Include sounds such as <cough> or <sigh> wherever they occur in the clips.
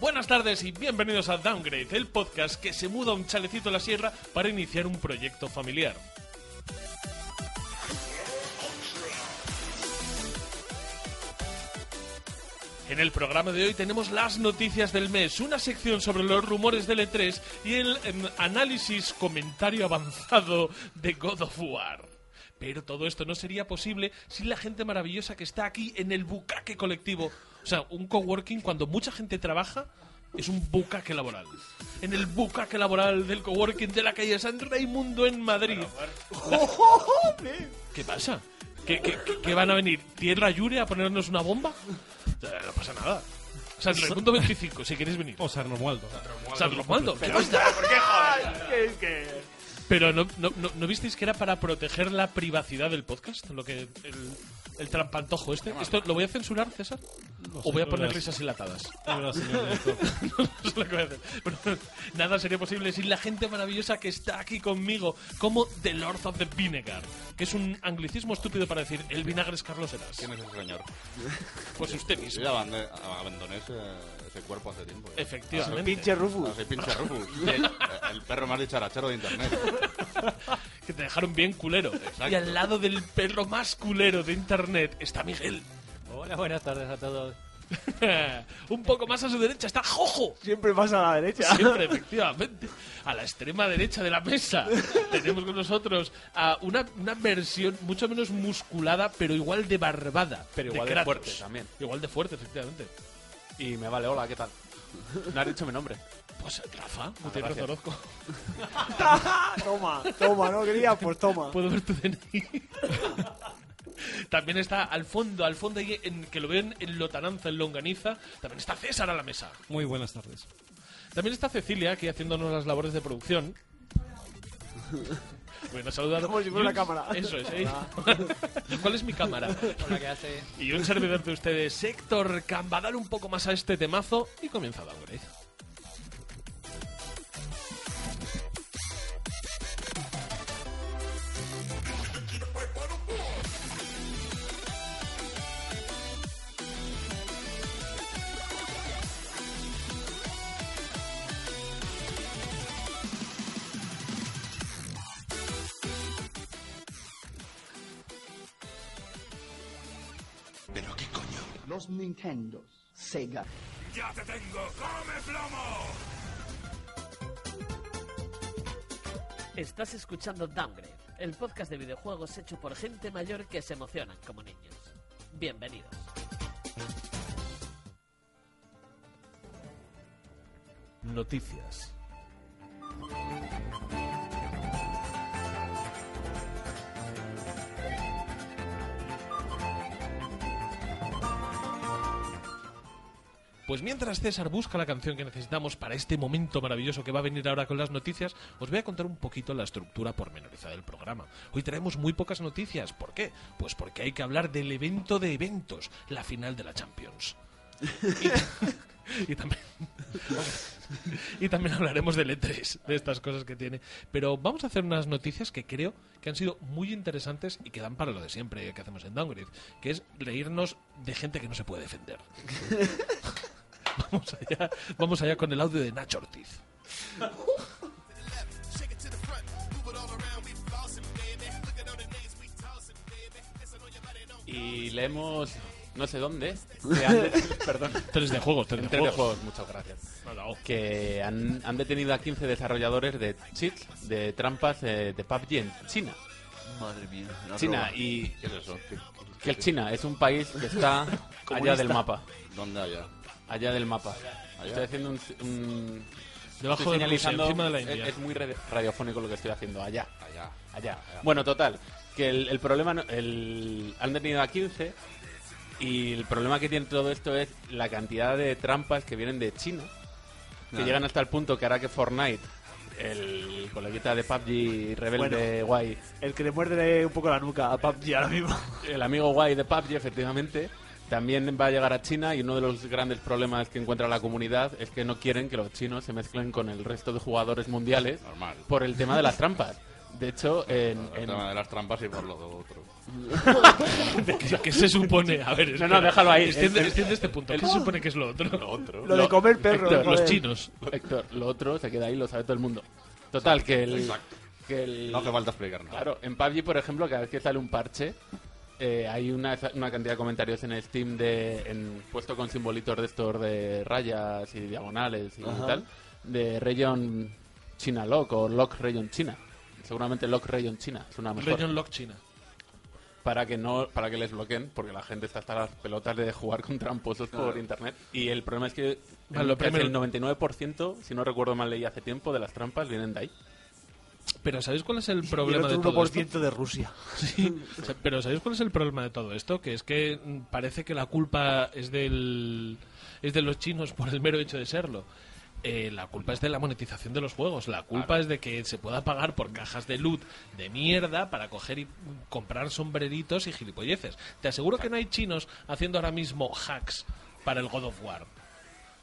Buenas tardes y bienvenidos a Downgrade, el podcast que se muda a un chalecito a la sierra para iniciar un proyecto familiar. En el programa de hoy tenemos las noticias del mes, una sección sobre los rumores del E3 y el em, análisis comentario avanzado de God of War. Pero todo esto no sería posible sin la gente maravillosa que está aquí en el bucaque colectivo. O sea, un coworking cuando mucha gente trabaja es un bucaque laboral. En el bucaque laboral del coworking de la calle San Raimundo en Madrid. ¿Qué pasa? ¿Qué, qué, qué- qué van a venir? ¿Tierra Yure a ponernos una bomba? Eh, No pasa nada. San Raimundo 25, si queréis venir. O San Romualdo. San Romualdo. Pero, Es que... pero no, no, no, ¿no visteis que era para proteger la privacidad del podcast? Lo que el, el trampantojo este. ¿Esto lo voy a censurar, César? ¿O voy a no poner verás. risas hilatadas? Hola, señor director. <laughs> No sé lo que voy a hacer. Pero <laughs> nada sería posible sin la gente maravillosa que está aquí conmigo, como The Lord of the Vinegar, que es un anglicismo estúpido para decir el vinagre es Carlos Heras. ¿Quién es ese señor? Pues usted Yo mismo. ya abandé- abandoné ese, ese cuerpo hace tiempo. ¿eh? Efectivamente. Pinche Rufus. Ah, soy pinche Rufus. El, el perro más dicharachero de internet. Que te dejaron bien culero. Exacto. Y al lado del perro más culero de internet está Miguel. <laughs> Hola, buenas tardes a todos. un poco más a su derecha está Jojo. Siempre pasa a la derecha. <laughs> Siempre, efectivamente. A la extrema derecha de la mesa tenemos con nosotros a una, una versión mucho menos musculada, pero igual de barbada. Pero igual de Kratos. fuerte también. Igual de fuerte, efectivamente. Y me vale, hola, ¿qué tal? No has dicho mi nombre. Pues Rafa, Gutiérrez Ah, gracias. Orozco. Ah, toma, toma, ¿no querías? Pues toma. Puedo ver tu DNI. <laughs> También está al fondo, al fondo ahí en, que lo ven en Lotananza, en Longaniza. También está César a la mesa. Muy buenas tardes. También está Cecilia aquí haciéndonos las labores de <laughs> producción. Bueno, saludado. Como si fuera Y una cámara. Ah. Eso es, ¿eh? <laughs> ¿Cuál es mi cámara? que hace? Y un servidor de ustedes, Héctor Cambadal, un poco más a este temazo y comienza Downgrade. los Nintendos, Sega. Estás escuchando Downgrade, el podcast de videojuegos hecho por gente mayor que se emocionan como niños. Bienvenidos. Noticias. Pues mientras César busca la canción que necesitamos para este momento maravilloso que va a venir ahora con las noticias, os voy a contar un poquito la estructura pormenorizada del programa. Hoy traemos muy pocas noticias. ¿Por qué? Pues porque hay que hablar del evento de eventos, la final de la Champions. Y- <laughs> y también y también hablaremos del E3, de estas cosas que tiene. Pero vamos a hacer unas noticias que creo que han sido muy interesantes y que dan para lo de siempre que hacemos en Downgrade, que es reírnos de gente que no se puede defender. vamos, allá, vamos allá con el audio de Nacho Ortiz. Y leemos, no <laughs> sé dónde, que han, perdón, 3 de juegos, 3 en de tres de juegos. juegos, muchas gracias. No, no. Que han, han detenido a 15 desarrolladores de cheats, de trampas eh, de PUBG en China. Madre mía. Ah, una China, droga. y ¿Qué es eso? ¿Qué- que el China es un país <laughs> que está allá del mapa. ¿Dónde allá? Allá del mapa. Allá. Estoy haciendo un... un- Debajo estoy de Rusia, señalizando- encima de la es- India. es muy radio- radiofónico lo que estoy haciendo, allá. Allá. allá. Bueno, total, que el, el problema, no- el, han detenido a 15 y el problema que tiene todo esto es la cantidad de trampas que vienen de China, que Claro. llegan hasta el punto que hará que Fortnite, el coleguita de PUBG rebelde guay, El que le muerde un poco la nuca a PUBG ahora mismo. el amigo guay de PUBG, efectivamente, también va a llegar a China y uno de los grandes problemas que encuentra la comunidad es que no quieren que los chinos se mezclen con el resto de jugadores mundiales Normal. por el tema de las trampas. De hecho, en... El en- tema de las trampas y por lo otro. ¿Qué, qué se supone? A ver, espera. no, déjalo ahí. Extiende, El- extiende este punto. ¿Qué se supone que es lo otro? Lo de comer perro. Héctor, Los joder. chinos. <laughs> Héctor, lo otro se queda ahí, lo sabe todo el mundo. Total, que el... Exacto. Que el No hace falta explicar nada. Claro, en PUBG, por ejemplo, cada vez que sale un parche, eh, hay una, una cantidad de comentarios en Steam de, en, puesto con simbolitos de estos de rayas y diagonales y tal, de Region China Lock o Lock Region China. Seguramente Lock Region China es una mejor. Region Lock China. Para que no para que les bloqueen, porque la gente está hasta las pelotas de jugar con tramposos por internet. Y el problema es que Vale, lo casi primero- el 99%, si no recuerdo mal, leí hace tiempo, de las trampas vienen de ahí. Pero ¿sabéis cuál es el Y el problema de otro todo 1% esto? de Rusia. <laughs> Sí. O sea, pero ¿sabéis cuál es el problema de todo esto? Que es que mm, parece que la culpa es del es de los chinos por el mero hecho de serlo. Eh, la culpa es de la monetización de los juegos. La culpa es de que se pueda pagar por cajas de loot de mierda para coger y mm, comprar sombreritos y gilipolleces. Te aseguro que no hay chinos haciendo ahora mismo hacks para el God of War.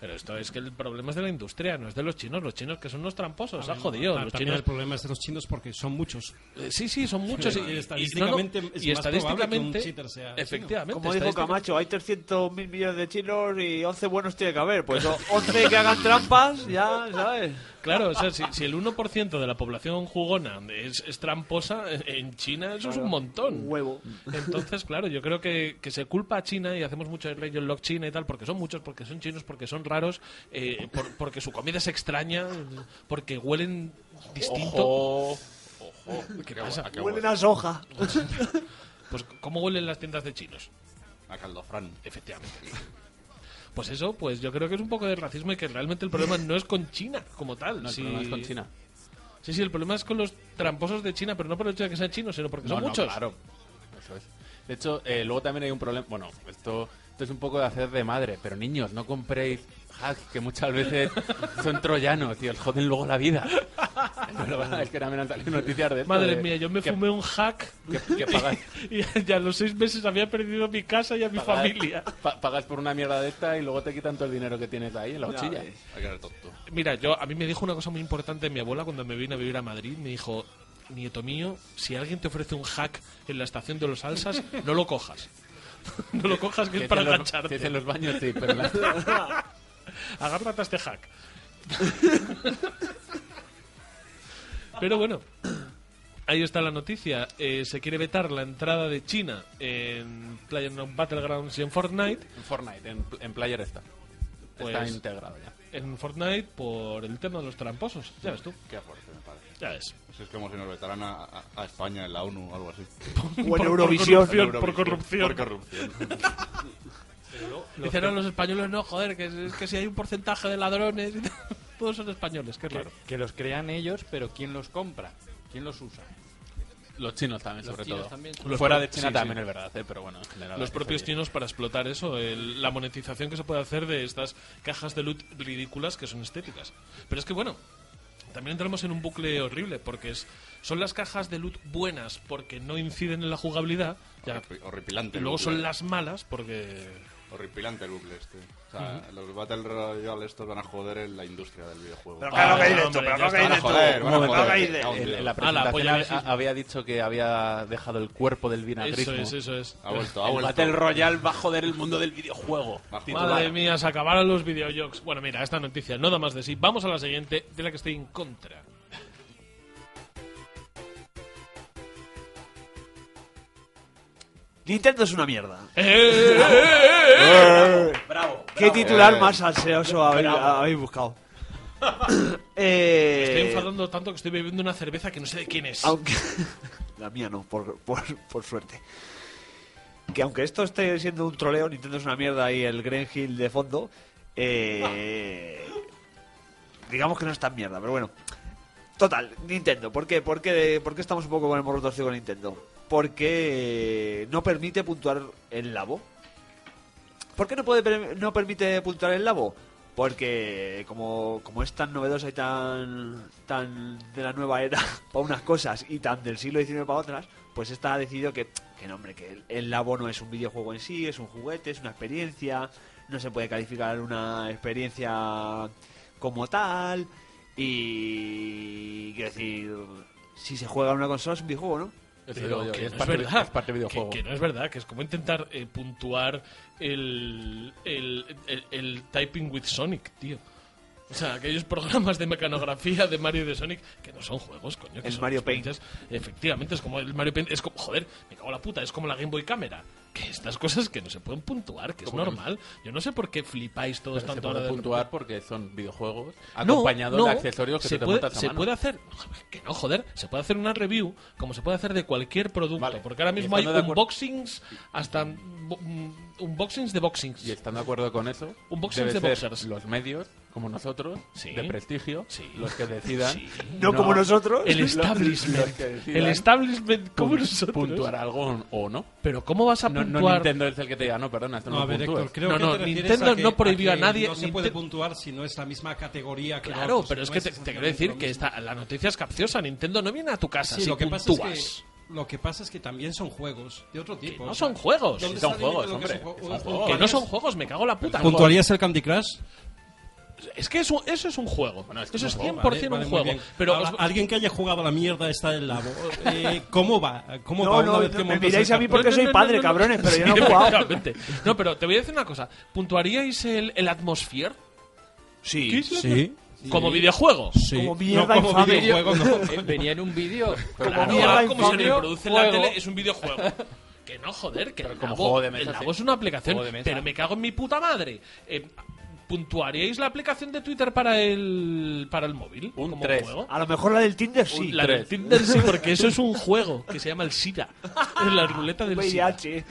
Pero esto es que el problema es de la industria, no es de los chinos. Los chinos que son unos tramposos, ha jodido. Ah, Los también chinos el problema es de los chinos porque son muchos. eh, Sí, sí, son muchos. y- Y y- estadísticamente no, no, es y más probable estadísticamente, que un cheater sea chino. Efectivamente. Como dijo estadística- Camacho, hay 300.000 millones de chinos y 11 buenos tiene que haber. Pues o- 11 que hagan trampas, ya, ¿sabes? Claro, o sea, si, si el 1% de la población jugona es, es tramposa, en- en China eso es un montón. Huevo. Entonces, claro, yo creo que, que se culpa a China y hacemos mucho el Region Lock China y tal, porque son muchos, porque son chinos, porque son raros, eh, por- porque su comida es extraña, porque huelen distinto. Ojo, ¿Qué pasa? Qué Huelen bueno. a soja. Pues, ¿cómo huelen las tiendas de chinos? A Caldofrán. Efectivamente. Pues eso, pues yo creo que es un poco de racismo y que realmente el problema no es con China como tal. no, el si- problema es con China. Sí, sí, el problema es con los tramposos de China, pero no por el hecho de que sean chinos, sino porque son No, no, muchos. claro. Eso es. De hecho, eh, luego también hay un problema. Bueno, esto, esto es un poco de hacer de madre, pero niños, no compréis hacks que muchas <laughs> veces son troyanos y os joden luego la vida. <laughs> Es verdad, es que también han salido noticias de esto Madre de mía, yo me Eh, que- fumé un hack que- que pagáis- y <laughs> ya a los seis meses había perdido mi casa y a mi pagas- familia. pa- pagas por una mierda de esta y luego te quitan todo el dinero que tienes ahí en la Hay mochila. que ser tonto. Mira, yo a mí me dijo una cosa muy importante mi abuela cuando me vine a vivir a Madrid. Me dijo, nieto mío, si alguien te ofrece un hack en la estación de los Alsas, no lo cojas. <laughs> No lo cojas que Si es para en los, si es engancharte. en los baños, sí, pero en la- Agárrate a este hack. <laughs> Pero bueno, ahí está la noticia. Eh, se quiere vetar la entrada de China en PlayerUnknown's Battlegrounds y en Fortnite. en Fortnite, en, en Player está. Está Pues- integrado ya. En Fortnite por el tema de los tramposos. Ya ves tú. Qué fuerte, me parece. Ya ves. Si es como si nos vetaran a, a- a España en la ONU o algo así. O en Eurovisión. corrupción, por corrupción. Por corrupción. Dicen "No, los españoles, no, joder, que, es- es que si hay un porcentaje de ladrones, y tal, <laughs> todos son españoles, qué raro. Que los crean ellos, pero ¿quién los compra? ¿Quién los usa? Los chinos también, Los sobre chinos todo. también. Los Fuera pro- de China sí, también sí. es verdad, eh, pero bueno, en general. Los eso propios sí. chinos para explotar eso, el- la monetización que se puede hacer de estas cajas de loot ridículas que son estéticas. Pero es que bueno, también entramos en un bucle horrible porque es, son las cajas de loot buenas porque no inciden en la jugabilidad ya, Horri- y Horripilante. el luego son bucle. las malas porque Horripilante el bucle este. O sea, los Battle Royale estos van a joder en la industria del videojuego. Pero Ah, claro que Ah, dices tú, hombre, pero ya claro que está. van a dices tú. joder, van a Momento. joder. Ahí de- Ah, un En, tío. en la Ah, la presentación polla hab- viejísima. ha- había dicho que había dejado el cuerpo del eso vinagrismo. es, eso es. Ha vuelto, ha El vuelto. Battle Royale va a joder el mundo del videojuego. Va a joder. Madre mía, se acabaron los videojuegos. Bueno, mira, esta noticia no da más de sí. Vamos a la siguiente, de la que estoy en contra. Nintendo es una mierda. Bravo. ¿Qué titular Eh. más salseoso habéis, habéis buscado? <coughs> eh, Estoy enfadando tanto que estoy bebiendo una cerveza que no sé de quién es. Aunque. <laughs> La mía no, por, por, por suerte. Que aunque esto esté siendo un troleo, Nintendo es una mierda y el Green Hill de fondo. eh, <laughs> digamos que no es tan mierda, pero bueno. Total, Nintendo. ¿Por qué? ¿Por qué, por qué estamos un poco con el morro torcido con Nintendo? Porque no permite puntuar el labo. ¿Por qué no, puede, per- no permite puntuar el labo? Porque como, como es tan novedosa y tan, tan de la nueva era <laughs> para unas cosas y tan del siglo XIX para otras, pues esta ha decidido que, que no, hombre, que el, el labo no es un videojuego en sí, es un juguete, es una experiencia, no se puede calificar una experiencia como tal y quiero decir, si se juega en una consola es un videojuego, ¿no? Eso Pero digo yo, que y es, no parte, verdad, es parte videojuego. Que, que no es verdad, que es como intentar eh, puntuar el, el, el- el Typing with Sonic, tío. O sea, aquellos programas de mecanografía de Mario y de Sonic que no son juegos, coño. que El son Mario Paint. experiencias. Efectivamente, es como el Mario Paint. Es como, joder, me cago en la puta, es como la Game Boy Cámara. Que estas cosas que no se pueden puntuar, que es normal. Yo no sé por qué flipáis todos Pero tanto se puede ahora de puntuar porque son videojuegos no, acompañados no, de accesorios que se tú te puede, montas a se mano. puede hacer <laughs> que no joder se puede hacer una review como se puede hacer de cualquier producto Vale. porque ahora mismo Y hay estando de acuerdo- unboxings hasta mm, mm, unboxings de boxings Y estando de acuerdo con eso, Un boxing debe de ser boxers. los medios, como nosotros, Sí. de prestigio, Sí. los que decidan Sí. No, como nosotros. el los establishment que decidan el establishment como pun- nosotros puntuar algo o no. pero cómo vas a No, no puntuar Nintendo es el que te diga, no, perdona, esto no, No, a lo ver, puntúas. Héctor, creo No, que no, te refieres Nintendo a que- no prohibió a que nadie No se Ninten- puede puntuar si no es la misma categoría que Claro, otros, pero es no este que te, te exactamente quiero decir lo que mismo. esta, la noticia es capciosa. Nintendo no viene a tu casa Sí, si lo que pasa es puntúas. que lo que pasa es que también son juegos de otro tipo. pues, no o sea, son juegos. ¿dónde está el Son límite juegos, de lo hombre, juego? son ¿O- o- Que no son puntuarías- juegos, me cago en la puta. ¿Puntuarías el Candy Crush? Es que es un- eso es un juego. es que eso es es un 100% juego, Vale, vale, un muy juego. bien. Pero Ahora, os- alguien que haya jugado a la mierda está en la. bo- <laughs> eh, ¿Cómo va? ¿Cómo No, va no, una vez no, que me montas miráis el a mí capó? porque soy padre, cabrones, pero yo no he Sí, jugado. efectivamente. No, pero te voy a decir una cosa. ¿Puntuaríais el, el Atmosphere? ¿Qué Sí. es la- Sí. Como videojuego. Sí. <laughs> Como no, mierda como infame. videojuego, no. Eh, Venía en un vídeo. Como Claro, mierda ahora como se infame. reproduce en la Juego. tele, es un videojuego. Que no, joder, que el como Labo- juego de mesa, el Labo sí. es una aplicación. Juego de mesa. Pero me cago en mi puta madre. Eh, ¿Puntuaríais la aplicación de Twitter para el, para el móvil? Un como tres. juego? A lo mejor la del Tinder sí. La del tres. Tinder sí, porque eso es un juego que se llama el SIDA. La ruleta del SIDA. VIH.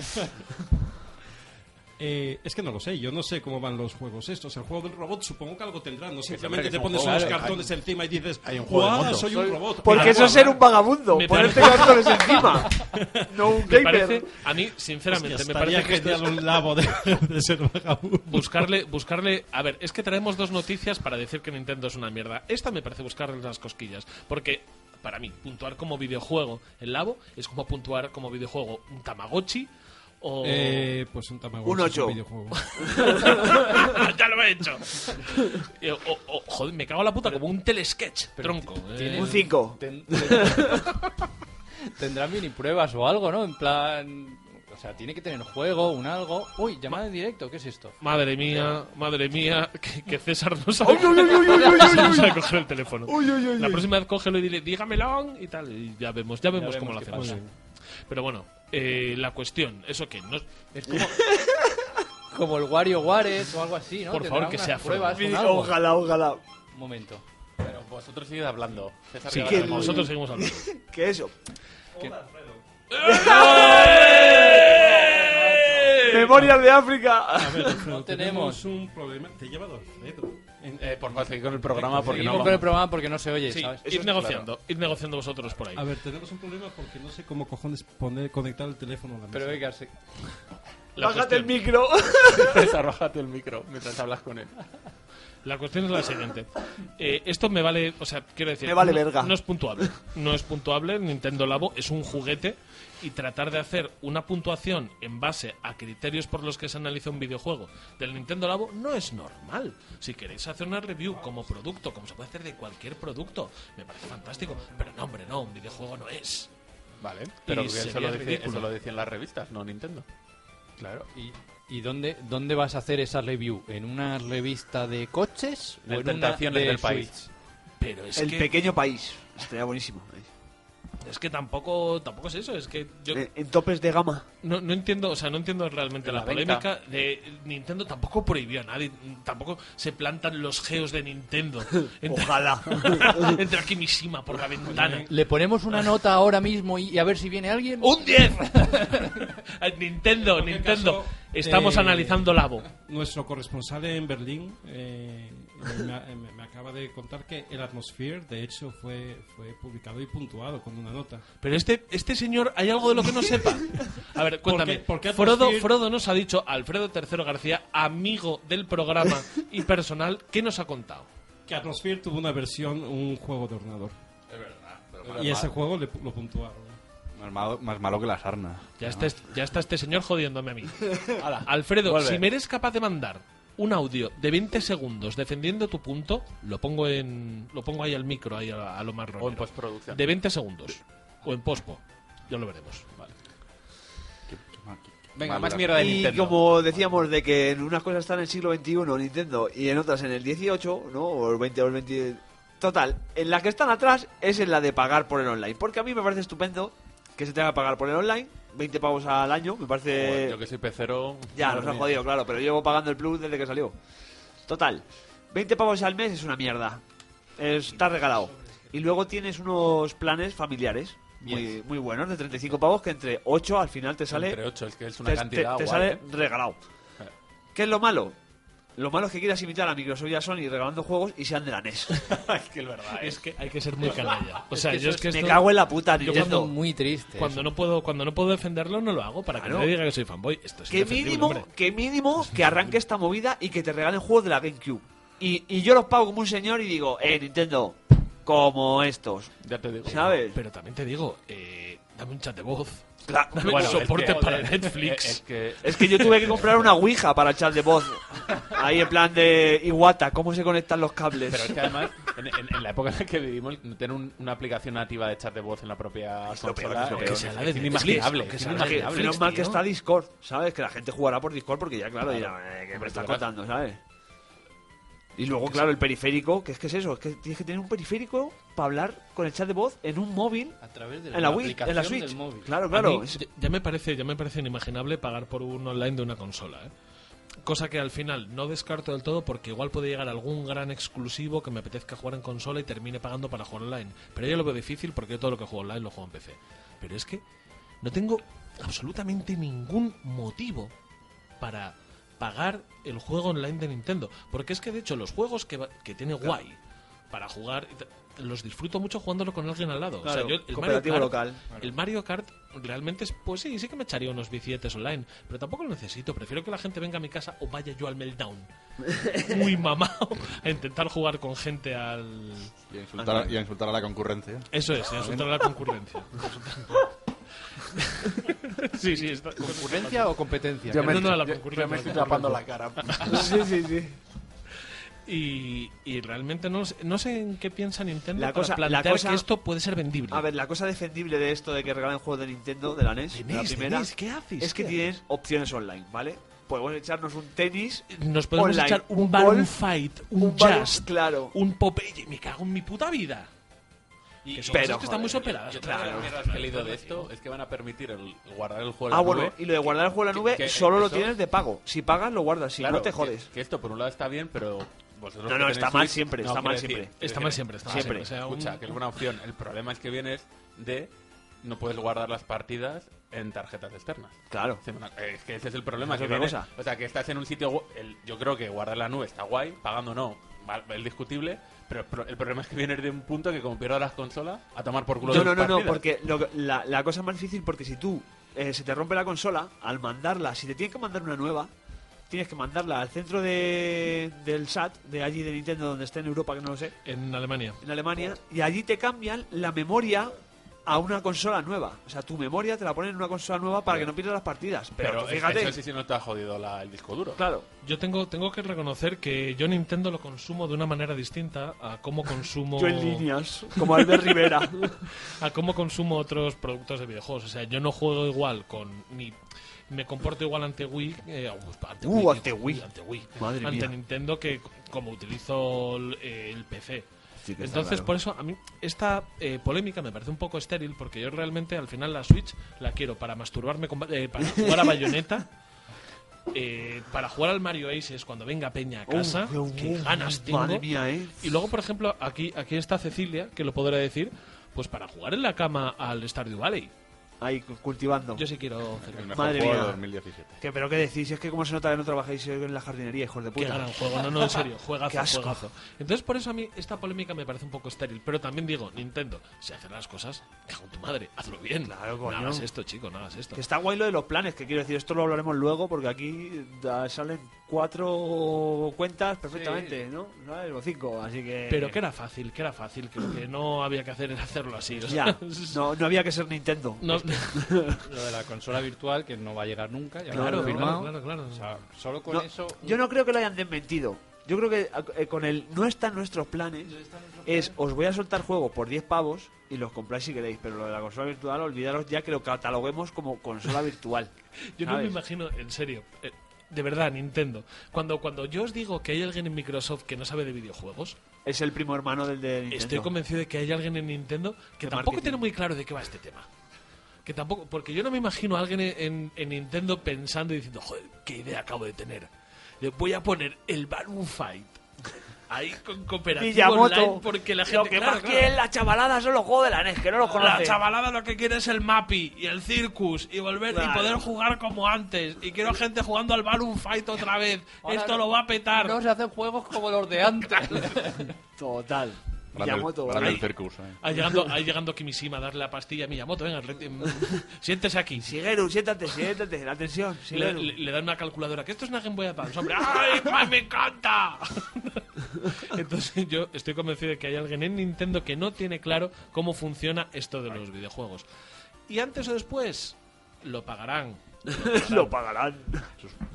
Eh, es que no lo sé, yo no sé cómo van los juegos estos. El juego del robot supongo que algo tendrá, no simplemente hombre, que te es un pones juego, unos hay- cartones encima y dices, hay un juego de "Guau, moto". soy un robot. <laughs> Porque Mira, eso es ser un vagabundo. Me Ponerte parece- cartones <laughs> encima. No un Me gamer. parece, a mí, sinceramente, hostia, me estaría parece que esto es- genial un labo de, <laughs> de ser vagabundo. buscarle, buscarle. A ver, es que traemos dos noticias para decir que Nintendo es una mierda. Esta me parece buscarle las cosquillas, porque para mí puntuar como videojuego el Labo es como puntuar como videojuego un Tamagotchi o Eh, pues un Tamagotchi Un es ocho. <laughs> videojuego. <laughs> ya lo he hecho. Eh, o, o, joder, me cago en la puta como un telesketch, tronco. eh. Un 5. <laughs> Ten- ten- Tendrá mini pruebas o algo, ¿no? En plan. O sea, tiene que tener juego, un algo. Uy, llamada en directo, ¿qué es esto? Madre mía, madre mía, <laughs> que, que César no sabe, <laughs> no sabe coger el teléfono. la próxima vez cógelo y dile, dígamelo y tal. Y ya vemos, ya vemos, vemos cómo lo qué hacemos. pasa. Pero bueno, eh, la cuestión, eso que no. Es como. como el Wario Wares o algo así, ¿no? Por Tendrá favor, que unas sea pruebas. fuego. con algo. Ojalá, ojalá. Un momento. Pero vosotros seguid hablando. César, Sí, que que ahora mismo- nosotros seguimos hablando. ¿Qué es eso? <laughs> Memorias <laughs> de África. No tenemos. un problema. Te lleva dos dedos. Eh, por favor, seguid con el programa porque no Seguimos con el vamos- programa porque no se oye, Sí, ¿sabes? id negociando, id negociando vosotros por ahí. A ver, tenemos un problema porque no sé cómo cojones poner, conectar el teléfono a la mesa. Pero venga, se- La Bájate el cuestión- micro. César, bájate el micro mientras hablas con él. La cuestión es la siguiente. Eh, esto me vale, o sea, quiero decir, Me vale no, verga. no es puntuable. No es puntuable, Nintendo Labo es un juguete y tratar de hacer una puntuación en base a criterios por los que se analiza un videojuego del Nintendo Labo no es normal. Si queréis hacer una review como producto, como se puede hacer de cualquier producto, me parece fantástico, pero no, hombre, no, un videojuego no es. Vale, pero Y eso sería lo, dice, ridículo. eso lo decían las revistas, no Nintendo. Claro. ¿Y, y dónde, dónde vas a hacer esa review? ¿En una revista de coches? En o en Tentaciones una de del País. Switch? Pero es El que pequeño país. Estaría buenísimo. es que tampoco tampoco es eso, es que yo En, en topes de gama. No, no entiendo, o sea, no entiendo realmente la, La venta. polémica de Nintendo tampoco prohibió a nadie, tampoco se plantan los geos de Nintendo. Entra, Ojalá. <laughs> entra Kimishima por la ventana. Le ponemos una nota ahora mismo y, y a ver si viene alguien. ¡Un <laughs> 10! Nintendo, En cualquier Nintendo, caso, estamos eh, analizando Labo. Nuestro corresponsal en Berlín eh, me, ha- me- me acaba de contar que el Atmosphere, de hecho, fue, fue publicado y puntuado con una nota. Pero este, este señor, hay algo de lo que no sepa. A ver, cuéntame. qué- <laughs> por qué Frodo, Atmosphere- Frodo nos ha dicho, Alfredo Tercero García, amigo del <laughs> programa y personal, ¿qué nos ha contado? Que Atmosphere tuvo una versión, un juego de ordenador. Pero Y ese juego le pu- lo puntuaron. Más malo, más malo que la sarna. este Ya está, es- ya está este señor jodiéndome a mí. Alfredo, vuelve. si me eres capaz de mandar un audio de 20 segundos defendiendo tu punto, lo pongo en lo pongo ahí al micro, ahí a, a lo más O en romero. postproducción. De 20 segundos. O en pospo. Ya lo veremos. Venga, Mal más las- mierda de y Nintendo. como decíamos de que en unas cosas está en el siglo XXI Nintendo y en otras en el XVIII, ¿no? O el 20 o el 20... Total, en la que están atrás es en la de pagar por el online. Porque a mí me parece estupendo que se tenga que pagar por el online. 20 pavos al año, me parece... Joder, Yo que soy pecero. Ya, nos han jodido, claro, pero llevo pagando el plus desde que salió. Total, 20 pavos al mes es una mierda. Está regalado. Y luego tienes unos planes familiares muy, muy buenos de 35 pavos que entre 8 al final te sale Entre ocho, es que es una te, cantidad te- te guay, sale ¿eh? regalado. ¿Qué es lo malo? Lo malo es que quieras imitar a Microsoft y a Sony regalando juegos y sean de la E <laughs> NES. ¿eh? Es que hay que ser muy canalla. O sea, que yo eso es que Me esto- cago en la puta, Yo Nintendo. muy triste. cuando no puedo cuando no puedo defenderlo no lo hago para que Claro. no diga que soy fanboy. Esto es Que indefendible, mínimo, hombre. que mínimo que arranque esta movida y que te regalen juegos de la GameCube. Y, y yo los pago como un señor y digo, eh, Nintendo, como estos. Ya te digo. ¿Sabes? Pero también te digo, eh, dame un chat de voz. Cla- <laughs> Dame Bueno, es soporte que- para joder, Netflix. Es que Es que yo tuve que comprar una Ouija para el chat de voz. Ahí en plan de Iwata, ¿cómo se conectan los cables? Pero es que además, en, en- en la época en la que vivimos, tener un- una aplicación nativa de chat de voz en la propia lo peor, consola es lo eh, peor. Que sea la de Netflix, inimaginable. que es sea la de Que- inimaginable. menos mal que tío. está Discord, ¿sabes? Que la gente jugará por Discord porque ya, claro, dirá, eh, que me Hombre, estás tú verás. contando, ¿sabes? Y luego, claro, el periférico, que es que es eso, es que tienes que tener un periférico para hablar con el chat de voz en un móvil, A través de en la Wii, en la aplicación Switch. del móvil. Claro, A claro. mí es- ya, ya me parece, ya me parece inimaginable pagar por un online de una consola, ¿eh? Cosa que al final no descarto del todo porque igual puede llegar algún gran exclusivo que me apetezca jugar en consola y termine pagando para jugar online. Pero yo lo veo difícil porque yo todo lo que juego online lo juego en PC. Pero es que no tengo absolutamente ningún motivo para pagar el juego online de Nintendo. Porque es que de hecho los juegos que, va- que tiene Guay para jugar y tal, los disfruto mucho jugándolo con alguien al lado. O sea, Claro, yo el Mario cooperativo Kart- local. el Mario Kart realmente es, pues sí, sí que me echaría unos billetes online, pero tampoco lo necesito. Prefiero que la gente venga a mi casa o vaya yo al meltdown. Muy mamado a intentar jugar con gente al. Y a insultar, y a insultar a la concurrencia. Eso es, y a soltar a la <laughs> concurrencia. sí, sí, está. ¿Concurrencia o competencia? Yo me- Creo no, la yo- concurrencia, yo me estoy la tapando la cara. <laughs> sí, sí, <laughs> sí. Y, y realmente no, sé- no sé en qué piensa Nintendo La para cosa- la plantear cosa- que esto puede ser vendible. A ver, la cosa defendible de esto de que regalen juegos de Nintendo, de la NES, De de la NES, de primera, NES, ¿qué haces? es que ¿Qué tienes opciones online, ¿vale? Podemos echarnos un tenis, Nos podemos online, echar un, un bar, un golf, fight, un, un balón- jazz, claro. un Popeye. Me cago en mi puta vida. que son pero, cosas que están muy joder, superadas. Yo claro. claro, las mierdas que he leído de esto es que van a permitir el, guardar el juego en Ah, la bueno, nube. y lo de guardar el juego en la Que- nube que solo lo eso- tienes de pago. Si pagas, lo guardas, si Claro, no te que- jodes. Que, esto por un lado está bien, pero vosotros No, que no, tenéis está mal Switch- siempre, está quiero mal siempre. quiero Está mal siempre, está mal Siempre. siempre. O sea, un- Escucha, que es buena opción. El problema es que vienes de no puedes guardar las partidas en tarjetas externas. Claro. Sí, bueno, Es que ese es el problema. Esa que es otra viene- cosa. O sea, que estás en un sitio. gu- el- yo creo que guardar la nube está guay, pagando no, va- es discutible. Pero el pro- el problema es que vienes de un punto que, como pierdas las consolas, a tomar por culo No, tus no, no, no, partidas. porque lo que- la, la cosa es más difícil porque si tú eh, se te rompe la consola, al mandarla, si te tienen que mandar una nueva, tienes que mandarla al centro de, del SAT, de allí de Nintendo, donde está en Europa, que no lo sé, En Alemania. en Alemania, y allí te cambian la memoria a una consola nueva. O sea, tu memoria te la ponen en una consola nueva para que no pierdas las partidas. Pero, Pero tú fíjate, Eso sí, sí no te ha jodido la- el disco duro. claro. Yo tengo, tengo que reconocer que yo Nintendo lo consumo de una manera distinta a cómo consumo. <laughs> Yo en líneas, como Albert <laughs> Rivera. a cómo consumo otros productos de videojuegos. O sea, yo no juego igual con ni me comporto igual ante Wii, eh, ante, Uh, Wii, ante digo, Wii. ante Wii, Madre ante mía. Nintendo que c- como utilizo el, eh, el PC. Sí que está Entonces, claro. por eso a mí esta eh, polémica me parece un poco estéril porque yo realmente al final la Switch la quiero para masturbarme, con, ba- eh, <laughs> para jugar a Bayonetta. eh, para jugar al Mario Aces cuando venga Peña a casa, Uh, que ganas tengo. Madre mía, ¿eh? Y luego, por ejemplo, aquí, aquí está Cecilia, que lo podrá decir, pues para jugar en la cama al Stardew Valley. Ahí, cu- cultivando. Yo sí quiero El Cecilia. mejor Madre juego mía. de 2017. Que, pero qué decís, es que como se nota que no trabajáis en la jardinería, hijos de Qué puta. gran juego, no, no, en serio, <laughs> Qué juegazo, asco. juegazo. Entonces, por eso a mí esta polémica me parece un poco estéril, pero también digo, Nintendo, si haces las cosas, cago en tu madre, hazlo bien. Claro, No coño. hagas esto, chico, no hagas esto. Que está guay lo de los planes, que quiero decir, esto lo hablaremos luego porque aquí da- salen cuatro cuentas perfectamente, ¿no? ¿Sabes? O cinco, así que... Pero que era fácil, que era fácil, que lo que no había que hacer era hacerlo así. o sea, <laughs> Ya, no, no había que ser Nintendo. No, Es que <laughs> lo de la consola virtual que no va a llegar nunca. Ya lo Claro, han confirmado. claro, claro, claro. O sea, solo con No, eso. Yo no creo que lo hayan desmentido. Yo creo que eh, con el no están nuestros planes es os voy a soltar juego por 10 pavos y los compráis si queréis, pero lo de la consola virtual olvidaros ya que lo cataloguemos como consola virtual. <laughs> Yo no me ¿sabes? imagino, en serio, eh, de verdad, Nintendo. Cuando, cuando yo os digo que hay alguien en Microsoft que no sabe de videojuegos, Es el primo hermano del de Nintendo. estoy convencido de que hay alguien en Nintendo que De tampoco marketing. tiene muy claro de qué va este tema. Que tampoco, porque yo no me imagino a alguien en, en- en Nintendo pensando y diciendo, joder, qué idea acabo de tener. Le voy a poner el Balloon Fight ahí con cooperativo online Miyamoto, porque la lo gente que claro, más claro. Ah, quiere es la chavalada son los juegos de la NES, que no los La conoce. chavalada lo que quiere es el Mappy y el Circus y volver y Claro. poder jugar como antes. Y quiero gente jugando al Balloon Fight otra vez. Ahora Esto no- lo va a petar. No se hacen juegos como los de antes. <laughs> Total. Grande el- Miyamoto. grande el ahí. circus, eh. Ahí llegando, ahí llegando Kimishima a darle la pastilla a Miyamoto. Venga, <laughs> rete- siéntese aquí. Shigeru, siéntate, siéntate, la tensión, Le, Shigeru. le- le dan una calculadora. Que esto es una Game Boy Advance. Hombre, ¡ay, más me encanta! Entonces yo estoy convencido de que hay alguien en Nintendo que no tiene claro cómo funciona esto de los videojuegos. Y antes o después lo pagarán. <laughs> lo pagarán.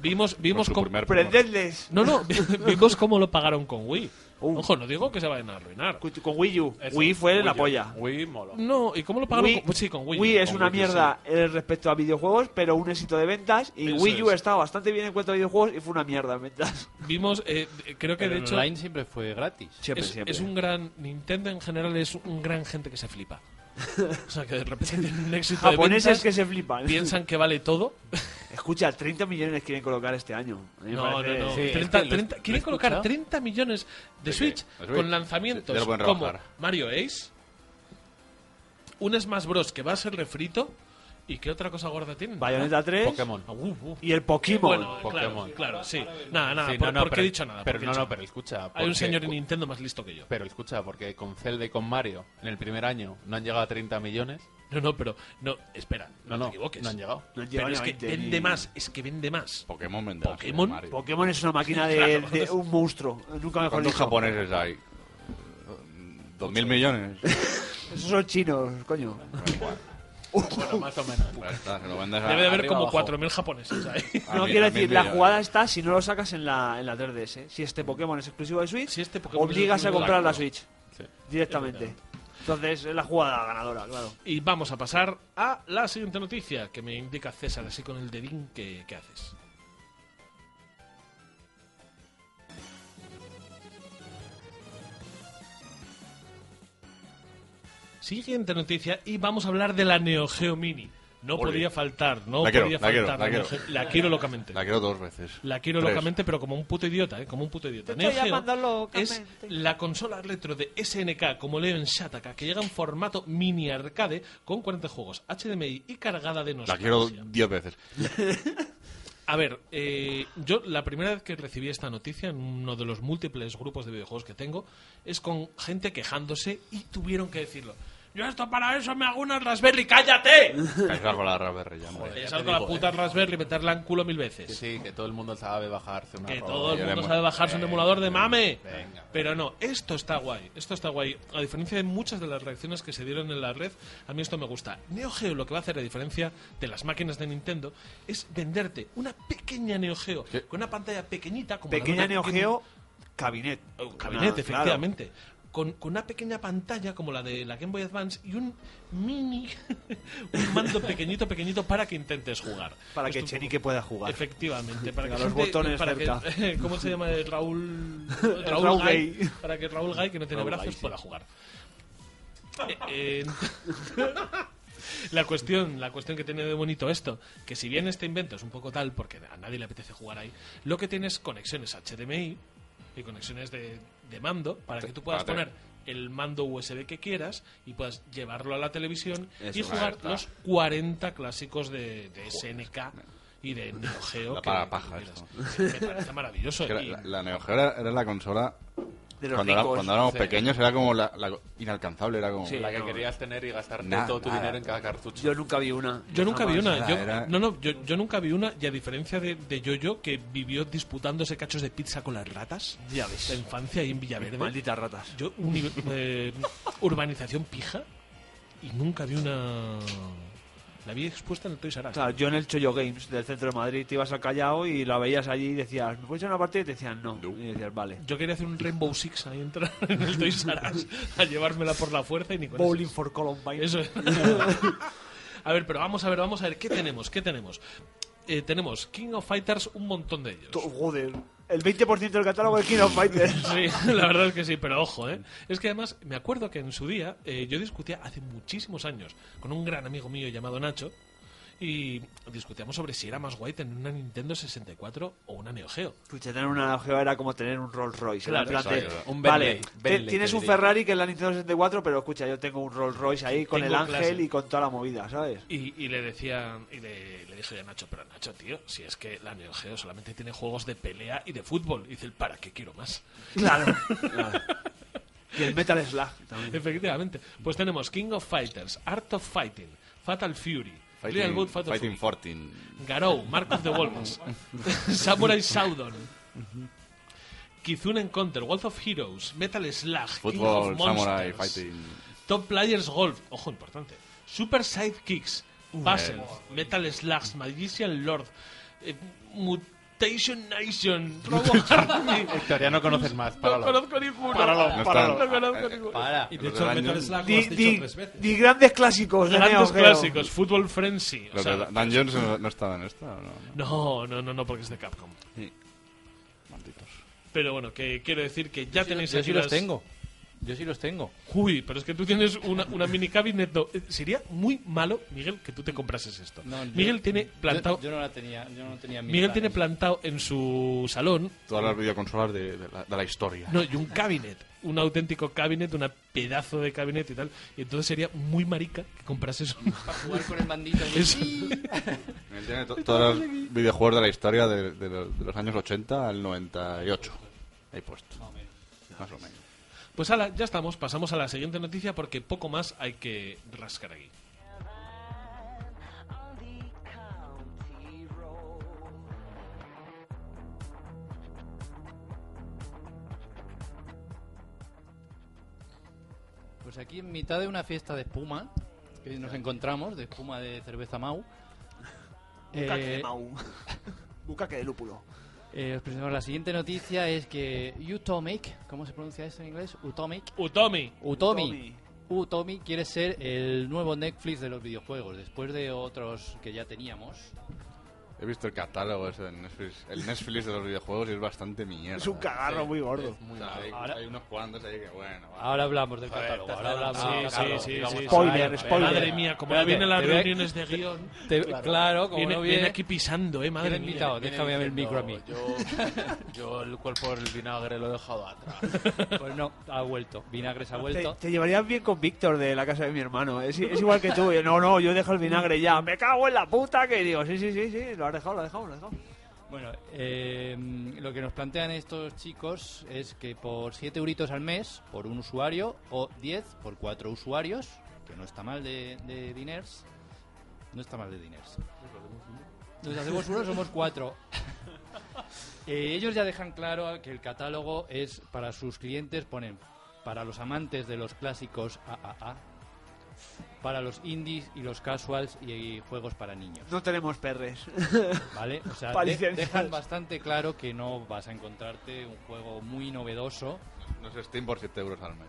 Vimos, vimos Con su cómo... primer programa. Prendedles. No, no, vimos cómo lo pagaron con Wii. Uh. Ojo, no digo que se vayan a arruinar. Con con Wii U. Eso, Wii fue la Yo- polla. Wii molo. No, ¿y cómo lo pagaron con Sí, con Wii? Wii es Con una Wii, mierda eh, respecto a videojuegos, pero un éxito de ventas. Y Eso Wii U es. estaba bastante bien en cuanto a videojuegos y fue una mierda <laughs> en ventas. sí. Vimos, eh, eh, creo que Pero de hecho... online siempre fue gratis. Siempre, es, siempre. es un gran... Nintendo en general es un gran gente que se <laughs> flipa. O sea, que de repente tienen un éxito de Japoneses ventas, que se flipan. piensan que vale <laughs> todo. <laughs> Escucha, 30 millones quieren colocar este año. A mí me No, no, parece- no. Sí, es 30, que lo- 30 lo he quieren colocar escuchado. 30 millones de ¿De Switch qué? ¿De Switch? con lanzamientos Ya lo pueden como rebajar. Mario Ace, un Smash Bros. que va a ser refrito y qué otra cosa gorda tienen. Bayonetta 3 Pokémon. Ah, uh, uh. y el Pokémon. Bueno, Pokémon. Claro, claro, sí. Nada, nada, Sí, por, no, no, porque pero- he dicho nada. Pero porque he no, dicho no, nada. pero escucha. Hay un porque- señor en Nintendo más listo que yo. Pero escucha, porque con Zelda y con Mario en el primer año no han llegado a 30 millones. No, no, pero. No, espera, no, No, no, te equivoques. no han llegado. No Pero llevan es ni que 20 vende ni- más, es que vende más. Pokémon vendrá. ¿Pokémon? sí, Mario. Pokémon es una <laughs> máquina de, de un monstruo. Nunca mejor ¿Cuántos dicho. japoneses hay? ¿Dos mil millones? Esos son chinos, coño. Bueno, más o menos. Ya está, se lo vendes a- Debe de haber arriba, como abajo. 4.000 japoneses <laughs> ahí. a No mil- quiero a mil decir, la eh. millones. jugada está si no lo sacas en la, en la 3DS. Si Mm. este Pokémon es exclusivo de Switch, Si este Pokémon obligas es a comprar la exclusivo. Switch directamente. Entonces es la jugada ganadora, claro. Y vamos a pasar a la siguiente noticia que me indica César, así con el dedín que, que haces. Siguiente noticia y vamos a hablar de la Neo Geo Mini. No Ole. podía faltar, no La quiero, podía la quiero, faltar. la Neo quiero. Geo- la quiero locamente. La quiero dos veces. La quiero Tres. locamente, pero como un puto idiota, ¿eh? Como un puto idiota. Neo Geo es la consola retro de SNK, como leo en Shataka, que llega en formato mini arcade con 40 juegos HDMI y cargada de La nostalgia. quiero diez veces. A ver, eh, yo la primera vez que recibí esta noticia en uno de los múltiples grupos de videojuegos que tengo es con gente quejándose y tuvieron que decirlo. Yo esto para eso me hago una Raspberry, ¡cállate! Cagar con la Raspberry <laughs> ya, ¿eh? hombre. Le salgo a la puta Raspberry y meterla en culo mil veces. Que sí, que todo el mundo sabe bajarse una Que ROM. todo el ya le mundo hemos- Eh, sabe bajarse un emulador de mame. venga. Pero no, esto está guay. Esto está guay. A diferencia de muchas de las reacciones que se dieron en la red, a mí esto me gusta. Neo Geo lo que va a hacer a diferencia de las máquinas de Nintendo es venderte una pequeña Neo Geo Sí. con una pantalla pequeñita como la de Pequeña una- Neo que- Geo, cabinet. un gabinete, Uh, Claro. efectivamente. Con, con una pequeña pantalla como la de la Game Boy Advance y un mini, <laughs> un mando pequeñito, pequeñito para que intentes jugar. Para Esto que un poco- Chenique pueda jugar. Efectivamente, <laughs> para que Tenga los gente- botones para que- cerca. <laughs> ¿Cómo se llama? El <laughs> Raúl Raúl, Raúl Gay, Gay. Para que Raúl Gay, que no tiene Raúl brazos, Gay, sí. pueda jugar. Eh, eh, <laughs> la cuestión, la cuestión que tiene de bonito esto, que si bien este invento es un poco tal, porque a nadie le apetece jugar ahí, lo que tiene es conexiones HDMI y conexiones de, de mando para que tú puedas para poner tener- el mando USB que quieras y puedas llevarlo a la televisión y Eso, ahí jugar está. los 40 clásicos de, de SNK y de Neo Geo. La que- para paja que esto. quieras. Sí, Me parece maravilloso. Es que y- la, la Neo Geo era, era la consola. De los cuando, era- ricos. cuando éramos Sí. pequeños era como la, la inalcanzable, era como. Sí. La que querías tener y gastarte Nada, todo tu nada. dinero en cada cartucho. Yo nunca vi una. Yo nunca vi una. nada, Yo, era- No, no, yo, yo nunca vi una. Y a diferencia de, de Yoyo, que vivió disputándose cachos de pizza con las ratas. Ya ves. La infancia ahí en Villaverde. Malditas ratas. Yo, uni- eh, urbanización pija. Y nunca vi una. La vi expuesta en el Toys R Us. Claro, yo en el Chollo Games del centro de Madrid te ibas al Callao y la veías allí y decías, ¿me puedes echar una partida? Y te decían, no. No. Y decías, vale. Yo quería hacer un Rainbow Six ahí, entrar en el Toys R Us, a llevármela por la fuerza y ni con eso. Bowling for Columbine. Eso es. <laughs> A ver, pero vamos a ver, vamos a ver, ¿qué tenemos? ¿Qué tenemos? Eh, tenemos King of Fighters, un montón de ellos. To- Joder. El 20% del catálogo de King of <laughs> Fighters. Sí, <laughs> la verdad es que sí, pero ojo, ¿eh? Es que además me acuerdo que en su día eh, yo discutía hace muchísimos años con un gran amigo mío llamado Nacho y discutíamos sobre si era más guay tener una Nintendo 64 o una Neo Geo. Escucha, Pues tener una Geo era como tener un Rolls Royce. era en Claro, plan de, exacto. Un vale, Bentley, te- Bentley, tienes te un diría. Ferrari que es la Nintendo 64, pero escucha, yo tengo un Rolls Royce ahí con Tengo el ángel clase. y con toda la movida, ¿sabes? Y, y le decían, y le, le dije a Nacho, pero Nacho, tío, si es que la Neo Geo solamente tiene juegos de pelea y de fútbol. Y dice, él, ¿para qué quiero más? Claro. <laughs> y el Metal Slug también. <laughs> Efectivamente. Pues tenemos King of Fighters, Art of Fighting, Fatal Fury, Real Good Fatal Fighting Fury, 14. Garou, Mark of the Wolves, <laughs> Samurai Shodown, Kizune Encounter, Wolf of Heroes, Metal Slug, Fútbol, King of Samurai, Monsters, Fighting. Top Players Golf, ojo importante, Super Sidekicks, Puzzle, Metal Slug, Magician Lord, eh, Mutation <laughs> Nation, Robo Army. Héctor, ya no conoces más. No Páralo. conozco ninguno. No Páralo, está- No conozco eh, ninguno. Para. Y de Los hecho, de el Metal Dungeon- Slug lo Di, has dicho di- tres veces. di grandes clásicos de Neo Grandes Geo. clásicos, Fútbol Frenzy. o Los sea, de Dan Jones no, no estaban en esta, ¿o ¿no? No, no, no, no, porque es de Capcom. Malditos. Pero bueno, que quiero decir que ya tenéis Yo aquí sí los las- tengo. Yo sí los tengo. Uy, pero es que tú tienes una, una mini cabinet. no. Eh, Sería muy malo, Miguel, que tú te comprases esto. No, yo- Miguel tiene plantado. Yo, yo no la tenía. Yo no tenía en ¿eh? mis Miguel tiene planes. plantado en su salón Todas las videoconsolas de, de la, de la historia. no, y un cabinet, un auténtico cabinet, una pedazo de cabinet y tal. Y entonces sería muy marica que comprases <laughs> un- Para jugar con el mandito. Eso. Él tiene to- todos los videojuegos de la historia de, de los, de los años 80 al 98. Ahí puesto. Más o menos. Pues ala, ya estamos, pasamos a la siguiente noticia porque poco más hay que rascar aquí. <laughs> Pues aquí en mitad de una fiesta de espuma, que nos encontramos, de espuma de cerveza Mau. Bucaque eh, de Mau. <laughs> Bucaque de lúpulo. eh, os presentamos la siguiente noticia, es que Utomic, ¿cómo se pronuncia esto en inglés? Utomic. Utomi, Utomi. Utomi quiere ser el nuevo Netflix de los videojuegos, después de otros que ya teníamos. He visto el catálogo ese de Netflix, el Netflix de los videojuegos y es bastante mierda. Es un cagarro muy gordo. O sea, hay, hay unos cuantos ahí que, bueno, va. Ahora hablamos del Joder, catálogo, te ahora hablamos adelantado. del Ah, Sí, catálogo. ah, sí, sí, y vamos sí, a spoiler, hablar. spoiler. madre mía, como no Espérate, vienen las te voy a- reuniones de guión. te- claro, como Viene, no viene viene- aquí pisando, eh, madre Viene mía. invitado, déjame ver el micro a mí. Yo, <laughs> yo el cuerpo del vinagre lo he dejado atrás. Pues no, ha vuelto. Vinagres ha Te, vuelto. te llevarías bien con Víctor de la casa de mi hermano. Es, es igual que tú. No, no, yo dejo el vinagre ya. Me cago en la puta que digo. Sí, sí, sí, sí. Lo has dejado, lo has dejado, lo has dejado. Bueno, eh, lo que nos plantean estos chicos es que por 7 euritos al mes, por un usuario, o 10 por 4 usuarios, que no está mal de, de diners, no está mal de diners. Nos hacemos uno, somos cuatro. Eh, ellos ya dejan claro que el catálogo es para sus clientes, ponen para los amantes de los clásicos AAA, para los indies y los casuals y juegos para niños. No tenemos perres. ¿Vale? O sea, Para de- licencias. dejan bastante claro que no vas a encontrarte un juego muy novedoso. No es Steam por 7 euros al mes.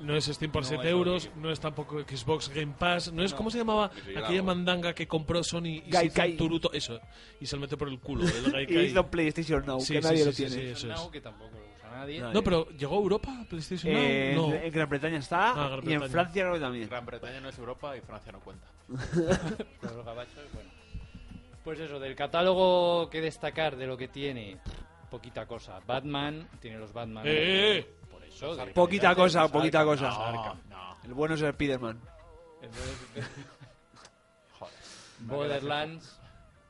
No es Steam por No, 7 es euros, horrible. no es tampoco Xbox Game Pass, no es como se llamaba Ni siquiera aquella algo. mandanga que compró Sony y se hizo Gaikai. un turuto, eso, y se lo metió por el culo, el <laughs> Y Gaikai. hizo PlayStation Now, Sí, que sí, nadie sí, lo sí, tiene. sí, eso es. Now, que tampoco lo usa nadie. Nadie. No, pero ¿llegó a Europa PlayStation Now? Eh, en- No. en, Gran Bretaña está Ah, Gran y en Bretaña. Francia creo que también. Gran Bretaña no es Europa y Francia no cuenta. Pero los gabachos, bueno. Pues eso, del catálogo que destacar de lo que tiene, poquita cosa. Batman, tiene los Batman. Eh, eh. Por eso. de- Poquita cosa, poquita Arkham, cosa. Ah. no, Arkham. El bueno es el Spiderman. Borderlands.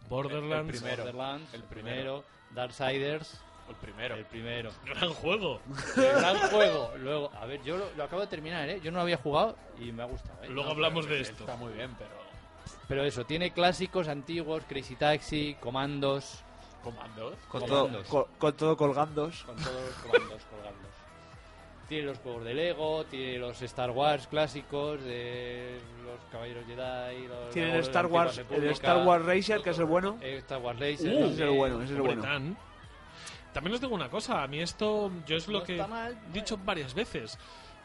Borderlands. El primero. Borderlands, El el primero. Darksiders, El primero. el primero. Gran juego. gran juego. Luego, a ver, yo lo, lo acabo de terminar, ¿eh? Yo no lo había jugado y me ha gustado, ¿eh? Luego hablamos de esto. Está muy bien, pero Pero eso, tiene clásicos antiguos, Crazy Taxi, Comandos, comandos. Con todo, Comandos. Uh. co- con todo colgandos. con todos los comandos colgando. Tiene los juegos de Lego, tiene los Star Wars clásicos, de los Caballeros Jedi. Los Tiene el los Star de la Wars, Antigua el República, Star Wars Racer, que es el bueno. eh, Star Wars Ese Laser. es el también. bueno, ese es el Hombre, bueno. tan. También os digo una cosa, a mí esto, yo es lo No que está mal, he dicho varias veces,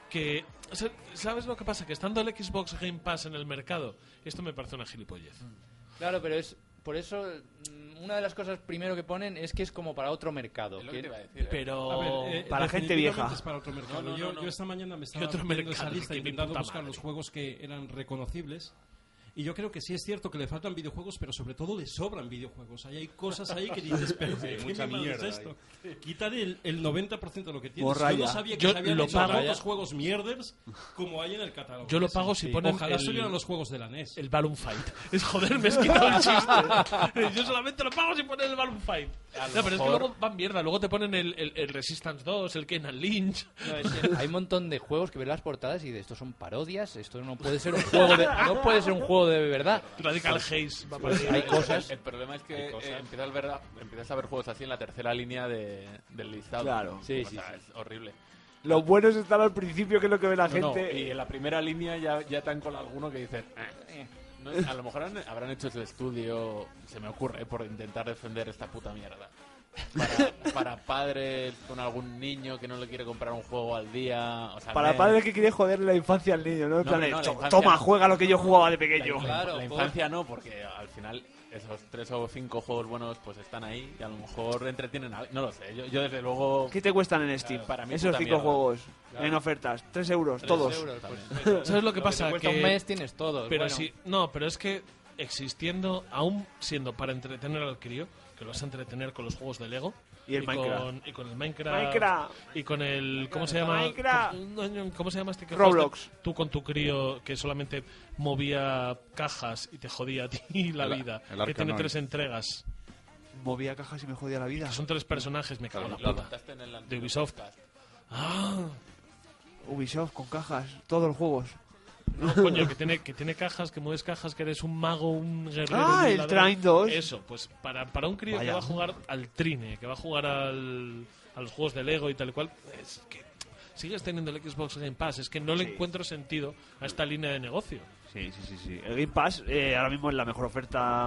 que, o sea, ¿sabes lo que pasa? Que estando el Xbox Game Pass en el mercado, esto me parece una gilipollez. Mm. Claro, pero es. Por eso, mm, una de las cosas primero que ponen es que es como para otro mercado. Es lo que que- te iba a decir. ¿eh? Pero... A ver, eh, Para gente definitivamente vieja. Es para otro mercado. No, no, yo, no, no. yo esta mañana me estaba otro viendo esa mercado? lista Que mi intentando puta buscar madre. los juegos que eran reconocibles. Y yo creo que sí es cierto que le faltan videojuegos, pero sobre todo le sobran videojuegos. Ahí hay cosas ahí que <laughs> dices, pero ¿qué mucha mierda mierda es esto? Quitar el, el 90% de lo que tienes. Morralla. Yo no sabía que Yo se habían lo hecho pago. tantos juegos mierders como hay en el catálogo. Yo lo Sí, pago sí. si ponen Ojalá el- salieran los juegos de la E NES. El Balloon Fight. <laughs> Es joder, me has quitado el chiste. <laughs> Yo solamente lo pago si ponen el Balloon Fight. No, pero es que luego van mierda. Luego te ponen el, el- el Resistance 2, el Kenan Lynch. <laughs> No, es que hay un montón de juegos que ves las portadas y de estos son parodias, esto no puede ser un juego de, no puede ser un juego de verdad. Radical Haze. va a Pues aparecer. hay cosas. El, problema es que eh, empiezas, a ver, a- empiezas a ver juegos así en la tercera línea de- del listado. Claro. Sí, sí, Sí, sí, Es horrible. Los buenos están al principio, que es lo que ve la No, no, gente. y en la primera línea ya, ya te han colado alguno que dices... "Eh, eh". No, a lo mejor han- habrán hecho su estudio, se me ocurre, por intentar defender esta puta mierda. Para, para padres con algún niño que no le quiere comprar un juego al día. O sea, Para ven, padres que quieren joder la infancia al niño, ¿no? En No, plan, no, la "Cho- infancia toma, no". juega lo que yo jugaba de La, pequeño. inf- Claro, la por- infancia no, porque al final esos tres o cinco juegos buenos pues están ahí y a lo mejor entretienen a No lo sé, yo, yo desde luego... ¿Qué te cuestan en Steam? Claro, para mí Esos puta cinco mierda. juegos en ofertas. Tres euros, todos. Tres euros, pues, ¿Sabes lo que te pasa? cuesta Que- un mes tienes todo. Pero Pues sí, bueno. no, pero es que existiendo, aún siendo para entretener al crío, que lo vas a entretener con los juegos de Lego. Y el Minecraft. Con, y con el Minecraft. Minecraft. Y con el. ¿Cómo se llama? Minecraft. Con- ¿Cómo se llama este que Roblox. jugaste Tú con tu crío que solamente movía cajas y te jodía a ti <laughs> la El- vida. el Arkham que tiene Knight. tres entregas. Movía cajas y me jodía la vida. Que son tres personajes, me cago en la Lo puta. contaste en el De anterior Ubisoft. podcast. Ah, Ubisoft con cajas, todos los juegos. no, coño, que tiene, que tiene cajas, que mueves cajas, que eres un mago, un guerrero. Ah, un el ladrón. Train 2. Eso, pues para, para un crío Vaya. que va a jugar al Trine, que va a jugar al, a los juegos de Lego y tal y cual, es que sigues teniendo el Xbox Game Pass. Es que no le encuentro sentido a esta línea de negocio. Sí, sí, sí, sí. El Game Pass eh, ahora mismo es la mejor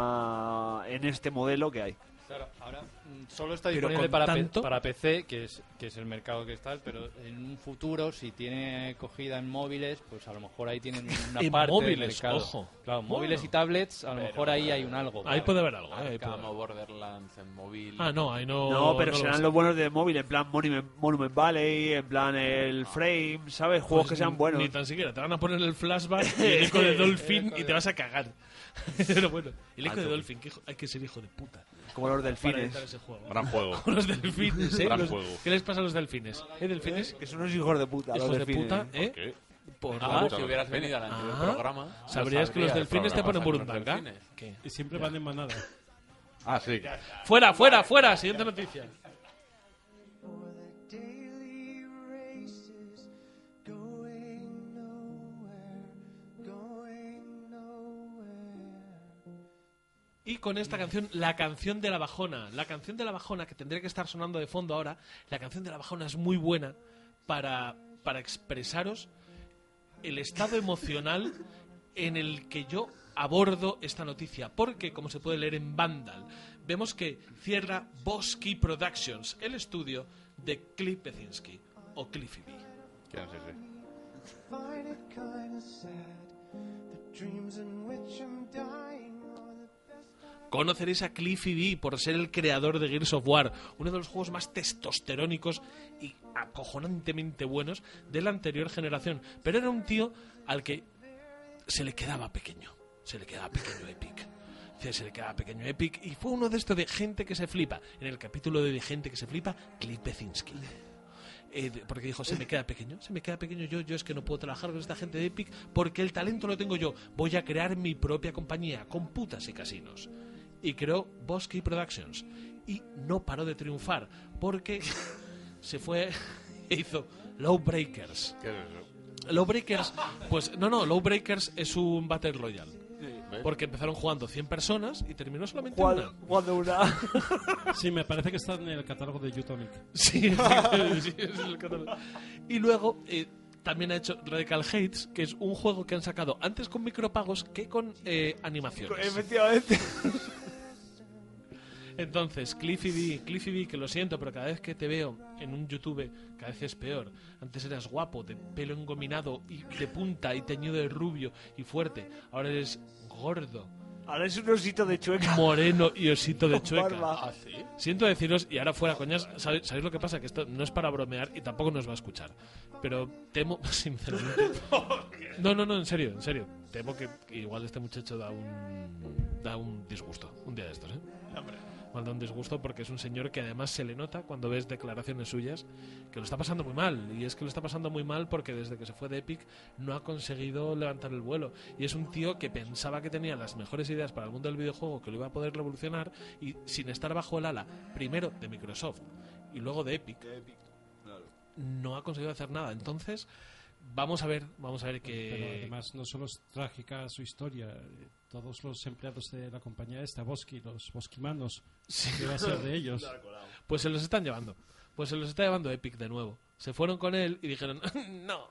oferta en este modelo que hay. Claro, ahora mm, solo está Pero disponible con para, pe- tanto- para PC, que es, que es el mercado que está, pero en un futuro, si tiene cogida en móviles, pues a lo mejor ahí tienen una <laughs> En parte del móviles, mercado. ojo. Claro, móviles Bueno. y tablets, a lo mejor ahí hay un algo. Ahí puede haber Ah, algo. eh, ahí puede Arkham o haber. Borderlands en móvil. Ah, no, ahí no. No, pero no lo vas serán a- los buenos de móvil, en plan Monument, Monument Valley, en plan el Frame, ¿sabes? Juegos que Ah. Pues sean ni- buenos. Ni tan siquiera. Te van a poner el <laughs> flashback y el eco de Dolphin y te vas a cagar. <laughs> Pero bueno, el Ah, eco de Dolphin, que hijo- hay que ser hijo de puta Como los para evitar delfines. ese juego. Gran juego. <laughs> Con los delfines, ¿eh? Gran Los- juego. ¿Qué les pasa a los delfines? ¿Eh, delfines? Que son unos hijos de puta, los Hijos de delfines. puta, ¿eh? ¿Qué? Por Ah, favor. si hubieras venido al anterior Ah. programa. ¿Sabrías que los sabrías. delfines te ponen Programas a los burundanga? delfines. ¿Qué? Y siempre van en manada. Ah, sí. Fuera, fuera, fuera. Siguiente noticia. Y con esta canción, la canción de la bajona. La canción de la bajona que tendría que estar sonando de fondo ahora. La canción de la bajona es muy buena para, para expresaros el estado emocional en el que yo abordo esta noticia, porque como se puede leer en Vandal, vemos que cierra Bosky Productions, el estudio de Cliff Pezinski o Cliffy B. ¿Quién es ese? Conoceréis a Cliffy B por ser el creador de Gears of War, uno de los juegos más testosterónicos y acojonantemente buenos de la anterior generación, pero era un tío al que se le quedaba pequeño, se le quedaba pequeño Epic. Se se le quedaba pequeño Epic y fue uno de estos de gente que se flipa. En el capítulo de gente que se flipa, Cliff Bezinski. Eh, de- porque dijo, se me queda pequeño, se me queda pequeño yo, yo es que no puedo trabajar con esta gente de Epic porque el talento lo tengo yo. Voy a crear mi propia compañía con putas y casinos. Y creó Bosky Productions. Y no paró de triunfar <laughs> porque se fue <laughs> e hizo Lowbreakers. ¿Qué es eso? Lowbreakers, pues no, no, Lowbreakers es un Battle Royale. Porque empezaron jugando 100 personas y terminó solamente ¿Cuál, una. cuál de una? Sí, me parece que está en el catálogo de Utonic. Sí, sí, es el catálogo. Y luego eh, también ha hecho Radical Hates, que es un juego que han sacado antes con micropagos que con eh, animaciones. <laughs> Efectivamente. Entonces, Cliffy B, Cliffy B, que lo siento, pero cada vez que te veo en un YouTube, cada vez es peor. Antes eras guapo, de pelo engominado y de punta y teñido de rubio y fuerte. Ahora eres gordo, Ahora es un osito de chueca. moreno y osito de chueca. Barba. Siento deciros, y ahora fuera coñas, sabe- ¿sabéis lo que pasa? Que esto no es para bromear y tampoco nos va a escuchar. Pero temo, <laughs> sinceramente. No, no, no, en serio, en serio. Temo que que igual este muchacho da un, da un disgusto un día de estos, ¿eh? Mal da un disgusto porque es un señor que además se le nota cuando ves declaraciones suyas que lo está pasando muy mal. Y es que lo está pasando muy mal porque desde que se fue de Epic no ha conseguido levantar el vuelo. Y es un tío que pensaba que tenía las mejores ideas para el mundo del videojuego, que lo iba a poder revolucionar y sin estar bajo el ala, primero de Microsoft y luego de Epic, no ha conseguido hacer nada. Entonces, vamos a ver, vamos a ver Pero qué. <laughs> además no solo es trágica su historia, eh, todos los empleados de la compañía esta, Bosky, los bosquimanos, ¿qué va a ser de ellos? Pues se los están llevando. Pues se los está llevando Epic de nuevo. Se fueron con él y dijeron, <laughs> no.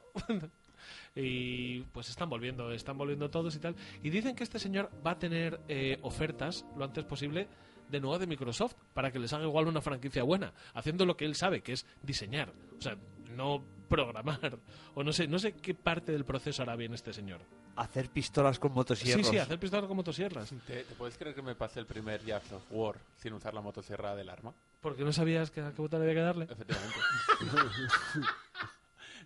y pues están volviendo, están volviendo todos y tal. Y dicen que este señor va a tener eh, ofertas lo antes posible de nuevo de Microsoft para que les haga igual una franquicia buena, haciendo lo que él sabe, que es diseñar. O sea, no programar. O no sé, no sé qué parte del proceso hará bien este señor. Hacer pistolas con motosierros. Sí, sí, hacer pistolas con motosierras. ¿Te, te puedes creer que me pasé el primer Jazz of War sin usar la motosierra del arma? Porque no sabías que, a qué botón había que darle. Efectivamente. <laughs>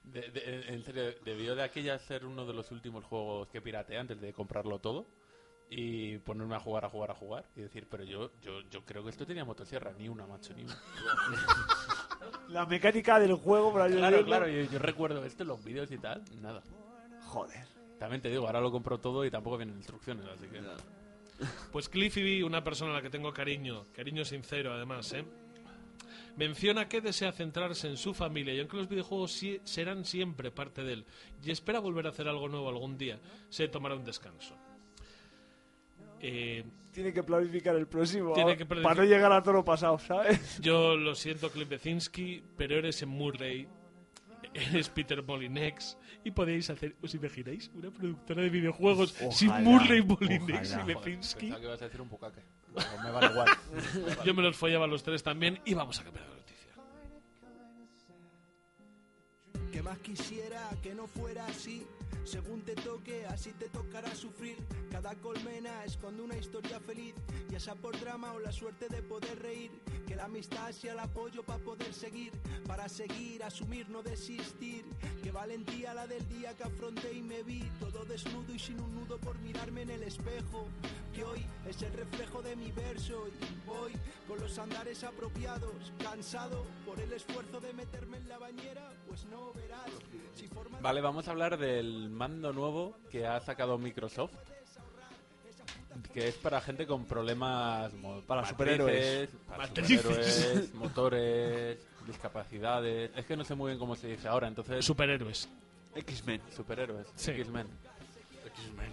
De- de- en serio, debió de aquella ser uno de los últimos juegos que pirateé antes de comprarlo todo y ponerme a jugar, a jugar, a jugar y decir, pero yo, yo, yo creo que esto tenía motosierra, ni una, macho, <laughs> ni una. La mecánica del juego para claro, ayudarlo. claro, yo, yo recuerdo esto en los vídeos y tal, nada. Joder. También te digo, ahora lo compro todo y tampoco vienen instrucciones, así que... Pues Cliffy B, una persona a la que tengo cariño, cariño sincero además, ¿eh? Menciona que desea centrarse en su familia y aunque los videojuegos sí- serán siempre parte de él y espera volver a hacer algo nuevo algún día, se tomará un descanso. Eh, Tiene que planificar el próximo. Tiene ah, que planificar. Para no llegar a todo lo pasado, ¿sabes? yo lo siento, Cliff Bezinski, pero eres en Murray, eres Peter Molinex y podéis hacer, ¿os imagináis? Una productora de videojuegos sin Ojalá, Murray, Molinex ojalá. y Bezinski. Pensaba que ibas a decir un bucaque. Pero me vale igual. Yo me los follaba a los tres también y vamos a cambiar de noticia. Que más quisiera que no fuera así. Según te toque, así te tocará sufrir. Cada colmena esconde una historia feliz, ya sea por drama o la suerte de poder reír. Que la amistad sea el apoyo para poder seguir, para seguir, asumir, no desistir. Que valentía la del día que afronté y me vi, todo desnudo y sin un nudo por mirarme en el espejo. Que hoy es el reflejo de mi verso y voy con los andares apropiados, cansado por el esfuerzo de meterme en la bañera, pues no verás si forma Vale, vamos a hablar del mando nuevo que ha sacado Microsoft. Que es para gente con problemas. mo- Para matrices, superhéroes. Para Matrices. <laughs> superhéroes, motores, discapacidades. Es que no sé muy bien cómo se dice ahora, entonces. Superhéroes. X-Men. superhéroes. Sí. X-Men.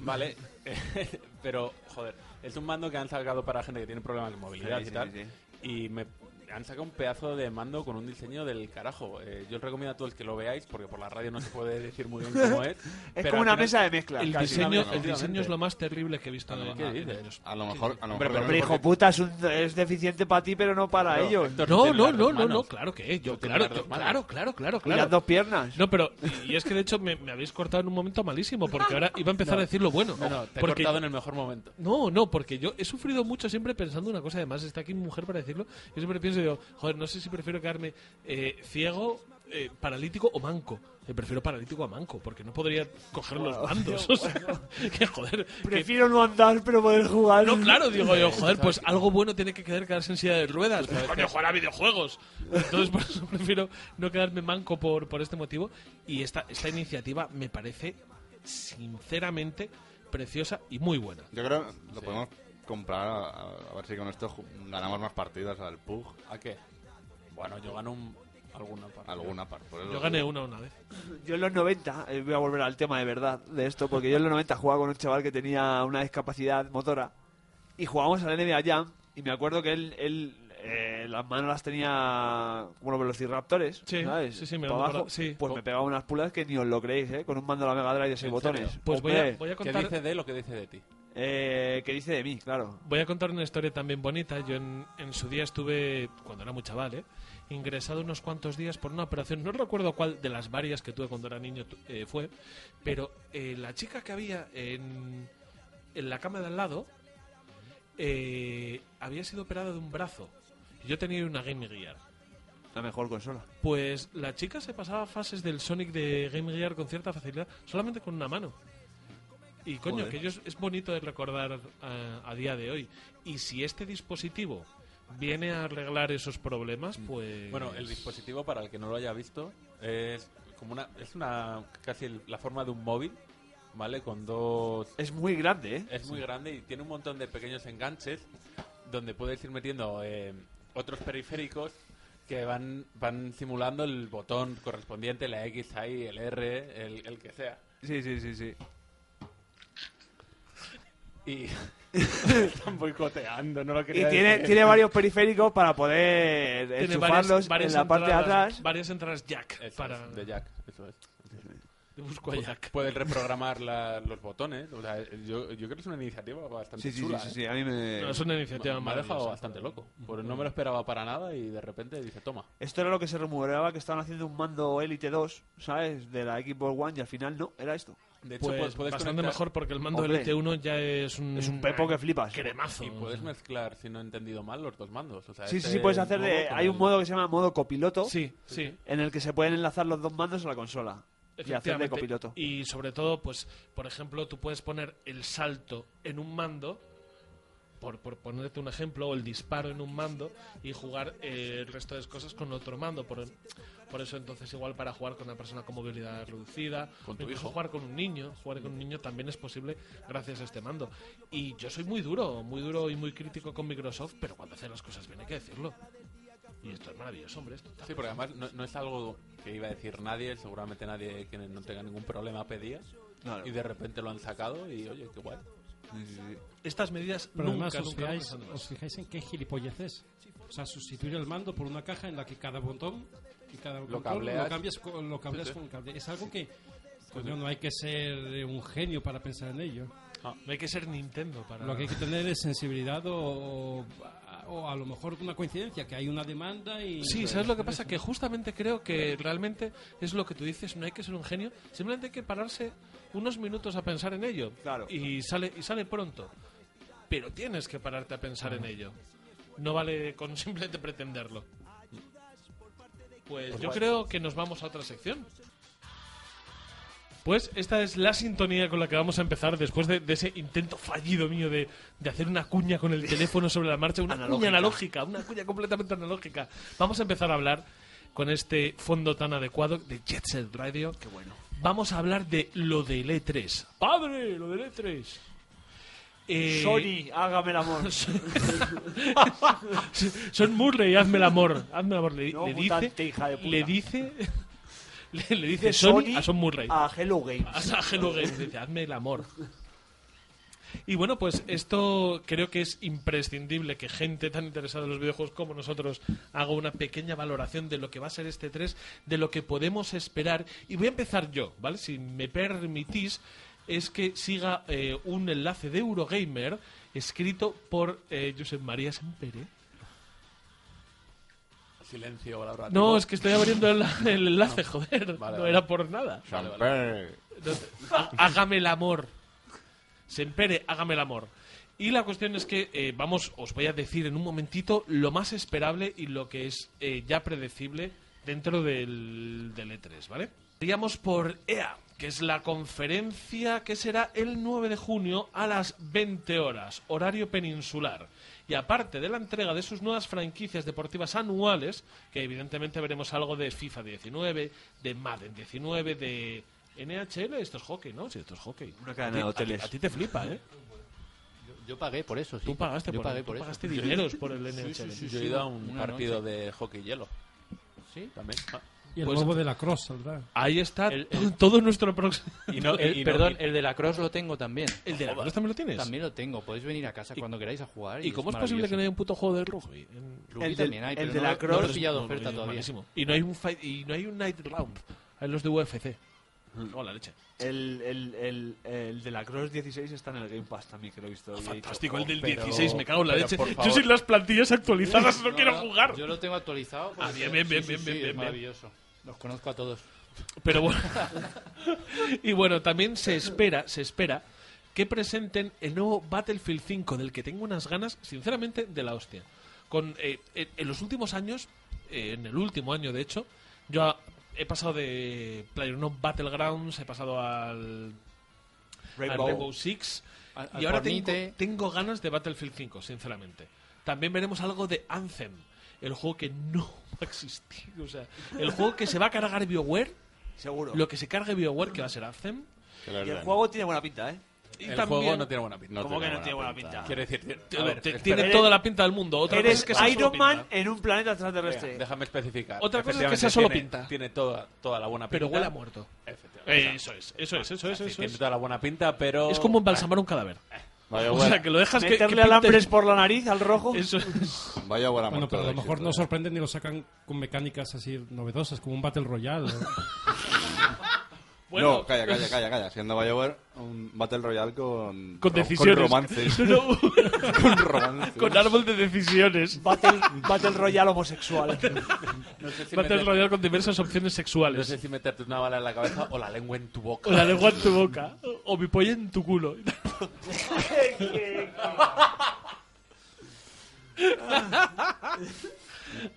Vale, <laughs> pero, joder, es un mando que han sacado para gente que tiene problemas de movilidad Sí, y sí, tal. sí, Y me han sacado un pedazo de mando con un diseño del carajo. Eh, yo os recomiendo a todos que lo veáis, porque por la radio no se puede decir muy bien cómo <laughs> es. Es pero como al una final- mesa de mezcla. El Casi una diseño, mierda, el diseño es obviamente. lo más terrible que he visto en ¿Qué en dices? años. A lo mejor. A lo Hombre, mejor pero Pero hijo puta, es, un- es deficiente para ti, pero no para Claro, ellos. Héctor, No, tiene no, las no, dos no, no, manos. claro que es. Yo, No tiene claro, las dos yo- manos. claro, claro, claro, Y las claro. dos piernas. No, pero, y es que de hecho me, me habéis cortado en un momento malísimo, porque ahora iba a empezar a decir lo bueno. No, no, te he porque, cortado en el mejor momento. no, no, porque yo he sufrido mucho siempre pensando una cosa, además está aquí mi mujer para decirlo, yo siempre pienso, digo, joder, no sé si prefiero quedarme eh, ciego, eh, paralítico o manco. Yo prefiero paralítico a manco, porque no podría coger los bandos. <laughs> o sea, que joder, que- Prefiero no andar, pero poder jugar. No, claro, digo yo, joder, pues algo bueno tiene que quedar quedarse en silla de ruedas. Pues, Coño, jugar a videojuegos. Entonces, por eso prefiero no quedarme manco por, por este motivo. Y esta, esta iniciativa me parece, sinceramente, preciosa y muy buena. Yo creo que lo podemos comprar a, a ver si con esto ju- ganamos más partidas al PUG. ¿A qué? Bueno, yo gano un alguna parte. Alguna parte. por eso- Yo gané una una vez. Yo en los 90, eh, voy a volver al tema de verdad de esto, porque yo en los 90 jugaba con un chaval que tenía una discapacidad motora y jugábamos al NBA Jam y me acuerdo que él, él eh, las manos las tenía como los velociraptores, Sí, ¿sabes? sí, sí, me Pa' acuerdo, abajo. sí. Oh. Pues me pegaba unas pulas que ni os lo creéis, ¿eh? Con un mando de la Mega Drive de seis ¿En serio? botones. Pues voy a, Hombre, voy a ¿Qué contar... dice de él o qué dice de ti? eh, ¿Qué dice de mí? Claro. Voy a contar una historia también bonita. Yo en, en su día estuve, cuando era muy chaval, ¿eh? ingresado unos cuantos días por una operación, no recuerdo cuál de las varias que tuve cuando era niño tu- eh, fue, pero eh, la chica que había en, en la cama de al lado eh, había sido operada de un brazo. Y Yo tenía una Game Gear. La mejor consola. Pues la chica se pasaba fases del Sonic de Game Gear con cierta facilidad, solamente con una mano. Y coño, Joder. que ellos es bonito de recordar eh, a, a día de hoy. Y si este dispositivo viene a arreglar esos problemas, pues. Bueno, el dispositivo, para el que no lo haya visto, es como una. Es una. casi el- la forma de un móvil, ¿vale? Con dos. Es muy grande, ¿eh? Es muy grande y tiene un montón de pequeños enganches donde puedes ir metiendo eh, otros periféricos que van, van simulando el botón correspondiente, la X ahí, el R, el, el que sea. Sí, sí, sí, sí. Y <laughs> están boicoteando, no lo Y quería tiene, decir. tiene varios periféricos para poder tiene enchufarlos en la parte de entradas- atrás. Varias entradas Jack. Eso es, para, de Jack, Pues, eso es. Busco a Jack. <laughs> Puedes reprogramar la- los botones. O sea, yo, yo creo que es una iniciativa bastante Sí, sí, sí, chula. sí, ¿eh? sí, a mí me... No, es una Me, iniciativa me ha dejado maravillosa. Mm. bastante loco. Por, no me lo esperaba para nada y de repente dice, toma. Esto era lo que se rumoraba que estaban haciendo un mando Elite 2, ¿sabes? De la Xbox One y al final no, era esto. De hecho, Pues puedes, puedes bastante conectar- mejor porque el mando Hombre. LT1 ya es un. Es un pepo que flipas. Cremazo. Y puedes mezclar, si no he entendido mal, los dos mandos. O sea, Sí, sí, este sí, puedes hacer modo de... con Hay un el- modo que se llama modo copiloto Sí, sí. en el que se pueden enlazar los dos mandos a la consola y hacer de Efectivamente. copiloto. Y sobre todo, pues, por ejemplo, tú puedes poner el salto en un mando, por, por ponerte un ejemplo, o el disparo en un mando, y jugar eh, el resto de cosas con otro mando. Por, por eso, entonces, igual para jugar con una persona con movilidad reducida, Con tu o incluso hijo. jugar con un niño, jugar con un niño también es posible gracias a este mando. Y yo soy muy duro, muy duro y muy crítico con Microsoft, pero cuando hacen las cosas bien hay que decirlo. Y esto es maravilloso, hombre. Esto está Sí, porque además no, no es algo que iba a decir nadie, seguramente nadie que no tenga ningún problema pedía. Claro. Y de repente lo han sacado y oye, qué guay. Estas medidas Pero nunca, además os nunca fijáis, pasan de más. os fijáis en qué gilipolleces O sea, sustituir el mando por una caja en la que cada botón y cada control cableas. lo cambias, con, lo cambias Sí, sí. con un cable. Es algo que coño, no hay que ser eh, un genio para pensar en ello. No hay que ser Nintendo para. Lo que <laughs> hay que tener es sensibilidad o, o a lo mejor una coincidencia, que hay una demanda y... Sí, ¿sabes lo que pasa? Que justamente creo que realmente es lo que tú dices, no hay que ser un genio, simplemente hay que pararse unos minutos a pensar en ello. Claro. Y sale, y sale pronto. Pero tienes que pararte a pensar en ello. No vale con simplemente pretenderlo. Pues yo creo que nos vamos a otra sección. Pues esta es la sintonía con la que vamos a empezar después de, de ese intento fallido mío de, de hacer una cuña con el teléfono sobre la marcha, una cuña analógica, una cuña completamente analógica. Vamos a empezar a hablar con este fondo tan adecuado de Jet Set Radio. Qué bueno. Vamos a hablar de lo del E3. ¡Padre! Lo del E3. Eh, Sony, hágame el amor. <laughs> son Murray, hazme el amor. Hazme el amor. Le, No, le mutante, dice. hija de puta. Le dice. <laughs> Le, le dice Sony, a Son Murray. A Hello Games. A Hello Games, dice, hazme el amor. Y bueno, pues esto creo que es imprescindible que gente tan interesada en los videojuegos como nosotros haga una pequeña valoración de lo que va a ser este 3, de lo que podemos esperar. Y voy a empezar yo, ¿vale? Si me permitís, es que siga eh, un enlace de Eurogamer escrito por eh, Josep María Sempere. Silencio, palabra. No, es que estoy abriendo el, el enlace, <laughs> joder. Vale, no vale. era por nada. Vale, vale. Champagne. No te- <laughs> hágame el amor. Sempere, hágame el amor. Y la cuestión es que, eh, vamos, os voy a decir en un momentito lo más esperable y lo que es eh, ya predecible dentro del, del E3, ¿vale? Iríamos por EA, que es la conferencia que será el 9 de junio a las 20 horas, horario peninsular. Y aparte de la entrega de sus nuevas franquicias deportivas anuales, que evidentemente veremos algo de FIFA 19, de Madden 19, de NHL, esto es hockey, ¿no? Sí, esto es hockey. Una cadena de A ti- a ti- hoteles. A ti te flipa, ¿eh? Yo, yo pagué por eso, sí. Tú pagaste yo por, pagué tú por eso. pagaste dineros por el NHL. Yo he ido a un Una partido de hockey hielo. Sí, también. Ah. Y el Pues- nuevo de la Cross saldrá. Ahí está El- el- <laughs> todo nuestro próximo. Eh, <laughs> Y no- el- perdón, el de la Cross lo tengo también. ¿El de la Cross también lo tienes? También lo tengo. Podéis venir a casa cuando queráis a jugar. ¿Y cómo es posible que no haya un puto juego de rugby? En- Rugby El del- también hay, el pero de no, la lo- no Cross- lo he pillado No, oferta es todavía. malísimo. Y no hay un fight, y no hay un night round. Hay los de UFC. Mm. No, la leche. El, el, el, el de la Cross 16 está en el Game Pass también, que lo he visto. y he dicho, "Oh, Fantástico, el del pero- 16, me cago en la pero leche. por Yo favor. sin las plantillas actualizadas <laughs> no, quiero jugar. Yo lo tengo actualizado. Ah, porque- bien, bien, sí, bien, sí, bien, sí, bien, es bien. maravilloso. Los conozco a todos. Pero bueno. <laughs> y bueno, también se espera, se espera que presenten el nuevo Battlefield 5, del que tengo unas ganas, sinceramente, de la hostia. Con, eh, en, en los últimos años, eh, en el último año de hecho, yo ha- he pasado de PlayerUnknown's Battlegrounds, he pasado al Rainbow, Rainbow. Rainbow Six. Al- y al ahora tengo, Fornite. tengo ganas de Battlefield 5, sinceramente. También veremos algo de Anthem, el juego que no <laughs> va a existir. O sea, el juego que se va a cargar BioWare, Seguro. lo que se cargue BioWare, que va a ser Anthem. Que la Y el verdad, juego tiene buena pinta, ¿eh? Y Ah, El también- juego no tiene buena pinta. No ¿Cómo que no tiene buena pinta? Quiere decir, Te- a ver, te- espera, tiene Eres- toda la pinta del mundo. Otra cosa Eres es que sea solo Iron Man pinta. en un planeta espera, extraterrestre. déjame especificar. Otra cosa es que Efectivamente, sea solo tiene- pinta. Tiene toda, toda la buena pinta. Pero huele a muerto. Efectivamente. Eh, eso es, eso es, eso es, Sí, eso tiene es. toda la buena pinta, pero... Es como embalsamar un cadáver. Vaya <laughs> O buena- sea, que lo dejas que- que. Meterle pinte- alambres por la nariz al <laughs> rojo. Eso es. Vaya buena Ah, Bueno, pero a lo montada, mejor chico, no eh. sorprenden ni lo sacan con mecánicas así novedosas, como un Battle Royale. ¿no? Bueno, No, calla, calla, calla, calla. Siendo Bioware, un Battle Royale con... Con decisiones. Con <laughs> romances. No, no, con romances. <laughs> con árbol de decisiones. Battle, Battle Royale <laughs> homosexual. No sé si Battle meter- Royale con diversas opciones no sexuales. sé si meterte una bala en la cabeza o la lengua en tu boca. O la lengua en tu boca. O mi polla en tu culo. <laughs>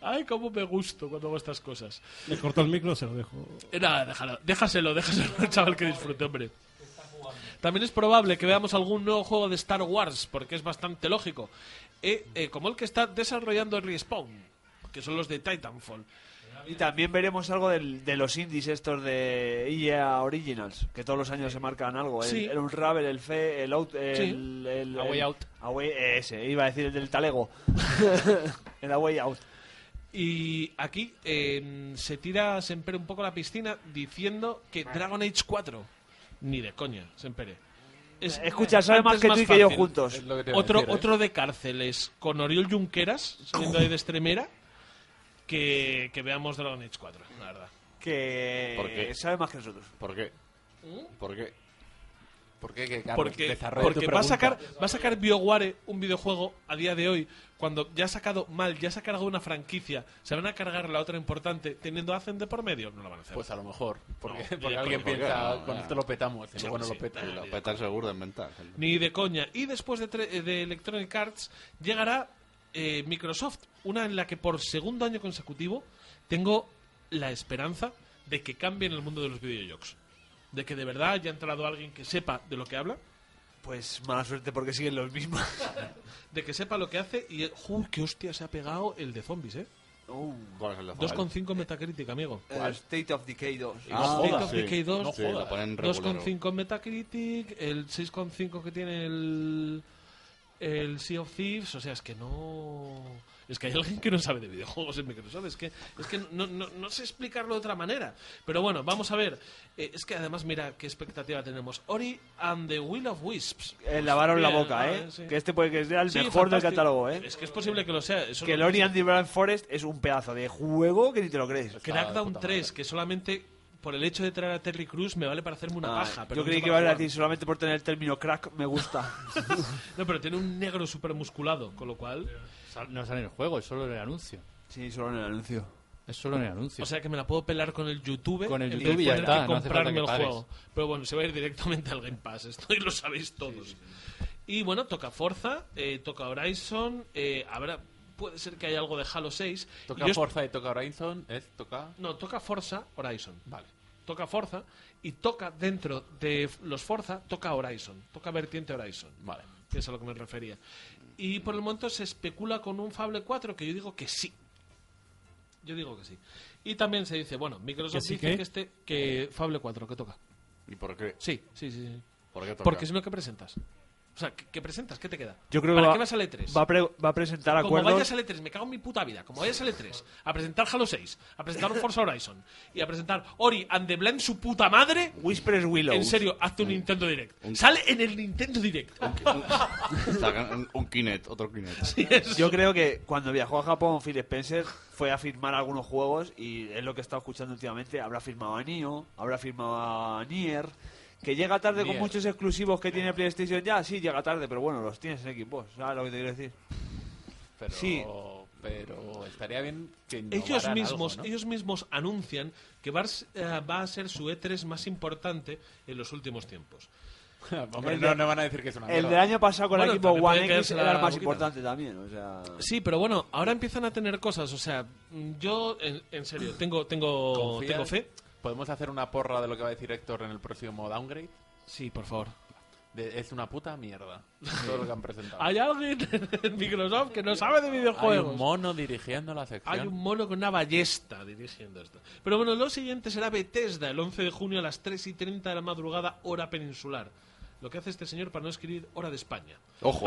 Ay, cómo me gusto cuando hago estas cosas. Le corto el micro, se lo dejo. Eh, Nada, déjalo, déjaselo, déjaselo al chaval que disfrute, hombre. También es probable que veamos algún nuevo juego de Star Wars, porque es bastante lógico. Eh, eh, como el que está desarrollando Respawn, que son los de Titanfall. Y también veremos algo del- de los indies estos de EA Originals, que todos los años se marcan algo. El, Sí. el Unravel, el Fe, el Out... El, Sí. el, el- Away Out. Away- ese, iba a decir el del talego. el Away Out. Y aquí eh, se tira Sempere un poco a la piscina diciendo que Dragon Age 4. Ni de coña, Sempere. Es- Escucha, sabe antes más que tú y que yo fácil. juntos. Es lo que te iba a Otro, decir, ¿eh? otro de cárceles con Oriol Junqueras, siendo ahí de extremera, que, que veamos Dragon Age 4, la verdad. ¿Por Que qué? sabe más que nosotros. ¿Por qué? ¿Por qué? ¿Por qué? Que, Carlos, Porque, desarrolla tu porque va, a pregunta. sacar, va a sacar BioWare un videojuego a día de hoy, cuando ya ha sacado mal, ya se ha cargado una franquicia, se van a cargar la otra importante, teniendo Hacen de por medio, no lo van a hacer. Pues a lo mejor. Porque, No, porque yo alguien creo que piensa, no, con ya. esto lo petamos. Y luego no sí. Eh, lo peta. Y lo petan seguro de inventar. gente. Ni de coña. Y después de, tre- de Electronic Arts llegará eh, Microsoft, una en la que por segundo año consecutivo tengo la esperanza de que cambien el mundo de los videojuegos. De que de verdad haya entrado alguien que sepa de lo que habla, Pues mala suerte porque siguen los mismos. de que sepa lo que hace y... ¡Uy, qué hostia se ha pegado el de zombies, eh! ¿Cuál es el de Fallout? 2,5 Metacritic, amigo. El Eh, State of Decay 2. Ah, State jodas, of sí. Decay 2, No Sí, jodas. lo ponen regular. 2,5 en Metacritic, el 6,5 que tiene el, el Sea of Thieves, o sea, es que no... Es que hay alguien que no sabe de videojuegos en Microsoft, es que, es que no, no- no sé explicarlo de otra manera. Pero bueno, vamos a ver. Eh, es que además, mira qué expectativa tenemos. Ori and the Will of Wisps. <laughs> Eh, lavaron la Hostia, boca, ¿eh? sí. Que este puede que sea el Sí, mejor del fantástico. catálogo, ¿eh? Es que es posible que lo sea. eso Que el no- Ori and the Blind Forest es un pedazo de juego que ni te lo crees. Crackdown puta madre. 3, que solamente por el hecho de traer a Terry Cruz me vale para hacerme una Ah, paja. Pero no yo creí sé que para ibas a jugar. decir solamente por tener el término crack me gusta. No, pero tiene un negro súper musculado, con lo cual. Sal- No sale en el juego, es solo en el anuncio. <laughs> sí, solo en el anuncio. Es solo en el anuncio. O sea que me la puedo pelar con el YouTube. Con el en YouTube y ya tener está, que no hace falta comprarme que el pagues. juego. Pero bueno, se va a ir directamente al Game Pass. Esto y lo sabéis todos. Y bueno, toca Forza, eh, toca Horizon. eh, habrá, puede ser que haya algo de Halo 6. Toca Y yo- Forza y toca Horizon. Es toca... No, toca Forza Horizon. Vale. Toca Forza y toca dentro de los Forza, toca Horizon. Toca Vertiente Horizon. Vale. que es a lo que me refería. Y por el momento se especula con un Fable 4 que yo digo que sí. Yo digo que sí. Y también se dice, bueno, Microsoft ¿Que sí dice qué? que este que Fable 4 que toca. ¿Y por qué? Sí, sí, sí. sí. ¿Por qué toca? Porque si no, ¿qué presentas? O sea, ¿qué, qué presentas? ¿Qué te queda? Yo creo ¿Para que qué vas a E3? va a, pre- va a presentar como acuerdos. vayas al E3, me cago en mi puta vida. Como vayas al E3, a presentar Halo 6, a presentar Forza Horizon y a presentar Ori and the Blend su puta madre, Whispers Willows. en serio, hazte un Nintendo Direct. Sale en el Nintendo Direct. Sacan un, un Kinect, otro Kinect. <laughs> Sí, es- Yo creo que cuando viajó a Japón Phil Spencer fue a firmar algunos juegos y es lo que he estado escuchando últimamente. Habrá firmado a Nioh, habrá firmado a Nier. Que llega tarde con Nier. muchos exclusivos que tiene PlayStation ya, sí, llega tarde, pero bueno, los tienes en Xbox, ¿sabes lo que te quiero decir? Pero, Sí. pero estaría bien que ellos innovaran mismos, algo, ¿no? ellos mismos anuncian que va a, s- eh, va a ser su E3 más importante en los últimos tiempos. <laughs> Hombre, no, no van a decir que es una El mierda. del año pasado con Bueno, el equipo también puede One X caerse era el la más boquita. importante también, o sea... Sí, pero bueno, ahora empiezan a tener cosas. O sea, yo, en, en serio, tengo, tengo, ¿Confías? tengo fe. ¿Podemos hacer una porra de lo que va a decir Héctor en el próximo downgrade? Sí, por favor. De- es una puta mierda. Todo lo que han <laughs> presentado. Hay alguien en Microsoft que no sabe de Hay videojuegos. un mono dirigiendo la sección. Hay un mono con una ballesta dirigiendo esto. Pero bueno, lo siguiente será Bethesda, el 11 de junio a las 3 y 30 de la madrugada, hora peninsular. Lo que hace este señor para no escribir hora de España. <laughs> Ojo.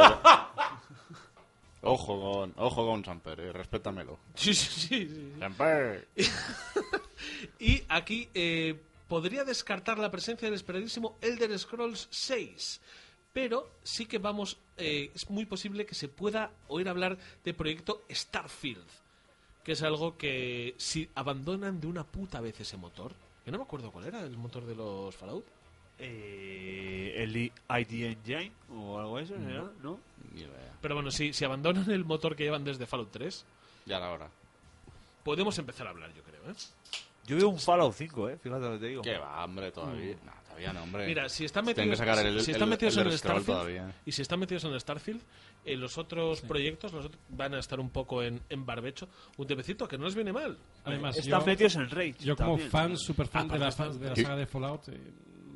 ojo con, ojo con Samper, eh, respétamelo. Sí, sí, sí. sí, sí. Samper. Y aquí eh, podría descartar la presencia del esperadísimo Elder Scrolls 6. Pero sí que vamos, eh, es muy posible que se pueda oír hablar de proyecto Starfield, que es algo que si abandonan de una puta vez ese motor, que no me acuerdo cuál era el motor de los Fallout, Eh, el ID Engine o algo de eso, ¿será? ¿no? Ni idea. Pero bueno, si, si abandonan el motor que llevan desde Fallout 3, Ya la hora. podemos empezar a hablar, yo creo. ¿eh? Yo veo un Fallout 5, eh, fíjate lo que te digo. ¿Qué va, hombre? Todavía. No, todavía no, hombre. Mira, si están Tienen que metidos, sacar el- si el- están metidos en Elder el Scroll Starfield todavía. y si están metidos en el Starfield, eh, los otros proyectos los otros van a estar un poco en, en barbecho. Un tepecito que no les viene mal. Además, Están yo- metidos en Rage. Yo como también. fan, super fan de, la, Aparte de la Sí. saga de Fallout, eh,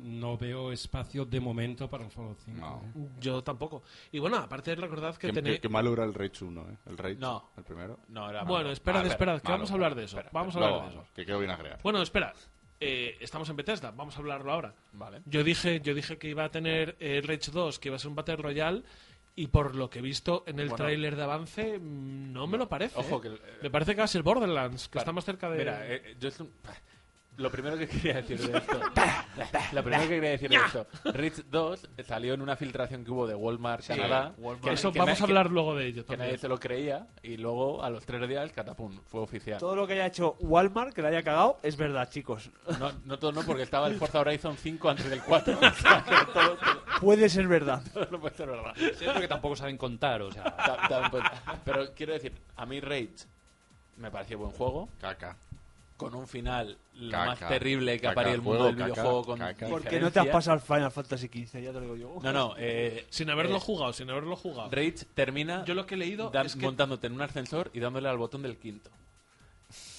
no veo espacio de momento para un Fallout 5. No. Yo tampoco. Y bueno, aparte recordad que Qué, tenéis... qué- qué malo era el Rage 1, ¿eh? El Rage. No. El primero. No, era Bueno, malo. esperad, Ah, esperad, que malo, vamos a hablar malo. de eso. Espera, Vamos a espera. hablar de Luego, eso. Que quedó bien agregado. Bueno, espera. Eh, estamos en Bethesda, vamos a hablarlo ahora. Vale. Yo dije, yo dije que iba a tener eh, Rage 2, que iba a ser un Battle Royale, y por lo que he visto en el Bueno. tráiler de avance, mm, no me lo parece. Ojo, eh. que el- me parece que va a ser Borderlands, que Claro. está más cerca de... Mira, eh, eh, yo es un- lo primero que quería decir de esto. lo primero que quería decir de esto. Rich 2 salió en una filtración que hubo de Walmart Canadá. Walmart. Que eso que vamos na- a hablar luego de ello Que, que también. nadie se lo creía. Y luego, a los tres días, catapum, fue oficial. Todo lo que haya hecho Walmart, que la haya cagado, es verdad, chicos. No, no todo, no, porque estaba el Forza Horizon 5 antes del 4. O sea, que todo, todo- Puede ser verdad. todo no puede ser verdad. Sí, porque tampoco saben contar, o sea. <laughs> Ta- ta- pues, pero quiero decir, a mí Rage me pareció buen juego. Caca. Con un final lo Caca. más terrible que ha Caca parido el mundo juego, del caca, videojuego. Con caca. ¿Por qué no te has diferencia. pasado al Final Fantasy XV? Ya te lo digo yo. No, no. eh, Sin haberlo eh, jugado, sin haberlo jugado. Rage termina Yo lo que he leído dan- es que- montándote en un ascensor y dándole al botón del quinto.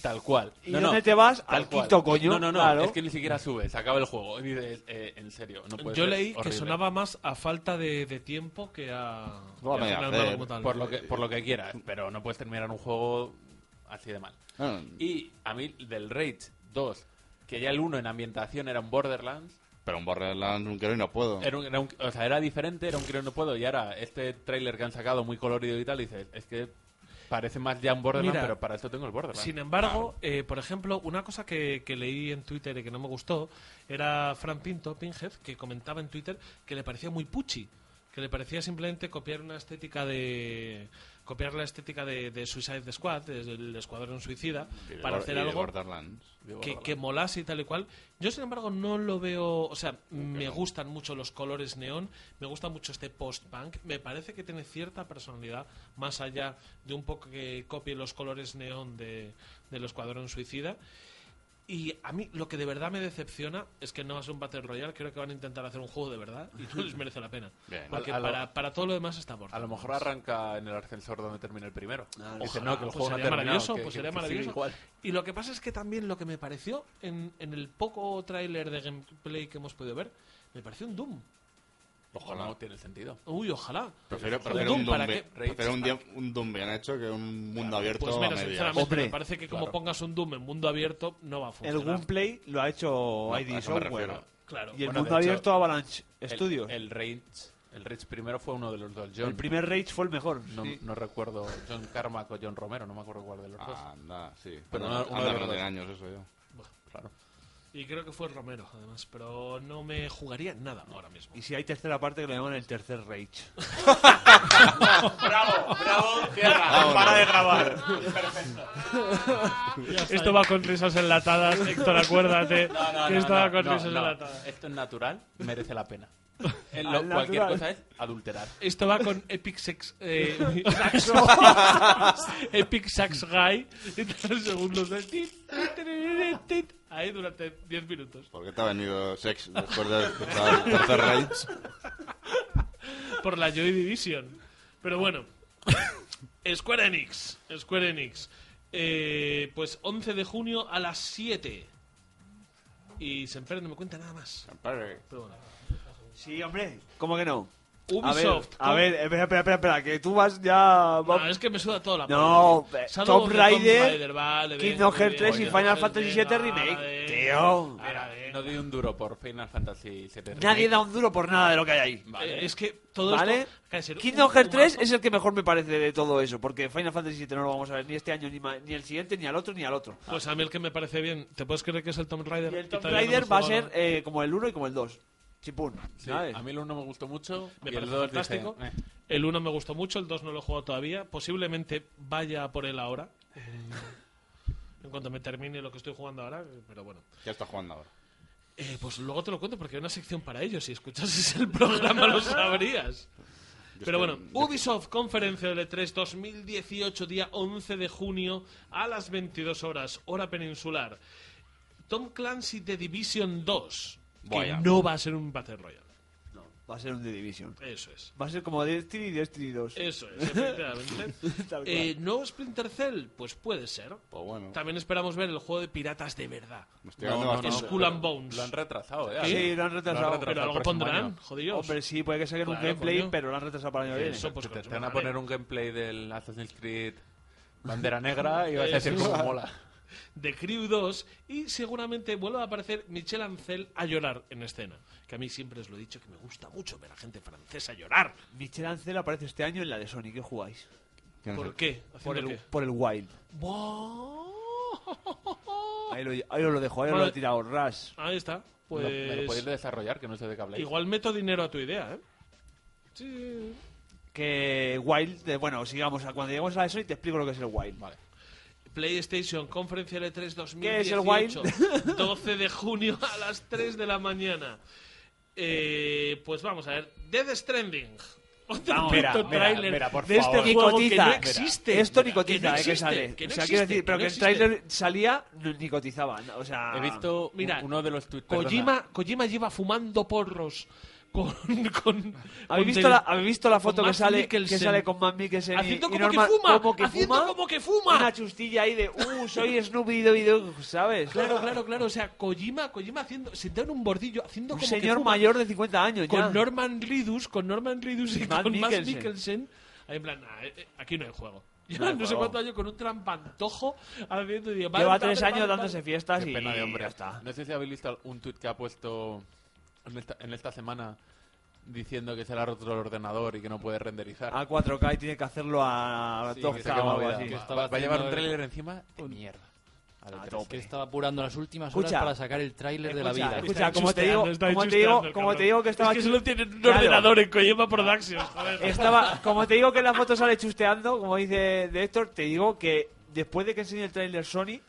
Tal cual. ¿Y dónde te vas? tal Al quinto, coño, No, no, no. claro. Es que ni siquiera sube. Se acaba el juego. Y dices, eh, en serio, no puede Yo ser, leí que horrible. sonaba más a falta de, de tiempo que a... No, que me a voy a final hacer. como tal. Eh, Por lo, que, por lo que quieras, pero no puedes terminar un juego así de mal. Ah, Y a mí, del Rage 2, que ya el 1 en ambientación era un Borderlands, Pero un Borderlands un quiero y no Oh. puedo. Era, un- era un- o sea, era diferente, era un creo no puedo. Y ahora, este tráiler que han sacado muy colorido y tal, dices, es que parece más ya un Borderlands, Mira, pero para esto tengo el Borderlands. Sin embargo, eh, por ejemplo, una cosa que, que leí en Twitter y que no me gustó era Fran Pinto, Pinhead, que comentaba en Twitter que le parecía muy puchi, que le parecía simplemente copiar una estética de copiar la estética de, de Suicide Squad, del escuadrón suicida, Y de para Bor- hacer y de algo Borderlands. Digo, que, Borderlands. que molase y tal y cual. Yo, sin embargo, no lo veo. O sea, me gustan mucho los colores neón, me gusta mucho este post-punk. Me parece que tiene cierta personalidad, más allá de un poco que copie los colores neón de, del Escuadrón Suicida. Y a mí lo que de verdad me decepciona es que no va a ser un Battle Royale. Creo que van a intentar hacer un juego de verdad y no les merece la <laughs> pena. Bien. Porque A- a lo- para, para todo lo demás está por A lo mejor arranca en el ascensor donde termina el primero. Dice, Ojalá, no, que el pues juego no ha sería terminado, maravilloso, que- pues que- sería que sigue maravilloso. igual. Y lo que pasa es que también lo que me pareció en, en el poco tráiler de gameplay que hemos podido ver, me pareció un Doom. Ojalá no tiene sentido. Uy, ojalá. Prefiero, Un prefiero Doom, un ¿para Doom, bien- qué? prefiero un, día- un Doom bien hecho que un mundo abierto Pues mira, a medias. sinceramente, Hombre, me parece que como claro. pongas un Doom en mundo abierto, no va a El funcionar. gameplay lo ha hecho No, a ID eso me Software. refiero. Claro. Y el Bueno, mundo de hecho, abierto Avalanche El- Studios. El, Rage El Rich primero fue uno de los dos. John. El primer Rage fue el mejor. no, sí. no recuerdo. John Carmack o John Romero, no me acuerdo cuál de Ah. los dos. Anda, sí. Pero Anda, una- una anda de que no las tiene dos. años eso yo. Claro. Y creo que fue Romero, además, pero no me jugaría nada ahora mismo. Y si hay tercera parte que le llaman el tercer Rage. Para de grabar. Esto va con risas enlatadas, Héctor, acuérdate. No, no, que no, esto no, va con no, risas no. enlatadas. Esto es natural, merece <laughs> la pena. En Al lo- cualquier natural. cosa es adulterar. Esto va con Epic <laughs> Sex. eh, <laughs> Epic Sax Guy. <laughs> Y tres segundos de. tit, tit, tit, tit, ahí durante 10 minutos. ¿Por qué te ha venido sex después de escuchar el tercer Rage? por la Joy Division. Pero bueno, Square Enix. Square Enix. Eh, pues 11 de junio a las 7. Y Semper no me cuenta nada más. Pero bueno. Sí, hombre. ¿Cómo que no? Ubisoft. A ver, a ver, espera, espera, espera, espera, que tú vas ya... No, va- es que me suda toda la No, polla. eh, Shadow Tomb of the Raider, vale, venga, Kingdom muy Hearts bien, 3 y venga, Final venga, Fantasy 7 venga, Remake. venga, Tío. venga, No venga. di un duro por Final Fantasy VII. Nadie Remake. da un duro por nada de lo que hay ahí. Vale. Eh, Es que todo ¿Vale? esto... acaba de ser un Kingdom Hearts 3 fumazo. es el que mejor me parece de todo eso, porque Final Fantasy 7 no lo vamos a ver ni este año, ni, ma- ni el siguiente, ni al otro, ni al otro. Pues a mí el que me parece bien, ¿te puedes creer que es el Tomb Raider? Y el Que Tomb todavía no Raider hemos va a jugado ser nada. eh, como el 1 y como el 2. Chipún, Sí, ¿sabes? a mí el 1 me gustó mucho. Me y el parece 2 dije, fantástico. eh, El 1 me gustó mucho, el 2 no lo he jugado todavía. Posiblemente vaya a por él ahora. eh, Mm. en cuanto me termine lo que estoy jugando ahora, eh, pero bueno. Ya está jugando ahora. Eh, pues luego te lo cuento porque hay una sección para ello. Si <laughs> escuchases el programa lo sabrías. Yo Pero bueno, estoy- yo estoy- Ubisoft Conferencia de E E3 2018, día 11 de junio a las 22 horas, hora peninsular. Tom Clancy The Division 2, que Vaya. no va a ser un Battle Royale. Va a ser un The Division. Eso es. Va a ser como Destiny y Destiny 2. Eso es, <laughs> efectivamente. Tal cual. eh, ¿Nuevo Splinter Cell? Pues puede ser. Pues bueno. También esperamos ver el juego de piratas de verdad. Me estoy dando No, no, bastante- es Skull and Bones. Lo han retrasado, ¿eh? ¿Qué? Sí, lo han retrasado. Lo han Pero retrasado algo el próximo pondrán, año. jodíos. Hombre, sí, puede que saquen Claro, un gameplay, coño. pero lo han retrasado para el año que viene. Eso, pues, Te, coño, te van a vale. poner un gameplay del Assassin's Creed Bandera Negra y vas a decir Eso. cómo mola. de Crew 2 y seguramente vuelva a aparecer Michel Ancel a llorar en escena. Que a mí siempre os lo he dicho que me gusta mucho ver a gente francesa llorar. Michel Ancel aparece este año en la de Sony. ¿Qué jugáis? yo no sé. ¿Por qué? ¿Haciendo Por el, qué? por el Wild. Buah. Ahí lo, ahí os lo dejo, ahí os lo Vale. he tirado. Ras. Ahí está. Me lo- Me lo Pues podéis desarrollar, que no sé de qué habláis. igual meto dinero a tu idea, ¿eh? Sí. Que Wild, eh, bueno, sigamos. a- Cuando lleguemos a la de Sony te explico lo que es el Wild. Vale. PlayStation Conferencia L3 2018. ¿Qué es el <laughs> Wild? <laughs> 12 de junio a las 3 de la mañana. Eh, pues vamos a ver. Death Stranding. <laughs> Otro Vamos, puto mira, mira, tráiler mira, por de este favor. juego que Nicotiza, no existe. Esto Mira, no nicotiza, eh, que existe, sale. que no o sea, quiero existe, decir, pero que el existe. trailer salía, no- nicotizaba. no, O sea, He visto un- Mira, uno de los tweets. Kojima, Kojima lleva fumando porros con... <laughs> con con ¿Habéis visto, Del- la, habéis visto la con foto que Mads sale, que Mikkelsen? sale con Matt Mikkelsen y- Haciendo y como Norman- que fuma. como que haciendo fuma? como que fuma. Una chustilla ahí de, uh, soy Snoopy Doggy Dogg, ¿sabes? Claro, claro, claro. O sea, Kojima, Kojima haciendo, sentado en un bordillo, haciendo Un como señor que fuma. mayor de 50 años ya. con Norman Reedus, con Norman Reedus y Matt con Matt Mikkelsen. Mikkelsen, ahí en plan, "Nah, eh, eh, aquí no hay juego. <laughs> Ya No no, hay sé juego. cuántos años con un trampantojo haciendo y digo, vale, Lleva vale, tres vale, años vale. dándose fiestas Qué y pena de hombre. ah, ya está. No sé si habéis visto un tuit que ha puesto en esta, en esta semana diciendo que se le ha roto el ordenador y que no puede renderizar. A 4K y tiene que hacerlo a Sí, que 2K se o quema algo vida. así. Que Va, estaba va a llevar un haciendo el- tráiler encima de mierda. A lo A tres. tope. Que estaba apurando las últimas horas Escucha. para sacar el tráiler de la Escucha, vida. escucha, Está como te digo, chusteando, está como te chusteando digo, el como cabrón. te digo que estaba Es que solo tiene un Claro. ordenador en Kojima Productions, joder. Estaba, como te digo que en la foto sale chusteando, como dice de Héctor, te digo que después de que enseñe el trailer Sony,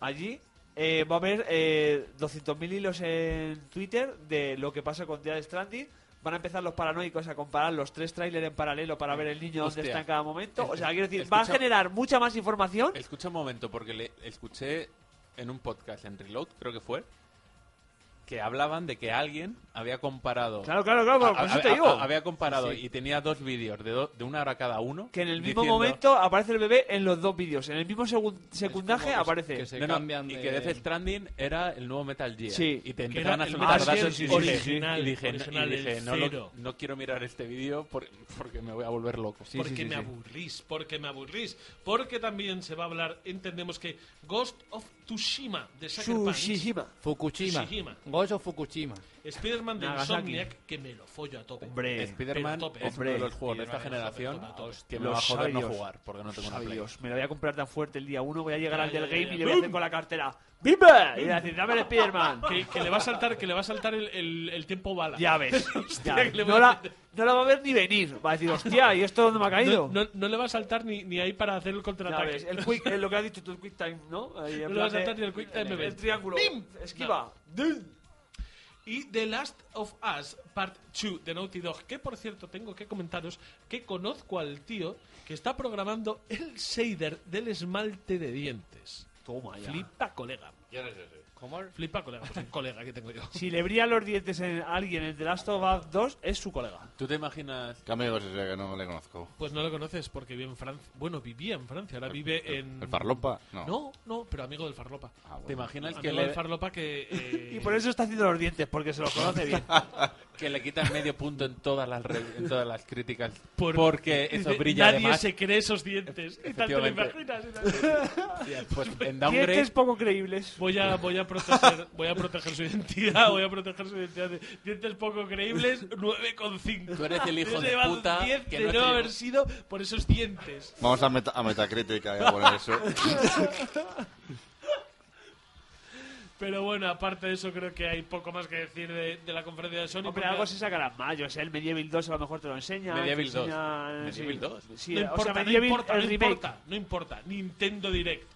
allí eh, va a haber eh, 200.000 hilos en Twitter de lo que pasa con Dead Stranding. Van a empezar los paranoicos a comparar los tres trailers en paralelo para ver el niño Hostia. dónde está en cada momento. O sea, quiero decir, Escucha- va a generar mucha más información. Escucha un momento, porque le escuché en un podcast, en Reload, creo que fue, que hablaban de que alguien había comparado. Claro, claro, claro, por a- eso a- te a- digo. había comparado y tenía dos vídeos de, do- de una hora cada uno. que en el mismo diciendo- momento aparece el bebé en los dos vídeos. En el mismo segun- Como secundaje que se- aparece. que se No, no, cambian y de- que Death Stranding era el nuevo Metal Gear. Sí. Y te Que empezaban era a el soltar Metal datos Gear y dije, original, y dije, original, y dije, el no, lo- cero. no quiero mirar este vídeo por- porque me voy a volver loco. Sí, porque sí, sí, me sí. aburrís, porque me aburrís. Porque también se va a hablar, entendemos que Ghost of Tsushima de Sucker Punch. Tsushima. Fukushima. Fukushima. Gozo Fukushima. Spider-Man de Nagasaki. Insomniac, que me lo follo a tope. Hombre. Eh, Spider-Man Pero tope, es uno hombre. de los juegos de esta Spider-Man es tope, generación tope, tope. que me va a Los joder no sabios. jugar porque no tengo una Play. Dios, me la voy a comprar tan fuerte el día uno, voy a llegar Ya, al del ya, ya, game ya. y le voy a hacer con la cartera. ¡Bimba! Y le voy a decir, dame <laughs> el Spider-Man. Que, que le va a saltar, que le va a saltar el, el- el tiempo bala. <laughs> Ya ves. <laughs> Hostia, ya que ves. le voy No, a la, meter. no la va a ver ni venir. Va a decir, hostia, ¿y esto dónde me ha caído? No, no- no le va a saltar ni, ni ahí para hacer el Ya contraataque. <laughs> ves, el quick, es lo que has dicho tú, el quick time, ¿no? Ahí, en No le plan vas a de- saltar ni el quick time el- event. El triángulo. ¡Bim! Esquiva. Y The Last of Us Part 2 de Naughty Dog, que por cierto tengo que comentaros que conozco al tío que está programando el shader del esmalte de dientes. Toma ya. Flipa, colega. ¿Cómo? Flipa, colega. Pues un colega que tengo yo. Si le brillan los dientes a alguien en The Last of Us 2, es su colega. ¿Tú te imaginas? Cambio es ese que no le conozco. Pues no lo conoces porque vive en Francia. Bueno, vivía en Francia, ahora vive en... ¿El Farlopa? No. Mm. No, no, pero amigo del Farlopa. Ah, bueno. ¿Te imaginas que Amigo del le, Farlopa <laughs> que... eh, Y por eso está haciendo los dientes, porque se los conoce <laughs> bien. que le quitas medio punto en todas las re- en todas las <laughs> críticas? por- porque eso dice, brilla Nadie además. se cree esos dientes. Y tal te lo Efectivamente. imaginas. y tal. <laughs> Pues en Dientes Downgrade poco creíbles. Voy a, voy a proteger, voy a proteger su identidad, voy a proteger su identidad. de Dientes poco creíbles, 9,5. Tú eres el hijo Hubiese de llevado puta 10 que de no no te- haber sido por esos dientes. Vamos a, meta- a Metacritic a poner eso. <laughs> Pero bueno, aparte de eso, creo que hay poco más que decir de, de la conferencia de Sony. Hombre, porque algo se sacará en mayo. O sea, el Medieval 2 a lo mejor te lo enseña. Medieval te 2. enseñan- Medieval 2. Sí, No o sea, importa, no Medieval, importa, el no remake. importa, no importa. Nintendo Direct,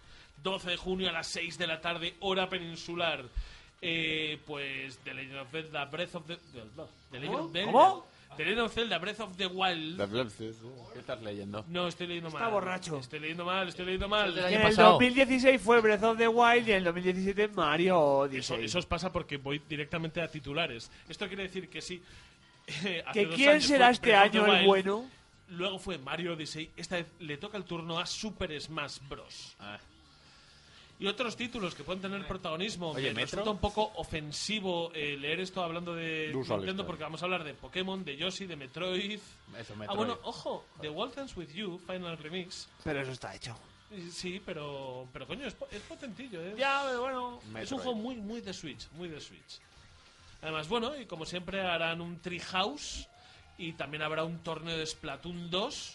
12 de junio a las 6 de la tarde, hora peninsular. Eh, pues The Legend of Zelda, Breath of the... The Legend of Zelda. ¿Cómo? The Legend of Zelda, Breath of the Wild. Las Lepsis, ¿eh? ¿Qué estás leyendo? No, estoy leyendo mal. Está borracho. Estoy leyendo mal, estoy leyendo mal. año Y en el pasado. 2016 fue Breath of the Wild y en el 2017 Mario Eso, Odyssey. eso os pasa porque voy directamente a titulares. Esto quiere decir que sí. <laughs> hace ¿Que dos quién años será fue este Breath of the año el Wild, bueno? Luego fue Mario Odyssey. Esta vez le toca el turno a Super Smash Bros. Ah. Y otros títulos que pueden tener protagonismo. Me Oye, ¿Metro? resulta un poco ofensivo eh, leer esto hablando de Du Solista. Nintendo porque vamos a hablar de Pokémon, de Yoshi, de Metroid. Eso, Ah, Metroid. bueno, ojo, The Walk Dance With You, Final Remix. Pero eso está hecho. Eh, Sí, pero, pero coño, es, po- es potentillo, ¿eh? Ya, pero bueno. Es un juego muy, muy de Switch, muy de Switch. Además, bueno, y como siempre harán un Treehouse y también habrá un torneo de Splatoon 2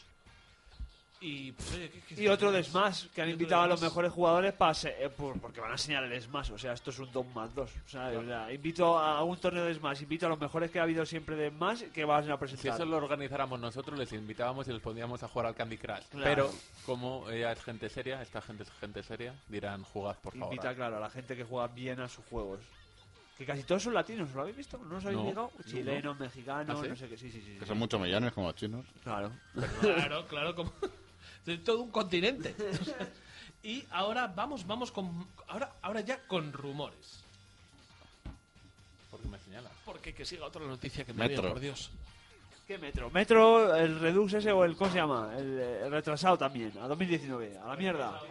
y... pues, oye, ¿qué- qué- Y otro de qué- Smash, que han y otro invitado de a los Smash. mejores jugadores para se- eh, por- porque van a enseñar el Smash. O sea, esto es un 2 más 2. ¿sabes? O sea, invito a un torneo de Smash, invito a los mejores que ha habido siempre de Smash que van a Si presentar. eso lo organizáramos nosotros, les invitábamos y les poníamos a jugar al Candy Crush. Claro. Pero como ella es gente seria, esta gente es gente seria, dirán, jugad por favor. Invita, claro, a la gente que juega bien a sus juegos. Que casi todos son latinos, ¿lo habéis visto? ¿No os habéis No, llegado? no, Chilenos, mexicanos, ¿Ah, sí? no sé qué. Sí, sí, sí. Que son muchos millones como los chinos. Claro. Claro, claro, como... <laughs> De todo un continente. <laughs> y ahora vamos, vamos con... Ahora, ahora ya con rumores. Porque me señalas. Porque que siga otra noticia que me Metro. veo, por Dios. ¿Qué metro? Metro, el Redux ese o el, ¿cómo se llama? El, eh, el retrasado también, a 2019, a la mierda.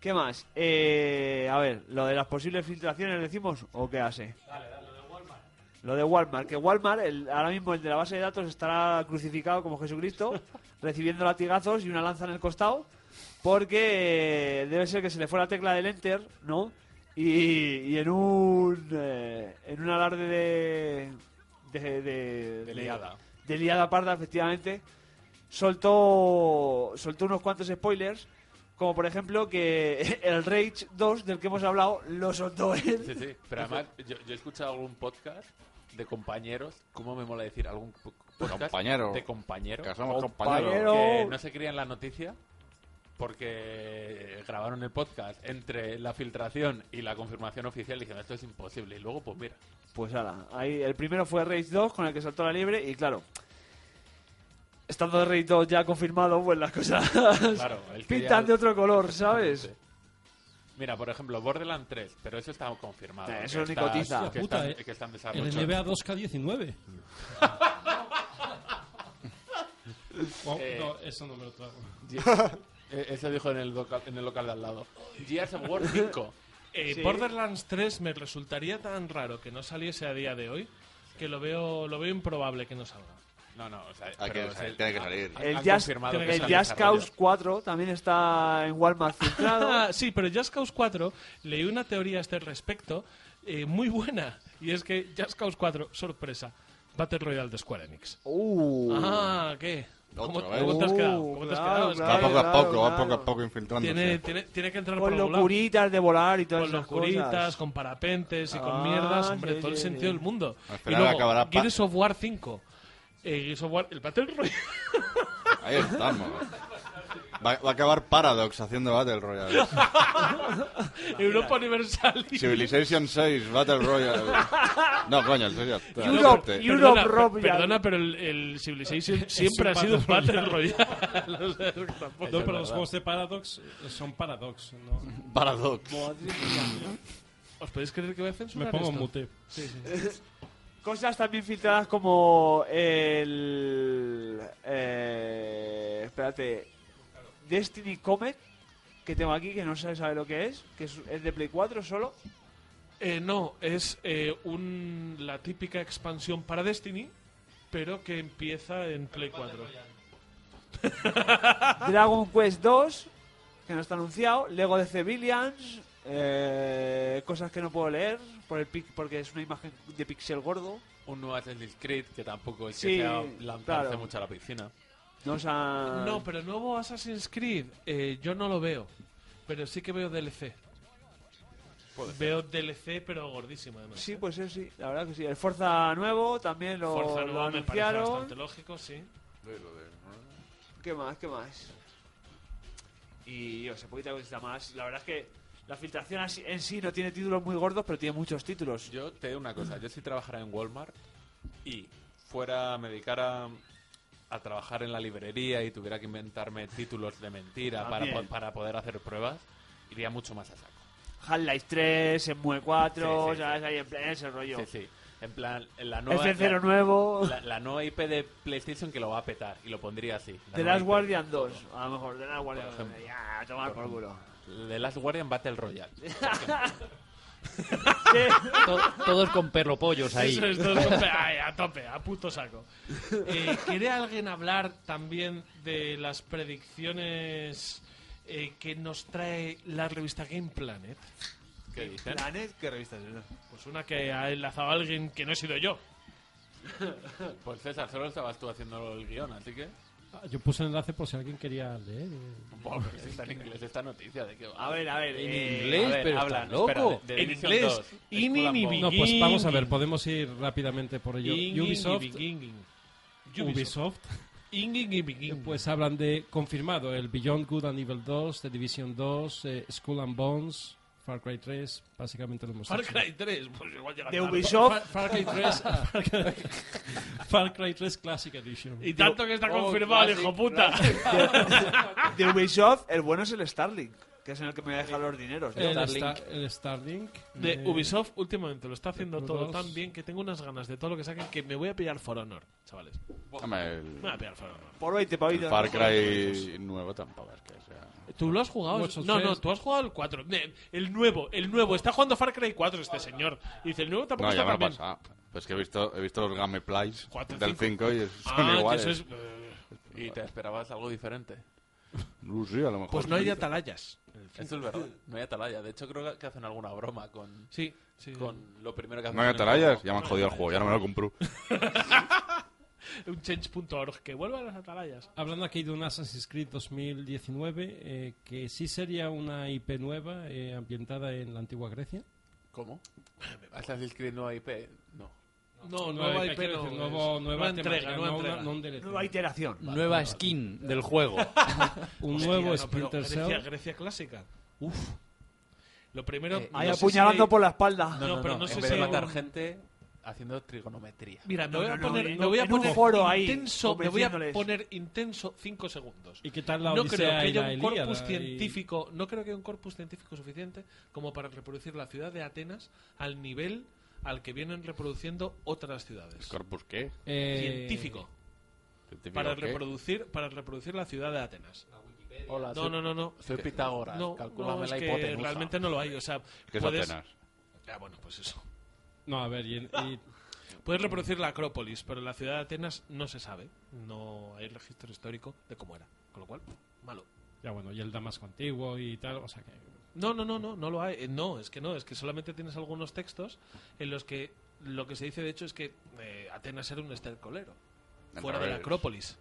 ¿Qué más? Eh, a ver, lo de las posibles filtraciones decimos o qué hace. Lo de Walmart, que Walmart, el- ahora mismo el de la base de datos, estará crucificado como Jesucristo, recibiendo latigazos y una lanza en el costado, porque eh, debe ser que se le fue la tecla del Enter, ¿no? Y, y en un eh, en un alarde de de, de- De liada. de liada parda, efectivamente, soltó soltó unos cuantos spoilers, como por ejemplo que <laughs> el Rage 2 del que hemos hablado lo soltó él. Sí, sí. Pero además, yo, yo he escuchado algún podcast de compañeros. ¿Cómo me mola decir algún po- podcast? Compañero. De compañero. Que somos Compañero. compañeros. Que no se creían la noticia porque grabaron el podcast entre la filtración y la confirmación oficial y dijeron esto es imposible. Y luego, pues mira, Pues ala, ahí el primero fue Rage 2 con el que saltó la liebre y claro, estando Rage 2 ya confirmado, pues las cosas <laughs> claro. el que pintan ya- de otro color, ¿sabes? Mira, por ejemplo, Borderlands 3, pero eso está confirmado. Eh, que eso es está- nicotiza. Que, Puta, están, eh. que están El desarrollando. <laughs> NBA 2K19. Wow, Eh. no, eso no me lo trago. Eh, Eso dijo en el, local, en el local de al lado. Gears of War 5. Eh, Borderlands 3 me resultaría tan raro que no saliese a día de hoy que lo veo, lo veo improbable que no salga. No, no, o sea, Hay pero que- se- tiene que salir. han- El han Jazz, confirmado que el sale Jazz en Cause desarrollo. 4 también está en Walmart <laughs> centrado. Ah, sí, pero Just Cause 4 leí una teoría a este respecto eh, muy buena. Y es que Just Cause 4, sorpresa, Battle Royale de Square Enix. Uh. Ah, ¿qué? Otra ¿Cómo, vez. cómo te has quedado? Uh, ¿Cómo te has claro, quedado? Es que Va claro. poco a poco, va claro. poco a poco infiltrándose. tiene, tiene, tiene que entrar por con algún lado. locuritas de volar y todas con esas locuritas, cosas. con parapentes y con Ah, mierdas, hombre, sí, todo el sí, sentido sí. del mundo. Al Y final luego, acabará pa- Gears of War 5. Eh, Gears of War, el Battle Royale. Ahí estamos. Va, va a acabar Paradox haciendo Battle <laughs> Royale. Europa Universal. y- Civilization 6, Battle Royale. No, coño, el 6 ya está. Europe, Ya está. Europe. Perdona, Royale. per- perdona, pero el, el <laughs> Civilization siempre ha sido un Battle Royale. <laughs> O sea, que tampoco- No, pero los juegos de Paradox eh, son Paradox. ¿no? Paradox. ¿Os podéis creer que voy a censurar Me pongo en esto? mute. Cosas también filtradas como el... eh, espérate. Destiny Comet, que tengo aquí, que no se sabe lo que es, que es, es de Play <laughs> 4 solo. Eh, no, es eh, un, la típica expansión para Destiny, pero que empieza en Play 4. Dragon Quest 2, que no está anunciado. Lego de Civilians, eh, cosas que no puedo leer por el pic- porque es una imagen de pixel gordo. Un nuevo Assassin's Creed que tampoco es Sí, que sea lanzarse claro. mucho a la piscina. No, se han- No, pero el nuevo Assassin's Creed eh, yo no lo veo, pero sí que veo DLC. Veo DLC, pero gordísimo además. Sí, pues sí, sí, la verdad que sí. El Forza nuevo también lo, Forza pues, lo nueva me parece bastante anunciaron. lógico, sí. ¿Qué más? ¿Qué más? Y o sea, poquita cosita más. La verdad es que la filtración así- en sí no tiene títulos muy gordos, pero tiene muchos títulos. Yo te digo una cosa, yo si trabajara en Walmart y fuera, me dedicara a trabajar en la librería y tuviera que inventarme títulos de mentira para, También. po- para poder hacer pruebas, iría mucho más a saco. Half-Life 3, Emue 4, Sí, sí, ¿sabes? Ahí en plan ese rollo. Sí, sí. En plan, en la nueva... F0 la- nuevo. la, la nueva IP de PlayStation que lo va a petar y lo pondría así. la The nueva Last IP. Guardian 2, a lo mejor, The Last Guardian Por 2. ejemplo. Ya, a tomar por culo. The Last Guardian <laughs> Battle Royale. To- todos con perropollos ahí. Eso es todo, ay, a tope, a puto saco. Eh, ¿Quiere alguien hablar también de las predicciones eh, que nos trae la revista Game Planet? ¿Qué dicen? ¿Planet? ¿Qué revista es esa? Pues una que ha enlazado alguien que no he sido yo. Pues César, solo estabas tú haciendo el guión, así que... Ah, Yo puse el enlace por si alguien quería leer. Bueno, pero si está en inglés esta noticia de que... A ver, a ver. En eh, inglés, a ver, pero habla, está loco. espera, de- de En Division inglés. 2, Ini Skull and ni Bones. No, pues vamos a ver, podemos ir rápidamente por ello. Ingin, Ubisoft, Ibingingin. Ubisoft. Ubisoft, Ingin, Ibingingin. pues hablan de confirmado el Beyond Good and Evil 2, The Division 2, eh, Skull and Bones, Far Cry 3, básicamente lo hemos Far hecho. Cry 3, pues igual llega De tarde. Ubisoft. Far Cry 3, Far Cry, Far Cry 3 Classic Edition. Y tanto que está Oh, confirmado, el hijo puta. De Ubisoft, el bueno es el Starlink, que es en el que me voy a dejar los dineros. ¿no? el, Starlink. Sta- el Starlink. De eh, Ubisoft últimamente lo está haciendo Los todo dos. tan bien que tengo unas ganas de todo lo que saquen que me voy a pillar For Honor, chavales. Hombre, el, Me voy a pillar For Honor. Por 20 el pavitos. Far Cry nuevo tampoco es que sea. ¿Tú lo has jugado? Watch Dogs No, 3. no, tú has jugado el 4. Ne- El nuevo, el nuevo. Está jugando Far Cry 4 este señor. Y dice, el nuevo tampoco No, ya está me lo tan he bien. pasado. Pues que he visto, he visto los gameplays Cuatro, del cinco. 5 y son Ah, que iguales. eso es... eh, Y te esperabas algo diferente. Uh, sí, a lo mejor. Pues no sí. hay atalayas. Eso es verdad. No hay atalaya. De hecho, creo que hacen alguna broma con, Sí, sí. con lo primero que hacen. ¿No hay en el atalayas? juego. Ya me han jodido el juego, ya no me <laughs> lo compro. Un change.org que vuelva a las atalayas. Hablando aquí de un Assassin's Creed 2019, eh, que sí sería una IP nueva eh, ambientada en la antigua Grecia. <laughs> ¿Cómo? Assassin's Creed nueva IP. No. No, Nueva nueva IP, IP quiero no. decir, es- nuevo- nueva nueva entrega, temática, nueva no una- entrega. no un DLC. Nueva iteración. Nueva skin del juego. Un Hostia, nuevo no, Splinter pero Grecia, Cell. Grecia clásica. Uf. Lo primero. Eh, Ahí no sé si apuñalando hay- por la espalda. No, pero no en sé vez si. de hay matar un- gente haciendo trigonometría. Mira, me No, voy no, a no, poner, en me voy a un- en un poner foro ahí, intenso, me voy a convenciéndoles. poner intenso 5 segundos. ¿Y qué tal la No Odisea creo que y la haya un Ilíada corpus y- científico, no creo que haya un corpus científico suficiente como para reproducir la ciudad de Atenas al nivel al que vienen reproduciendo otras ciudades. ¿Corpus qué? Eh, Científico ¿Científico para qué? reproducir para reproducir la ciudad de Atenas. Ah, Hola, No, no, no, no. Eh, Soy Pitágoras. No, Calculame no, es la que hipotenusa. realmente no lo hay, o sea, ¿Qué es puedes- Atenas? Ah, bueno, pues eso. No, a ver, y, <laughs> y Puedes reproducir la Acrópolis, pero la ciudad de Atenas no se sabe. No hay registro histórico de cómo era. Con lo cual, malo. Ya bueno, y el Damasco antiguo y tal, o sea que... No, no, no, no, no lo hay. Eh, No, es que no, es que solamente tienes algunos textos en los que lo que se dice de hecho es que eh, Atenas era un estercolero. Al Fuera de la revés. Acrópolis.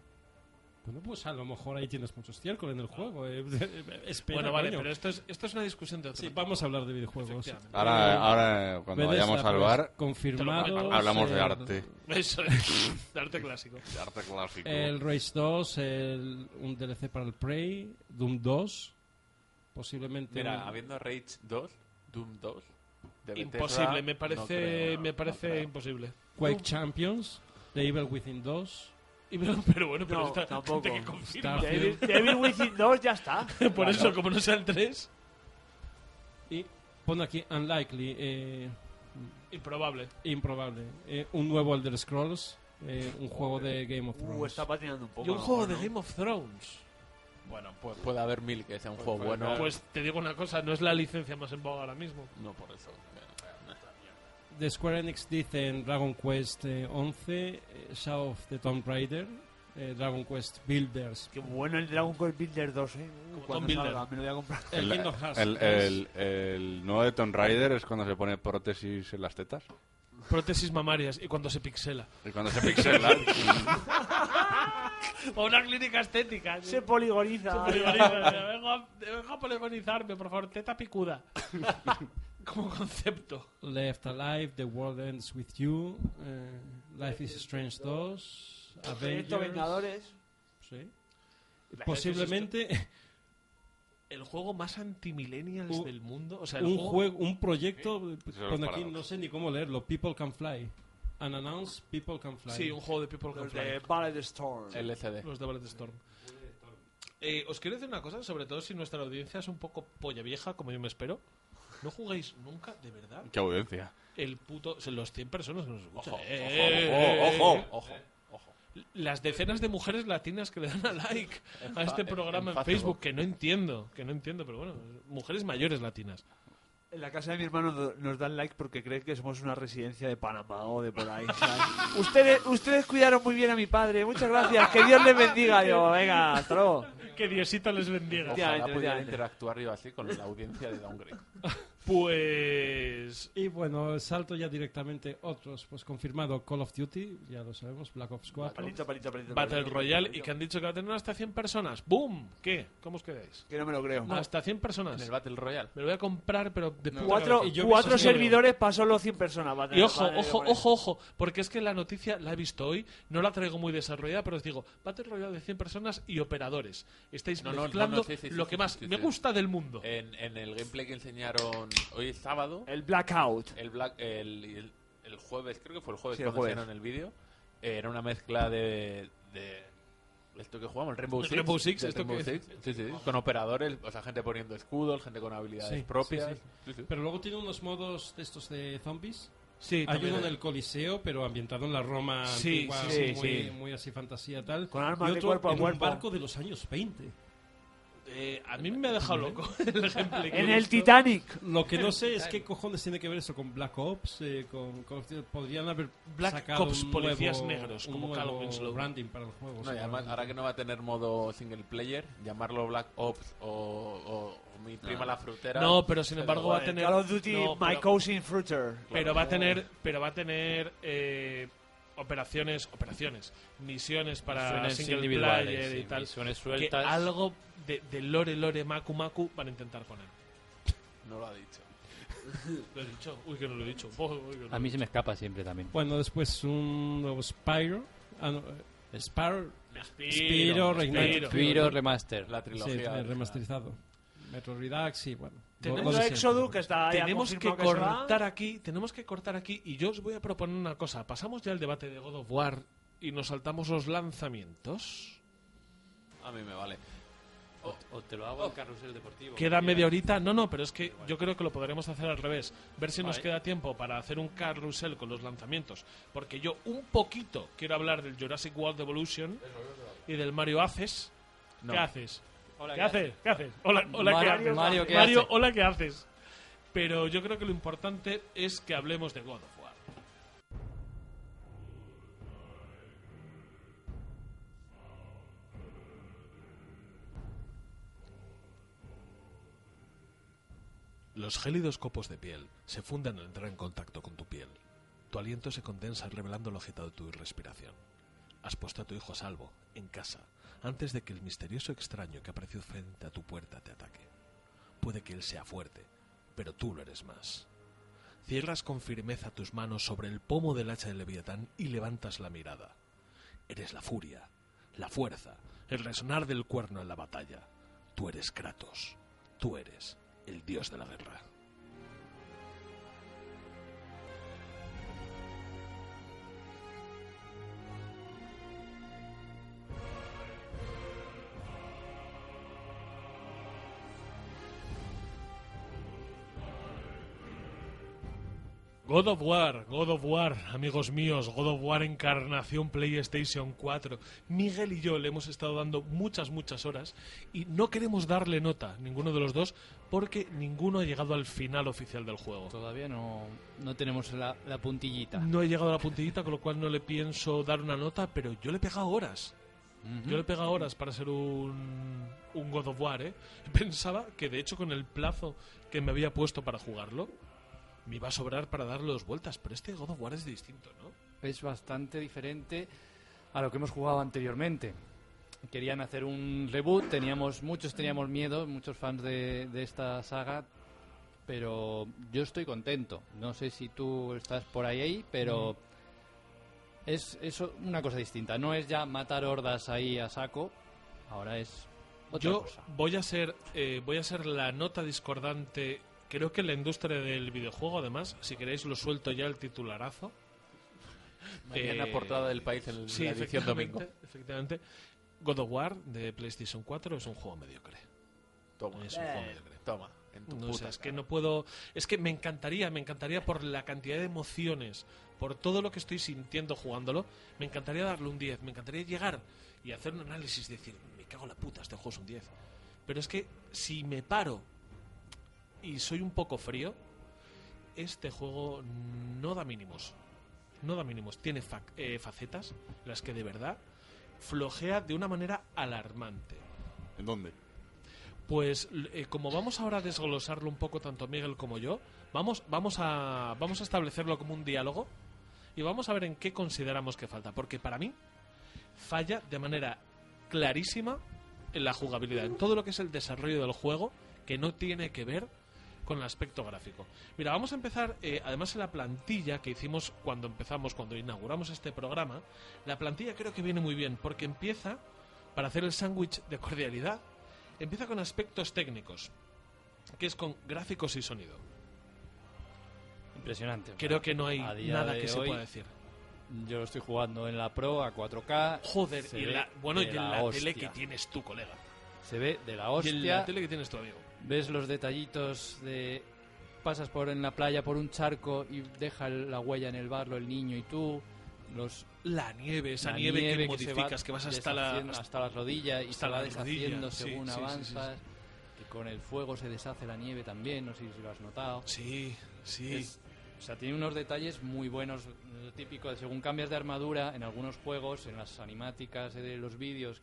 Bueno, pues a lo mejor ahí tienes mucho estiércol en el juego. eh. <laughs> Espera, bueno, vale, coño. pero esto es, esto es una discusión de otro. Sí, tipo. vamos a hablar de videojuegos. Eh, Efectivamente. Ahora, ahora cuando Bethesda, vayamos al pues, bar, Te lo Confirmado. compro. hablamos eh, de arte. <laughs> Eso <laughs> es. de arte clásico. De arte clásico. El Rage 2, el- un DLC para el Prey, Doom 2, posiblemente... Mira, un- habiendo Rage 2, Doom 2. de Bethesda, Imposible, me no parece, creo, me no parece creo. imposible. Quake Champions, The Evil Within 2, Y pero, pero bueno, pero No, esta gente tampoco. que confirma. Starfield... Devil Within 2 ya está. <laughs> Por eso, como no sea el 3, Y pone aquí Unlikely, eh, improbable. improbable. Eh, un nuevo Elder Scrolls, eh, un juego de Game of Thrones. Uh, está patinando un poco. Y un ¿no? juego de ¿no? Game of Thrones. Bueno, pues puede haber mil que sea un juego bueno. Pues te digo una cosa, no es la licencia más en boga ahora mismo. No por eso. De Square Enix dicen Dragon Quest eh, 11, eh, Shadow of the Tomb Raider, eh, Dragon Quest Builders, Qué bueno el Dragon Quest Builder 2, eh. Como Tom Cuando Builder. salga, me lo voy a comprar. el El- Kingdom Hearts el, 3, el- el nuevo de Tomb Raider es cuando se pone prótesis en las tetas. Prótesis mamarias y cuando se pixela. Y cuando se pixela. O una clínica estética. Se eh, poligoniza. <laughs> vengo, a, poligonizarme, por favor, teta <laughs> picuda. Como concepto. Left Alive, The World Ends With You, eh, Life is Strange 2, Estos Avengers... Vengadores. sí. Posiblemente El juego más anti-millennials Un- del mundo. O sea, el un juego- juego, un proyecto, Eso es pone aquí, paradoxo. no sé ni cómo leerlo, People Can Fly. An announce People Can Fly. Sí, un juego de People Can Los Fly. de Ballet Storm. LCD. Los de Ballet Storm. Eh, os quiero decir una cosa, sobre todo si nuestra audiencia es un poco polla vieja, como yo me espero. No juguéis nunca, de verdad, <laughs> ¡Qué audiencia! el puto. se- Los 100 personas que nos escuchan. Ojo, Eh, ojo, ojo, ojo, ojo. Las decenas de mujeres latinas que le dan a like a En este fa- programa en en, Facebook. Facebook, que no entiendo, que no entiendo, pero bueno, mujeres mayores latinas. En la casa de mi hermano do- nos dan like porque creen que somos una residencia de Panamá o de por ahí. ¿sabes? <laughs> ustedes, ustedes cuidaron muy bien a mi padre. Muchas gracias. Que Dios les bendiga. Yo, venga, hasta luego. Que Diosito les bendiga. Hostia. Ojalá Efectivamente, pudiera efectivamente. interactuar yo así con la audiencia de <laughs> Downgrade. Pues. Y bueno, salto ya directamente otros, pues confirmado Call of Duty, ya lo sabemos, Black Ops 4. Palito, palito, palito. Battle palito, Royale y palito. que han dicho que va a tener hasta 100 personas. ¡Boom! ¿Qué? ¿Cómo os quedáis? Que no me lo creo. Hasta 100 En el personas. Battle Royale. Me lo voy a comprar, pero de puta Cuatro, cabeza. yo cuatro pienso que- servidores para solo 100 personas. Battle- Y ojo, Battle ojo, Royale. ojo, ojo, porque es que la noticia la he visto hoy, no la traigo muy desarrollada, pero os digo, Battle Royale de 100 personas y operadores. Estáis No, no, no, mezclando no, sí, sí, sí, lo sí, que más sí, Eh, me sí. gusta del mundo. En, en el gameplay que enseñaron hoy es sábado, El Blackout. el, Black, el, el, el jueves, creo que fue el jueves Sí, el cuando jueves. enseñaron el vídeo, eh, era una mezcla de, de esto que jugamos, el Rainbow El Six. Rainbow Six, del esto Rainbow que- Six, sí, sí, con operadores, o sea, gente poniendo escudos, gente con habilidades Sí, propias. sí, Sí, sí. Pero luego tiene unos modos de estos de zombies. Sí, Hay también uno en hay. el Coliseo, pero ambientado en la Roma Sí, antigua, sí, así, muy, sí. muy así fantasía tal. Con armas y de otro cuerpo a en cuerpo. un barco de los años 20. Eh, a mí me ha dejado loco ¿eh? <laughs> el ejemplo. que En he el visto. Titanic. Lo <laughs> que no sé es qué cojones tiene que ver eso con Black Ops, eh, con, con- podrían haber Black sacado Ops, un policías nuevo- negros, un como nuevo Carl Winslow. branding para el juego. No, y además, seguramente. ahora que no va a tener modo single player, llamarlo Black Ops o, o- o mi Ah. prima la frutera. No, pero sin embargo va a Joder, tener... Call of Duty, no, My pero- Cousin Fruiter. Pero va a tener, pero va a tener eh, operaciones, operaciones, misiones para Misiones single individuales, player y sí, tal. misiones Que sueltas. algo de, de lore lore maku maku van a intentar poner. No lo ha dicho. Lo he dicho, uy que no lo he dicho. Oh, uy, que no A mí se me escapa siempre también. Bueno, después un nuevo Spyro. Ah, no, eh, Spyro Me aspiro, Spyro, me Reignite. aspiro. Spyro Remaster. La sí, trilogía. eh, remasterizado. Metro Redux, sí, bueno. Tenemos lo- lo de siempre. Exodus, que Ah, está ya Tenemos que confirmado se va. cortar aquí, tenemos que cortar aquí y yo os voy a proponer una cosa. Pasamos ya el debate de God of War y nos saltamos los lanzamientos. A mí me vale. Oh. O, o te lo hago en carrusel deportivo. Queda media horita. No, no, pero es que yo creo que lo podremos hacer al revés. Ver si nos queda tiempo para hacer un carrusel con los lanzamientos. Porque yo un poquito quiero hablar del Jurassic World Evolution y del Mario Haces. No. ¿Qué haces? Hola, ¿Qué haces? ¿Qué haces? Hola, hola, Mario- ¿qué haces? Mario, ¿qué hace? hola, ¿qué haces? Pero yo creo que lo importante es que hablemos de God of War. Los gélidos copos de piel se fundan al entrar en contacto con tu piel. Tu aliento se condensa revelando el objeto de tu respiración. Has puesto a tu hijo a salvo, en casa, antes de que el misterioso extraño que apareció frente a tu puerta te ataque. Puede que él sea fuerte, pero tú lo eres más. Cierras con firmeza tus manos sobre el pomo del hacha del leviatán y levantas la mirada. Eres la furia, la fuerza, el resonar del cuerno en la batalla. Tú eres Kratos. Tú eres el dios de la guerra. God of War, God of War, amigos míos, God of War encarnación PlayStation 4. Miguel y yo le hemos estado dando muchas, muchas horas y no queremos darle nota, ninguno de los dos, porque ninguno ha llegado al final oficial del juego. Todavía no, no tenemos la, la puntillita. No he llegado a la puntillita, con lo cual no le pienso dar una nota, pero yo le he pegado horas. Yo le he pegado horas para ser un, un God of War, ¿eh? <laughs> Pensaba que, de hecho, con el plazo que me había puesto para jugarlo, me iba a sobrar para darle dos vueltas, pero este God of War es distinto, ¿no? es bastante diferente a lo que hemos jugado anteriormente. Querían hacer un reboot, teníamos muchos teníamos miedo, muchos fans de, de esta saga, pero yo estoy contento. No sé si tú estás por ahí, ahí Mm. pero es, es una cosa distinta. No es ya matar hordas ahí a saco, ahora es otra Yo cosa. voy a ser eh, voy a ser la nota discordante. Creo que en la industria del videojuego, además, si queréis lo suelto ya el titularazo. Mañana Eh, portada del país en el- Sí, la edición efectivamente, domingo. efectivamente. God of War de PlayStation 4 es un juego mediocre. Toma, Es un juego mediocre. toma. En tu Eh. No puta sé, es que cara. no puedo. Es que me encantaría, me encantaría por la cantidad de emociones, por todo lo que estoy sintiendo jugándolo, me encantaría darle un 10, me encantaría llegar y hacer un análisis y decir, me cago en la puta, este juego es un 10. Pero es que si me paro y soy un poco frío, este juego no da mínimos. No da mínimos. Tiene fac- eh, facetas en las que de verdad flojea de una manera alarmante. ¿En dónde? Pues l- eh, como vamos ahora a desglosarlo un poco tanto Miguel como yo, vamos, vamos, a, vamos a establecerlo como un diálogo y vamos a ver en qué consideramos que falta. Porque para mí falla de manera clarísima en la jugabilidad, en todo lo que es el desarrollo del juego que no tiene que ver con el aspecto gráfico. Mira, vamos a empezar, eh, además en la plantilla que hicimos cuando empezamos, cuando inauguramos este programa, la plantilla creo que viene muy bien porque empieza, para hacer el sándwich de cordialidad, empieza con aspectos técnicos, que es con gráficos y sonido. Impresionante. Creo que no hay A día nada de que se hoy, pueda decir. Yo lo estoy jugando en la Pro a 4K. Joder, se y en ve la, bueno, y de en la, tele hostia. que tienes tú, colega. Se ve Y de la en la hostia. tele que tienes tu amigo. ves los detallitos de pasas por en la playa por un charco y deja el- la huella en el barro el niño y tú los La nieve, esa la nieve, que se va modificas, que vas hasta la... deshaciendo hasta- hasta las rodillas y hasta se va las deshaciendo rodillas, sí, según sí, sí, sí, avanzas y con el fuego se deshace la nieve también no sé si lo has notado Sí, sí. Es- o sea, tiene unos detalles muy buenos, lo típico de según cambias de armadura en algunos juegos, en las animáticas de los vídeos,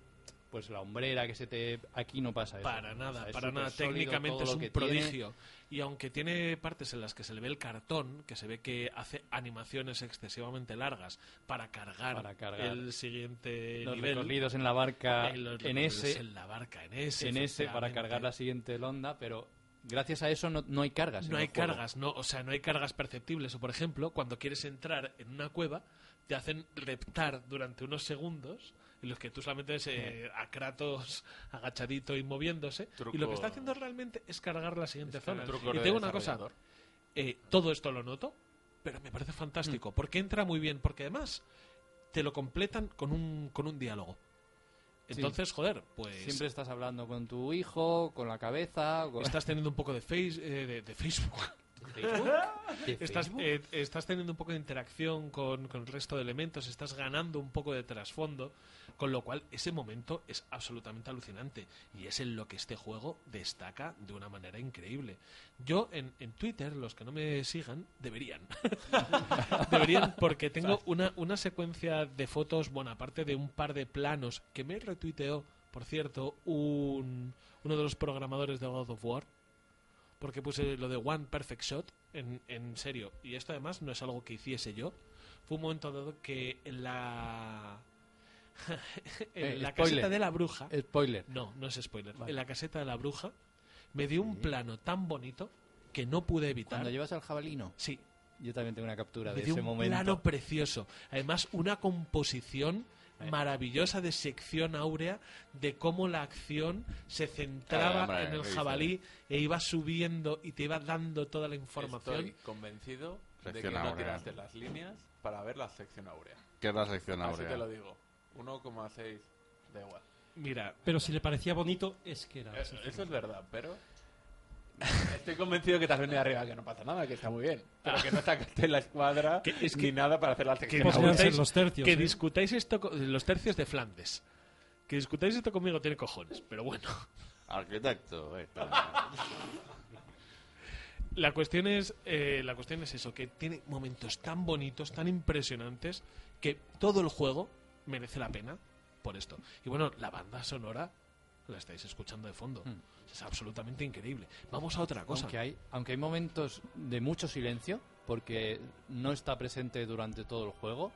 pues la hombrera que se te... Aquí no pasa eso. Para O nada, sea, es para nada. supersólido Técnicamente todo es lo un que tiene. prodigio. Y aunque tiene partes en las que se le ve el cartón, que se ve que hace animaciones excesivamente largas para cargar, Para cargar. el siguiente los nivel. recorridos en la barca en los Ah, en recorridos ese en la barca, en ese. en ese para efectivamente. cargar la siguiente onda pero gracias a eso no, no hay cargas en No el hay juego. cargas, no, o sea, no hay cargas perceptibles. O por ejemplo, cuando quieres entrar en una cueva, te hacen reptar durante unos segundos en los que tú solamente ves eh, a Kratos agachadito y moviéndose. Y lo que Truco- está haciendo realmente es cargar la siguiente zona. Truco Y de tengo una cosa, desarrollador. eh, todo esto lo noto, pero me parece Mm. fantástico, porque entra muy bien, porque además te lo completan con un, con un diálogo. Entonces, joder, pues... siempre estás hablando con tu hijo con la cabeza con... <laughs> Estás teniendo un poco de, face, eh, de- de Facebook. ¿Qué Estás, Facebook? eh, estás teniendo un poco de interacción con, con el resto de elementos, estás ganando un poco de trasfondo, con lo cual ese momento es absolutamente alucinante y es en lo que este juego destaca de una manera increíble. Yo en, en Twitter, los que no me sigan, deberían. deberían porque tengo una, una secuencia de fotos, bueno, aparte de un par de planos que me retuiteó, por cierto, un, uno de los programadores de God of War porque puse lo de One Perfect Shot en, en serio. Y esto además no es algo que hiciese yo. Fue un momento dado que en la. <laughs> en Eh, la spoiler. Eh. caseta de la bruja. Spoiler. No, no es spoiler. En la caseta de la bruja me dio un plano tan bonito que no pude evitar. Cuando llevas al jabalino. Sí, Yo también tengo una captura me de dio ese un momento. plano precioso. Además, una composición Eh. maravillosa de sección áurea de cómo la acción se centraba Ah, hombre, en qué el historia. jabalí eh. e iba subiendo y te iba dando toda la información. Estoy convencido de que Sección no áurea. tiraste las líneas para ver la sección áurea. ¿Qué es la sección Así te lo ahora? digo. 1,6 da igual. Mira, Pero si le parecía bonito, es que era. Eh, Eso es verdad, pero... Estoy convencido que te has venido arriba, que no pasa nada, que está muy bien. Pero que no sacaste la escuadra ni nada para hacer la sección Podrían áurea. ser los tercios. que ¿eh? discutáis esto co- los tercios de Flandes. Que discutáis esto conmigo tiene cojones, pero bueno. Arquitecto. eh. <laughs> La cuestión es, eh, la cuestión es eso, que tiene momentos tan bonitos, tan impresionantes, que todo el juego merece la pena por esto. Y bueno, la banda sonora la estáis escuchando de fondo. Es absolutamente increíble. Vamos a otra cosa. Mm. Aunque hay, aunque hay momentos de mucho silencio, porque no está presente durante todo el juego,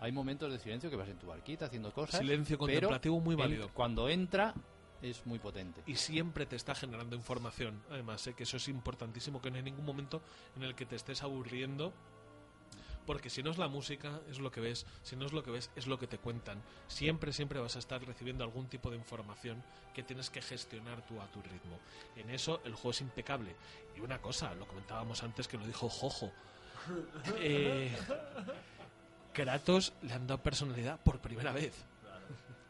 hay momentos de silencio que vas en tu barquita haciendo cosas. Silencio pero contemplativo muy en- válido. cuando entra, es muy potente. Y siempre te está generando información. Además, ¿eh? que eso es importantísimo, que no hay ningún momento en el que te estés aburriendo. Porque si no es la música, es lo que ves. Si no es lo que ves, es lo que te cuentan. Siempre, siempre vas a estar recibiendo algún tipo de información que tienes que gestionar tú a tu ritmo. En eso el juego es impecable. Y una cosa, lo comentábamos antes que lo dijo Jojo. Eh, Kratos le han dado personalidad por primera vez.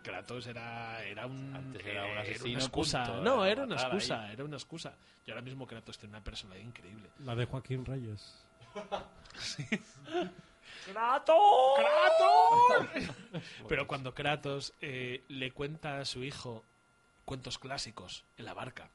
Kratos era, era un, Antes era un asesino, una excusa. punto, no, era era una matar ahí. excusa, era una excusa. Y ahora mismo Kratos tiene una personalidad increíble. La de Joaquín Reyes. Pues Pero cuando Kratos eh, le cuenta a su hijo cuentos clásicos en la barca,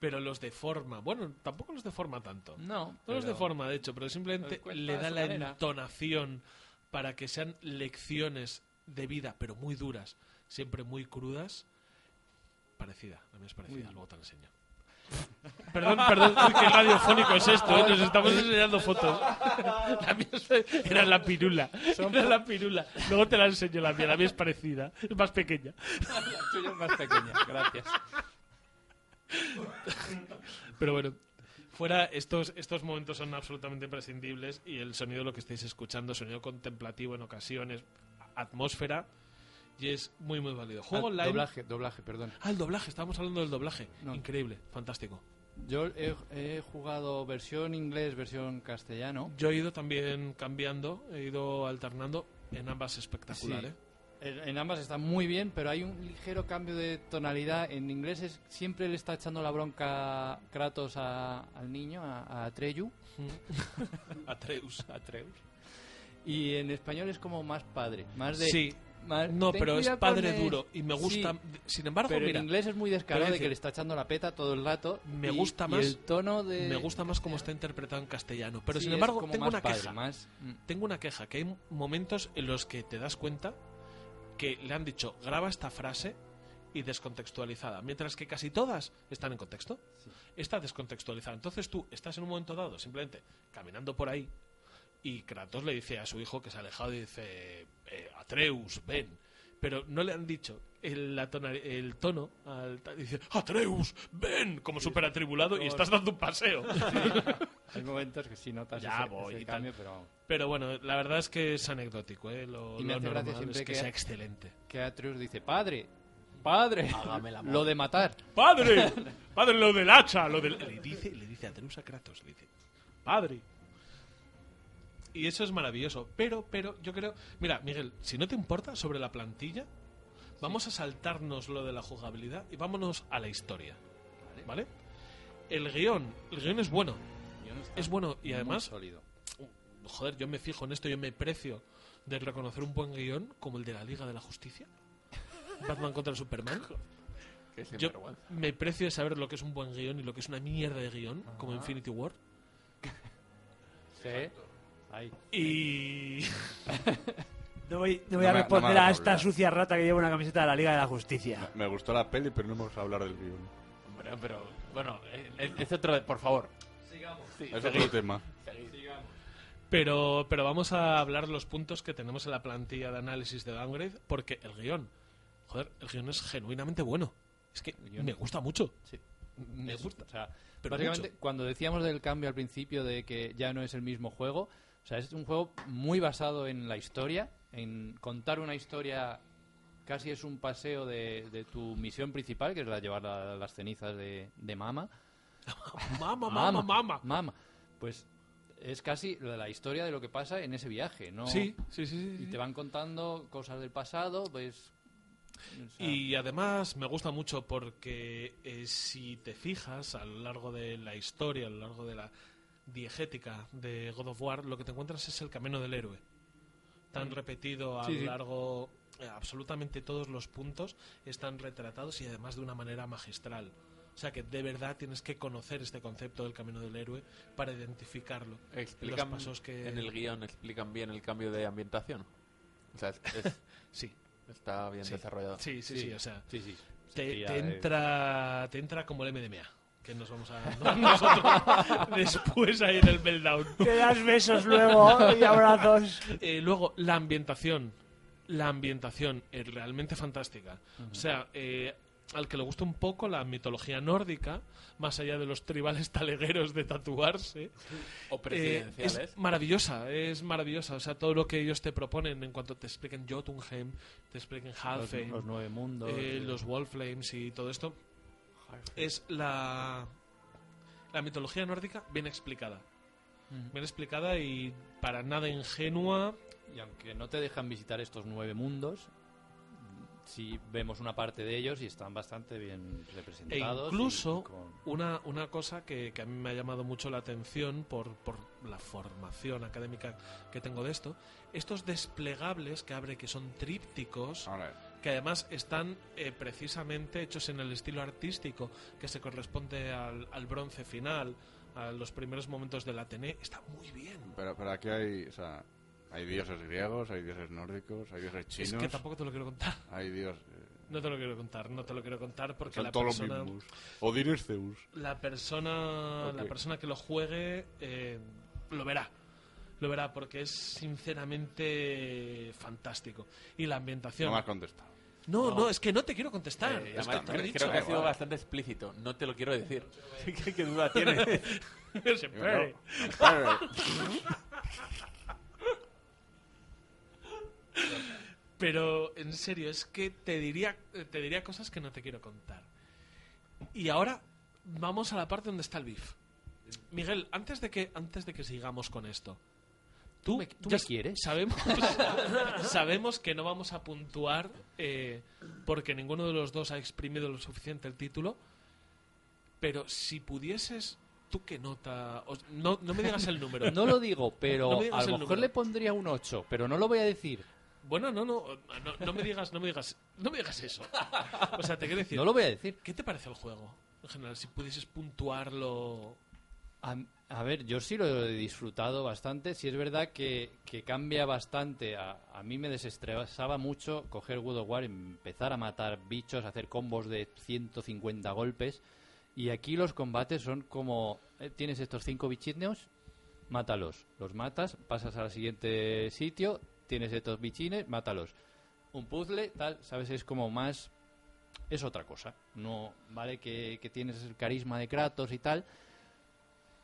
pero los deforma, bueno, tampoco los deforma tanto. No, No los pero- deforma, de hecho, pero simplemente Los cuenta le a da su la manera. entonación para que sean lecciones de vida, pero muy duras, siempre muy crudas. Parecida, a mí es parecida, luego te la enseño. <laughs> Perdón, perdón, uy, qué radiofónico es esto, ¿eh? nos estamos enseñando fotos. <laughs> La mía es- era la pirula, era la pirula. Luego te la enseño la mía, la mía es parecida, es más pequeña. La tuya es más pequeña, gracias. Pero bueno, fuera, estos, estos momentos son absolutamente imprescindibles y el sonido, lo que estáis escuchando, sonido contemplativo en ocasiones, a- atmósfera, y es muy, muy válido. Juego Ah, online. Doblaje, doblaje, perdón. Ah, el doblaje, estábamos hablando del doblaje. No. Increíble, fantástico. Yo he, he jugado versión inglés, versión castellano. Yo he ido también cambiando, he ido alternando en ambas espectacular, Sí. <laughs> ¿eh? En en ambas está muy bien, pero hay un ligero cambio de tonalidad. En inglés es, siempre le está echando la bronca Kratos a- al niño, a, a Atreyu. Atreus. Y en español es como más padre, más de... Sí. más- No, ten pero es cuidado padre con el- duro y me gusta. Sí, Sin embargo, pero mira, en inglés es muy te voy descarado a de que decir- le está echando la peta todo el rato. Me y- gusta y más- el tono de... me gusta más cómo está interpretado en castellano. Pero Sí, sin es embargo, como tengo más una padre, queja. más- mm. tengo una queja, que hay momentos en los que te das cuenta que le han dicho, graba esta frase y descontextualizada, mientras que casi todas están en contexto. Está descontextualizada. Entonces tú estás en un momento dado, simplemente caminando por ahí, y Kratos le dice a su hijo que se ha alejado y dice, eh, Atreus, ven. Pero no le han dicho el, la tona- el tono, al, dice, Atreus, ven, como súper atribulado, y estás dando un paseo. Hay momentos que sí notas Ya ese, voy ese y tal. cambio, pero... Pero bueno, la verdad es que es anecdótico, ¿eh? Lo, Y me lo hace gracia normal siempre es que, que- sea excelente. Que Atreus dice, padre, <laughs> padre, lo de matar. <laughs> ¡Padre! ¡Padre, lo del hacha! Lo del... Le dice, le dice Atreus a Kratos, le dice, ¡Padre! Y eso es maravilloso. Pero, pero, yo creo... Mira, Miguel, si no te importa sobre la plantilla, vamos a saltarnos lo de la jugabilidad y vámonos a la historia. ¿Vale? El guión, el guión es bueno. Es bueno y además... sólido. joder, yo me fijo en esto, yo me precio de reconocer un buen guión como el de la Liga de la Justicia. Batman contra <laughs> Superman. Que sin Yo vergüenza. me precio de saber lo que es un buen guión y lo que es una mierda de guión, como Infinity War. Sí. Ahí. Y... <laughs> No voy, no voy No a me- no me responder hagas a esta hablar. sucia <laughs> rata que lleva una camiseta de la Liga de la Justicia. Me gustó la peli, pero no hemos hablado del guión. Hombre, pero Bueno, eh, eh, es otro... de- Por favor. Sigamos. Sí, Es seguid. otro tema. Seguid. Pero, pero vamos a hablar los puntos que tenemos en la plantilla de análisis de Downgrade, porque el guión, joder, el guión es genuinamente bueno. Es que guión. me gusta mucho. Sí. Me Eso, <laughs> gusta. o sea, Pero básicamente, mucho. cuando decíamos del cambio al principio de que ya no es el mismo juego, o sea, es un juego muy basado en la historia, en contar una historia casi es un paseo de, de tu misión principal, que es la de llevar la- las cenizas de, de Mama. Mama, mama, mama. Mama. Pues es casi lo de la historia de lo que pasa en ese viaje, ¿no? Sí, sí, sí. sí, Y sí. te van contando cosas del pasado, pues... o sea, Y además me gusta mucho porque eh, si te fijas a lo largo de la historia, a lo largo de la diegética de God of War, lo que te encuentras es el camino del héroe. Tan repetido a Sí, lo sí. largo, eh, absolutamente todos los puntos están retratados y además de una manera magistral. O sea que de verdad tienes que conocer este concepto del camino del héroe para identificarlo. Explican, Los pasos que- En el guión explican bien el cambio de ambientación. O sea, es- <laughs> es- Sí, está bien Sí. desarrollado. sí, sí, sí, o sea, Sí, sí. te, Sentía, te eh, entra te entra como el MDMA que nos vamos a <laughs> dar nosotros después ahí en el meltdown Te das besos luego y <laughs> abrazos. Eh, luego la ambientación la ambientación es realmente fantástica o sea eh, al que le gusta un poco la mitología nórdica más allá de los tribales talegueros de tatuarse O eh, presidenciales. es maravillosa, es maravillosa. O sea, todo lo que ellos te proponen en cuanto te expliquen Jotunheim, te expliquen los, Halfheim, los nueve mundos. eh, y- los Wallflames y todo esto es la la mitología nórdica bien explicada bien explicada y para nada ingenua Y aunque no te dejan visitar estos nueve mundos, sí vemos una parte de ellos y están bastante bien e representados. incluso y con- una, una cosa que, que a mí me ha llamado mucho la atención por, por la formación académica que tengo de esto estos desplegables que abre que son trípticos Ahora, que además están eh, precisamente hechos en el estilo artístico que se corresponde al, al bronce final a los primeros momentos del Atené está muy bien pero, pero aquí hay, o sea, hay dioses griegos, hay dioses nórdicos, hay dioses chinos, es que tampoco te lo quiero contar <laughs> hay dioses... No te lo quiero contar, no te lo quiero contar porque Son la todos persona, los mismos. Odín es Zeus. la persona, la Ok. persona que lo juegue eh, lo verá, lo verá porque es sinceramente fantástico y la ambientación. No me has No, contestado. no, es que no te quiero contestar. Eh, es además, que te lo he creo, dicho. creo que ha sido bastante explícito. No te lo quiero decir. ¿Qué, qué duda <laughs> tienes? Se Digo, puede. no. <laughs> Pero en serio, es que te diría, te diría cosas que no te quiero contar. Y ahora vamos a la parte donde está el bif. Miguel, antes de que, antes de que sigamos con esto, tú, me- tú ya me s- quieres? Sabemos, <laughs> <laughs> sabemos que no vamos a puntuar eh, porque ninguno de los dos ha exprimido lo suficiente el título. Pero si pudieses, ¿tú qué nota? O- no, no me digas el número. <laughs> No lo digo, <laughs> pero No me digas a el lo mejor número. le pondría un 8, pero no lo voy a decir. Bueno, no, no, no, no me digas, no me digas, no me digas eso. O sea, te quiero decir, No lo voy a decir. ¿qué te parece el juego? En general, si pudieses puntuarlo, A, a ver, yo sí lo he disfrutado bastante. Sí es verdad que, que cambia bastante. A, a mí me desestresaba mucho coger God of War, empezar a matar bichos, hacer combos de 150 golpes. Y aquí los combates son como... eh, Tienes estos cinco bichineos, mátalos. Los matas, pasas al siguiente sitio, tienes estos bichines, mátalos. Un puzzle, tal, sabes, es como más... Es otra cosa. No vale que, que tienes el carisma de Kratos y tal,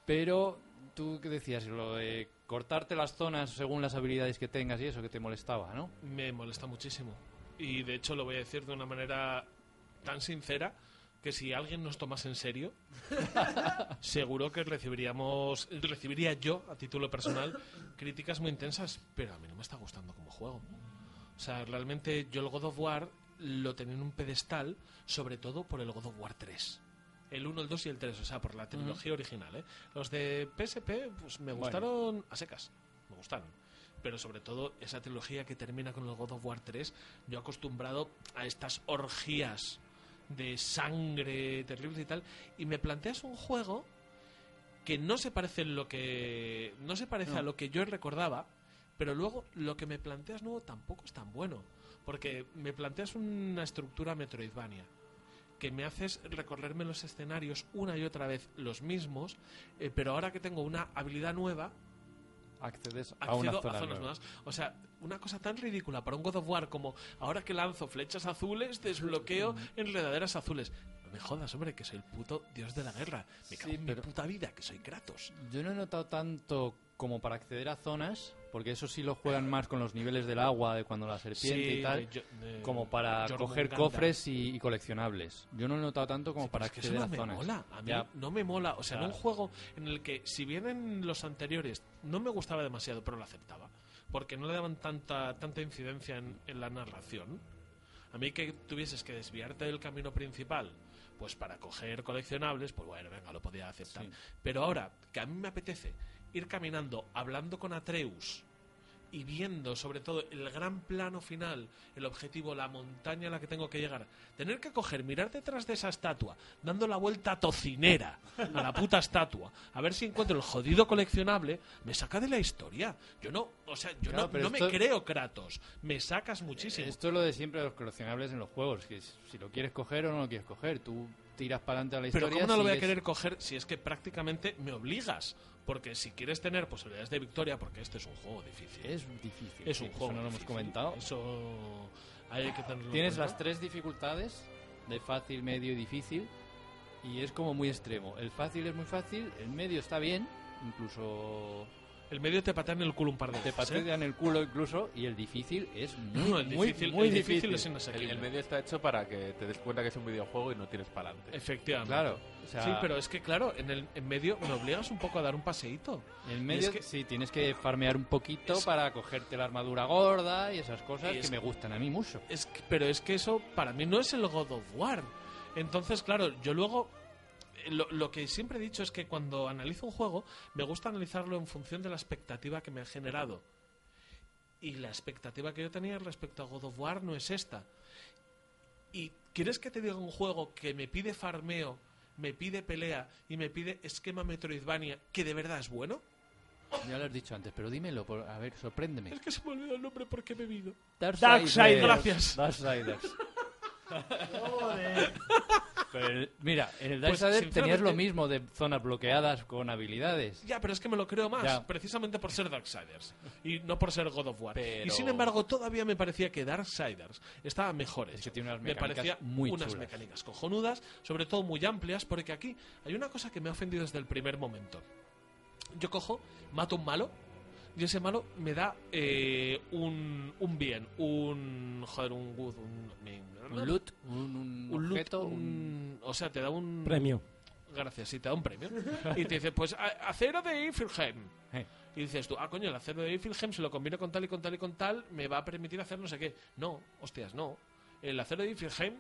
pero tú que decías, lo de cortarte las zonas según las habilidades que tengas y eso que te molestaba, ¿no? me molesta muchísimo. Y de hecho lo voy a decir de una manera tan sincera que si alguien nos tomase en serio, seguro que recibiríamos, recibiría yo, a título personal, críticas muy intensas, pero a mí no me está gustando como juego. O sea, realmente yo el God of War lo tenía en un pedestal, sobre todo por el God of War 3. El 1, el 2 y el 3, o sea, por la trilogía original. ¿eh? Los de PSP pues, me gustaron a secas, me gustaron. Pero sobre todo esa trilogía que termina con el God of War 3, yo acostumbrado a estas orgías de sangre terribles y tal, y me planteas un juego que no se parece en lo que no se parece a lo que yo recordaba, pero luego lo que me planteas nuevo tampoco es tan bueno, porque me planteas una estructura Metroidvania que me haces recorrerme los escenarios una y otra vez los mismos, eh, pero ahora que tengo una habilidad nueva, Accedes a una accedo zona a zonas nueva. nuevas. O sea, una cosa tan ridícula para un God of War como ahora que lanzo flechas azules, Mm. desbloqueo enredaderas azules. No me jodas, hombre, que soy el puto dios de la guerra. Me cago Sí, en pero- mi puta vida, que soy Kratos. Yo no he notado tanto como para acceder a zonas, porque eso sí lo juegan más con los niveles del agua, de cuando la serpiente Sí, y tal, eh, yo- eh, como para Jormungandr. coger cofres y, y coleccionables. Yo no lo he notado tanto como Sí, pero para es que eso acceder no a me zonas. mola. A mí Ya, no me mola. O sea, en Claro. un juego en el que, si bien en los anteriores no me gustaba demasiado, pero lo aceptaba, porque no le daban tanta, tanta incidencia en, en la narración, a mí que tuvieses que desviarte del camino principal, pues para coger coleccionables, pues bueno, venga, lo podía aceptar. Pero ahora, que a mí me apetece ir caminando, hablando con Atreus, y viendo sobre todo el gran plano final, el objetivo, la montaña a la que tengo que llegar, tener que coger, mirar detrás de esa estatua, dando la vuelta tocinera a la puta estatua, a ver si encuentro el jodido coleccionable, me saca de la historia. Yo no, o sea, yo Claro, no, pero no esto- me creo Kratos, me sacas muchísimo. Esto es lo de siempre de los coleccionables en los juegos, que es- si lo quieres coger o no lo quieres coger, tú tiras para adelante a la historia. Pero ¿cómo no lo voy a sigues- querer coger si es que prácticamente me obligas? Porque si quieres tener posibilidades de victoria, porque este es un juego difícil. Es difícil. Es sí, un eso juego. no lo hemos difícil. comentado. Eso hay que tenerlo en Tienes cuenta. las tres dificultades de fácil, medio y difícil y es como muy extremo. El fácil es muy fácil, el medio está bien, incluso El medio te patea en el culo un par de te veces, ¿eh? patean el culo incluso y el difícil <laughs> es muy No, el muy, difícil, muy el difícil es El, inasequible. el medio está hecho para que te des cuenta que es un videojuego y no tienes para adelante. Efectivamente. Claro, o sea, sí, pero es que claro, en el en medio me obligas un poco a dar un paseíto. el medio es que- sí tienes que farmear un poquito Es- para cogerte la armadura gorda y esas cosas Y que es- me gustan a mí mucho. Es que- pero es que eso para mí no es el God of War. Entonces, claro, yo luego eh, lo, lo que siempre he dicho es que cuando analizo un juego, me gusta analizarlo en función de la expectativa que me ha generado. Y la expectativa que yo tenía respecto a God of War no es esta. ¿Y quieres que te diga un juego que me pide farmeo, me pide pelea y me pide esquema Metroidvania que de verdad es bueno? Ya lo has dicho antes, pero dímelo, por- a ver, sorpréndeme. Es que se me olvidó el nombre porque he bebido. Darksiders. Darksiders. Gracias. <laughs> Darksiders. Pero el- mira, en el Pues, Darksiders tenías sinceramente- lo mismo de zonas bloqueadas con habilidades. Ya, pero es que me lo creo más, Ya. precisamente por ser Darksiders y no por ser God of War. Pero- Y sin embargo, todavía me parecía que Darksiders estaba mejor hecho. Es que tiene unas me mecánicas parecía muy unas chulas. mecánicas cojonudas, sobre todo muy amplias, porque aquí hay una cosa que me ha ofendido desde el primer momento. Yo cojo, mato un malo y ese malo me da eh, un, un bien, un joder, un good, un, Un loot, un, un un loot, objeto, un... un- o sea, te da un Premio. Gracias, y te da un premio. Y te dice, pues a- acero de Ifilheim. Eh. Y dices tú, ah, coño, el acero de Ifilheim, si lo combino con tal y con tal y con tal, me va a permitir hacer no sé qué. No, hostias, no. El acero de Ifilheim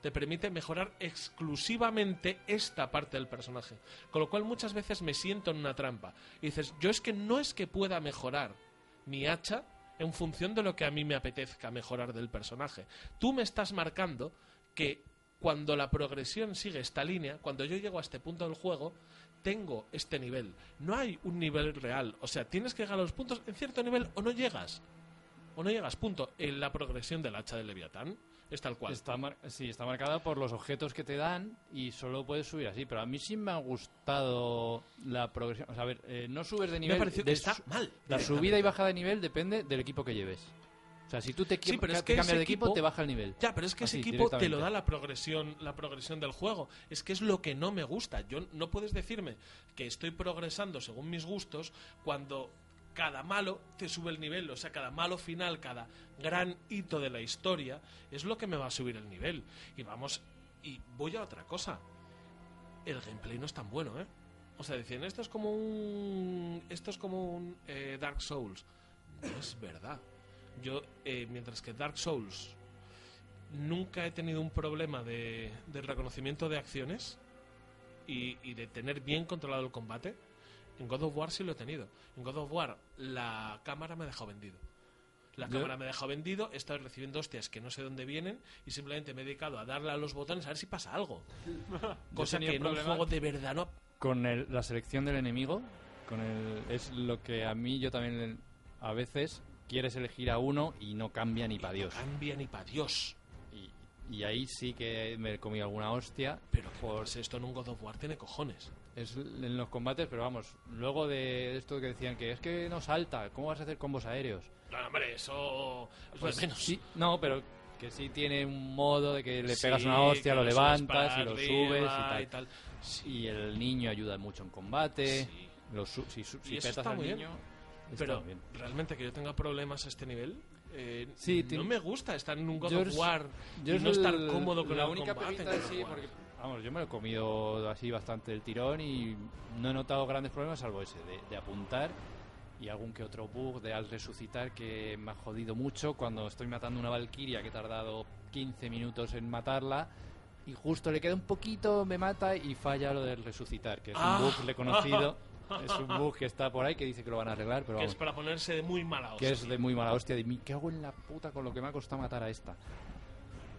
te permite mejorar exclusivamente esta parte del personaje. Con lo cual muchas veces me siento en una trampa. Y dices, yo es que no es que pueda mejorar mi hacha en función de lo que a mí me apetezca mejorar del personaje. Tú me estás marcando que cuando la progresión sigue esta línea, cuando yo llego a este punto del juego, tengo este nivel. No hay un nivel real. O sea, tienes que llegar a los puntos en cierto nivel o no llegas. O no llegas, punto. En la progresión del hacha de Leviatán es tal cual. Está mar- Sí, está marcada por los objetos que te dan y solo puedes subir así. Pero a mí sí me ha gustado la progresión. O sea, a ver, eh, no subes de me nivel. ha parecido que de está su- mal. La directamente. subida y bajada de nivel depende del equipo que lleves. O sea, si tú te Sí, quie- pero ca- es que cambias ese de equipo, equipo- te baja el nivel. Ya, pero es que ese Así, equipo te lo directamente. da la progresión, la progresión del juego. Es que es lo que no me gusta. Yo no puedes decirme que estoy progresando según mis gustos cuando cada malo te sube el nivel, o sea, cada malo final, cada gran hito de la historia es lo que me va a subir el nivel. Y vamos, y voy a otra cosa. El gameplay no es tan bueno, ¿eh? O sea, decían, esto es como un. Esto es como un eh, Dark Souls. No es verdad. Yo, eh, mientras que Dark Souls nunca he tenido un problema de, de reconocimiento de acciones y, y de tener bien controlado el combate, en God of War sí lo he tenido. En God of War la cámara me ha dejado vendido. La Yo- cámara me ha dejado vendido, he estado recibiendo hostias que no sé dónde vienen y simplemente me he dedicado a darle a los botones a ver si pasa <laughs> algo. Cosa tenía que en un un problema- juego de verdad no con el- la selección del enemigo con el, es lo que a mí yo también el- a veces quieres elegir a uno y no cambia ni para Dios cambia ni para Dios. y Y ahí sí que me comí alguna hostia. Pero que pues esto en un God of War tiene cojones. Es en los combates, pero vamos, luego de esto que decían que es que no salta, ¿cómo vas a hacer combos aéreos? No, hombre, eso. eso Pues de menos. sí- no, pero que sí tiene un modo de que le Sí, pegas una hostia, que lo lo subes levantas para y lo arriba subes y y tal. tal. Y el niño ayuda mucho en combate. Sí. Lo su- si su- si Y eso petas está al muy bien. niño, está Pero bien. realmente que yo tenga problemas a este nivel. eh, Sí, no tiene- me gusta estar en un God Yo of es- War yo y es no estar el- cómodo con la el única combate pepita en God sí, of War. porque vamos yo me lo he comido así bastante del tirón y no he notado grandes problemas salvo ese de, de apuntar y algún que otro bug de al resucitar que me ha jodido mucho cuando estoy matando una valquiria que he tardado 15 minutos en matarla y justo le queda un poquito me mata y falla lo del resucitar que es Ah. un <laughs> bug reconocido es un bug que está por ahí que dice que lo van a arreglar pero Que es vamos para ponerse de muy mala hostia. que es de muy mala hostia. De mí, ¿qué hago en la puta con lo que me ha costado matar a esta?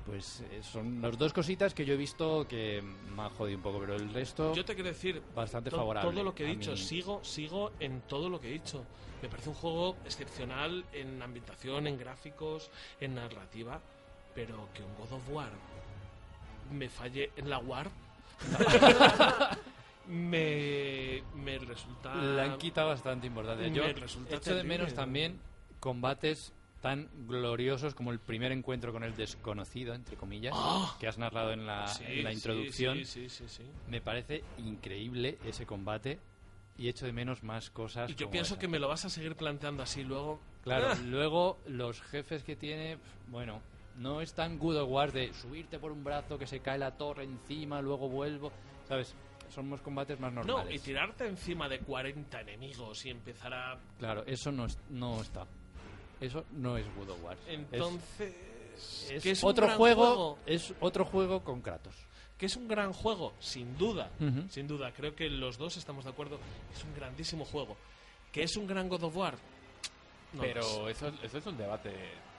Pues eh, son las dos cositas que yo he visto que me han jodido un poco, pero el resto. Yo te quiero decir, Bastante to- favorable Todo lo que he a dicho, mí. sigo, sigo en todo lo que he dicho. Me parece un juego excepcional en ambientación, en gráficos, en narrativa, pero que un God of War me falle en la War. <laughs> me, me resulta. Le han quitado bastante importancia. ah, Me Yo resulta echo de terrible. menos también combates tan gloriosos como el primer encuentro con el desconocido, entre comillas, que has narrado en la, Ah. Sí, en la sí, introducción. sí, sí, sí, sí. Me parece increíble ese combate y echo de menos más cosas. Y yo como pienso esa. que me lo vas a seguir planteando así luego. Claro, Ah, <laughs> luego los jefes que tiene, pf, bueno, no es tan good of War de subirte por un brazo que se cae la torre encima, luego vuelvo, ¿sabes? Son unos combates más <laughs> normales. no, y tirarte encima de 40 enemigos y empezar a. Claro, eso no, es- no está. Eso no es good of War. Es- Entonces. es, que un otro gran juego, es otro juego con Kratos. que es un gran juego, sin duda, Ujú. sin duda, creo que los dos estamos de acuerdo, es un grandísimo juego. ¿Que es un gran God of War? No lo es. Pero eso, eso es un debate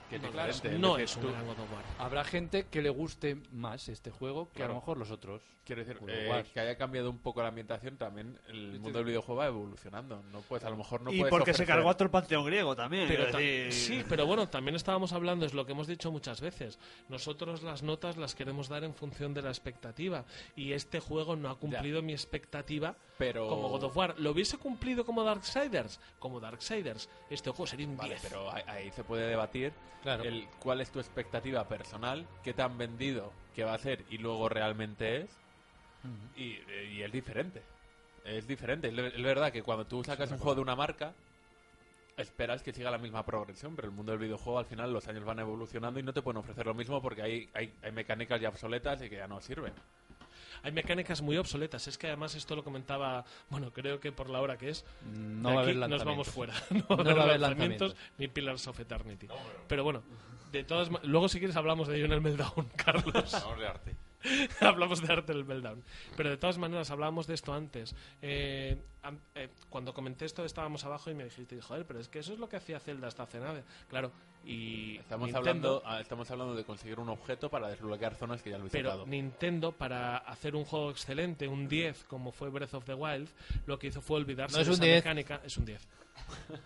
que No, claro, te claramente, no es es decir, un tú- gran God of War. Habrá gente que le guste más este juego que a Claro. lo mejor los otros. Quiero decir, God of eh, War. que haya cambiado un poco la ambientación, también el mundo del videojuego va evolucionando. No puedes, a lo mejor no y puedes porque se ofrecer- cargó a todo el panteón griego también. Pero quiero ta- decir. sí, pero bueno, también estábamos hablando, es lo que hemos dicho muchas veces. Nosotros las notas las queremos dar en función de la expectativa. Y este juego no ha cumplido mi expectativa Pero- como God of War. ¿Lo hubiese cumplido como Darksiders? Como Darksiders, este juego sería un Vale, 10. pero ahí, ahí se puede debatir Claro. el cuál es tu expectativa personal, qué te han vendido que va a ser y luego realmente es. Y, y es diferente. Es diferente. Es es verdad que cuando tú sacas un juego de una marca, esperas que siga la misma progresión, pero el mundo del videojuego al final los años van evolucionando y no te pueden ofrecer lo mismo porque hay, hay, hay mecánicas ya obsoletas y que ya no sirven. Hay mecánicas muy obsoletas. Es que además esto lo comentaba, bueno, creo que por la hora que es, No De va a aquí haber nos vamos lanzamientos. fuera. <laughs> <laughs> No va a haber, lanzamientos, lanzamientos. ni Pillars of Eternity. Pero bueno, de todas ma- luego si quieres hablamos de Lionel Meltdown, <laughs> Carlos. Hablamos de arte. <laughs> hablamos de arte del Meltdown. Pero de todas maneras hablábamos de esto antes. Eh, an- eh, cuando comenté esto estábamos abajo y me dijiste, joder, pero es que eso es lo que hacía Zelda hasta hace nada. Claro, y Estamos, Nintendo- hablando, ah, estamos hablando de conseguir un objeto para desbloquear zonas que ya lo he Pero visitado. Nintendo, para hacer un juego excelente, un 10, como fue Breath of the Wild, lo que hizo fue olvidarse No es de un esa 10. mecánica. Es un 10.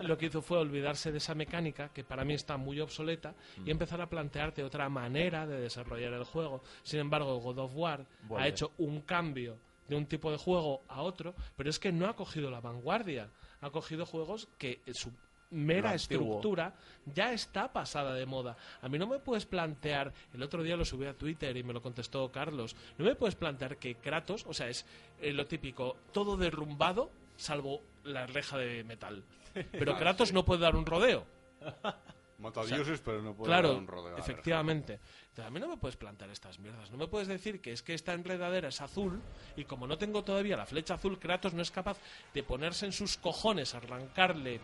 Lo que hizo fue olvidarse de esa mecánica, que para mí está muy obsoleta, Mm. y empezar a plantearte otra manera de desarrollar el juego. Sin embargo, God of War Vuelve. ha hecho un cambio de un tipo de juego a otro, pero es que no ha cogido la vanguardia. Ha cogido juegos que eh, su mera Lo antiguo. estructura cultura ya está pasada de moda. A mí no me puedes plantear, el otro día lo subí a Twitter y me lo contestó Carlos, no me puedes plantear que Kratos, o sea, es eh, lo típico, todo derrumbado salvo la reja de <laughs> metal. Pero Kratos no puede dar un rodeo. Mata dioses, pero no puede Claro, dar un rodeo. a la efectivamente. Entonces, a mí no me puedes plantar estas mierdas. No me puedes decir que es que esta enredadera es azul y como no tengo todavía la flecha azul, Kratos no es capaz de ponerse en sus cojones, arrancarle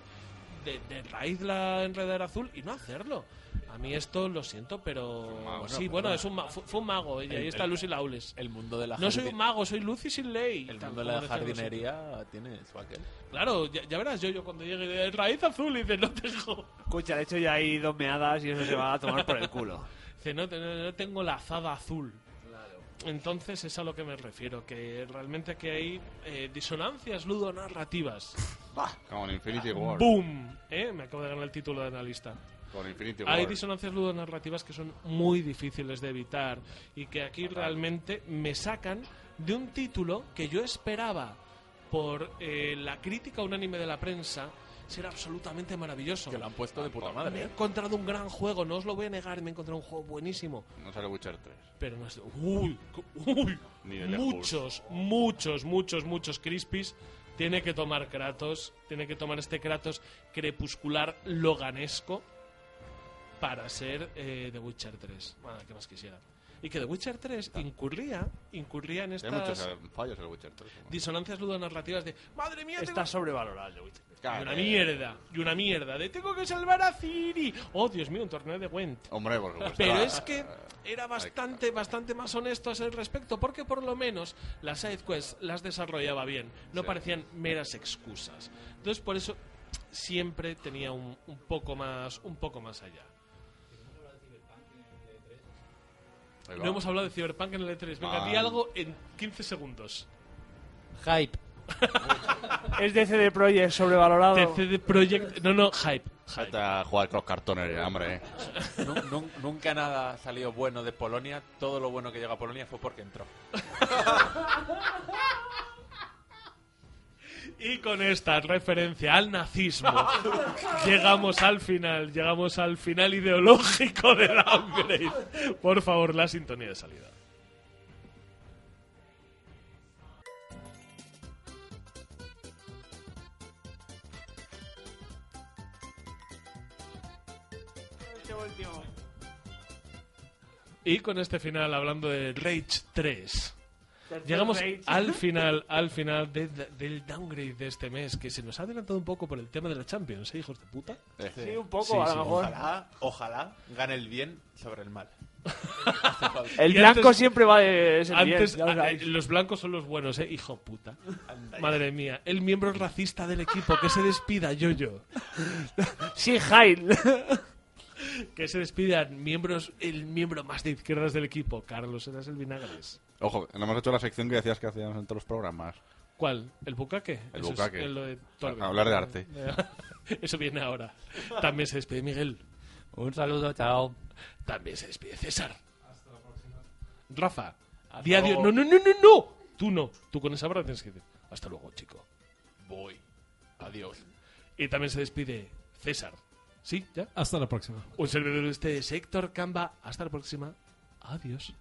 de, de raíz la enredadera azul y no hacerlo. A mí esto lo siento, pero... sí, bueno, es un ma- fu- fue un mago. Y ahí está Lucy Laules. el mundo de la No soy jardin- un mago, soy Lucy sin ley. El Tal mundo como de decían la los otros. jardinería tiene su aquel. Claro, ya, ya verás yo, yo cuando llegue de raíz azul y dices, no tengo... Escucha, de hecho ya hay dos meadas y eso se va a tomar por el culo. Dice, no, te- no- no tengo la azada azul. Entonces es a lo que me refiero, que realmente aquí hay eh, disonancias ludonarrativas. Con Infinity Ah, War. ¡Boom! ¿Eh? Me acabo de ganar el título de analista. Con Infinity War. Hay disonancias ludonarrativas que son muy difíciles de evitar y que aquí realmente me sacan de un título que yo esperaba por eh, la crítica unánime de la prensa ser absolutamente maravilloso. Que lo han puesto de puta Me he madre. ¿eh? encontrado un gran juego, no os lo voy a negar, me he encontrado un juego buenísimo. No sale Witcher 3. Pero no es... ¡Uy! co- ¡Uy! Ni de lejos. Muchos, muchos, muchos, muchos crispis tiene que tomar Kratos, tiene que tomar este Kratos crepuscular loganesco para ser eh, The Witcher 3. Ah, ¿Qué más quisiera? Y que The Witcher 3 incurría, incurría en Hay muchos estas eh, fallos en el Witcher 3. ¿no? disonancias ludonarrativas de ¡Madre mía! tengo Está sobrevalorado el de Witcher. y una Cállate. mierda, y una mierda, de tengo que salvar a Ciri. Oh, Dios mío, un torneo de Gwent. Hombre, por supuesto. Pero Ah, es que era bastante, bastante más honesto a ese respecto, porque por lo menos las side quests las desarrollaba bien, no Sí. parecían meras excusas. Entonces por eso siempre tenía un, un poco más, un poco más allá. ahí va. No hemos hablado de Cyberpunk en el E3, venga, Ah. di algo en 15 segundos. Hype. <laughs> Es de CD Projekt Oh. sobrevalorado. De CD Projekt, no, no, hype. ah, Vete a jugar con los cartones, eh, hombre. eh. Nu- nu- Nunca nada salió bueno de Polonia. Todo lo bueno que llegó a Polonia fue porque entró. Y con esta referencia al nazismo, llegamos al final, llegamos al final ideológico del downgrade. Por favor, la sintonía de salida. Y con este final, hablando de Rage 3. Llegamos al final, al final de- de- del downgrade de este mes, que se nos ha adelantado un poco por el tema de la Champions, ¿eh, hijos de puta? Sí, un poco, Sí, a sí. lo mejor. Ojalá, ojalá gane el bien sobre el mal. El Y blanco antes- siempre va de ese Antes, bien, ya lo ah, sabéis. eh, los blancos son los buenos, ¿eh? Hijo puta. Madre mía, el miembro racista del equipo, que se despida, yo-yo. Sí, Jail. Que se despidan miembros, el miembro más de izquierdas del equipo, Carlos, eras el vinagres. Ojo, no hemos hecho la sección que decías que hacíamos en todos los programas. ¿Cuál? ¿El bucaque? El Eso es, bucaque. Ah, eh, lo de Tolbe. A- hablar de arte. <laughs> Eso viene ahora. También se despide Miguel. Un saludo, chao. También se despide César. Rafa, di adiós. No, no, no, no, no. Tú no. Tú con esa barra tienes que decir. Hasta luego, chico. Voy. Adiós. Y también se despide César. ¿Sí? ¿Ya? Hasta la próxima. este Un servidor de ustedes, Héctor Camba. Hasta la próxima. Adiós.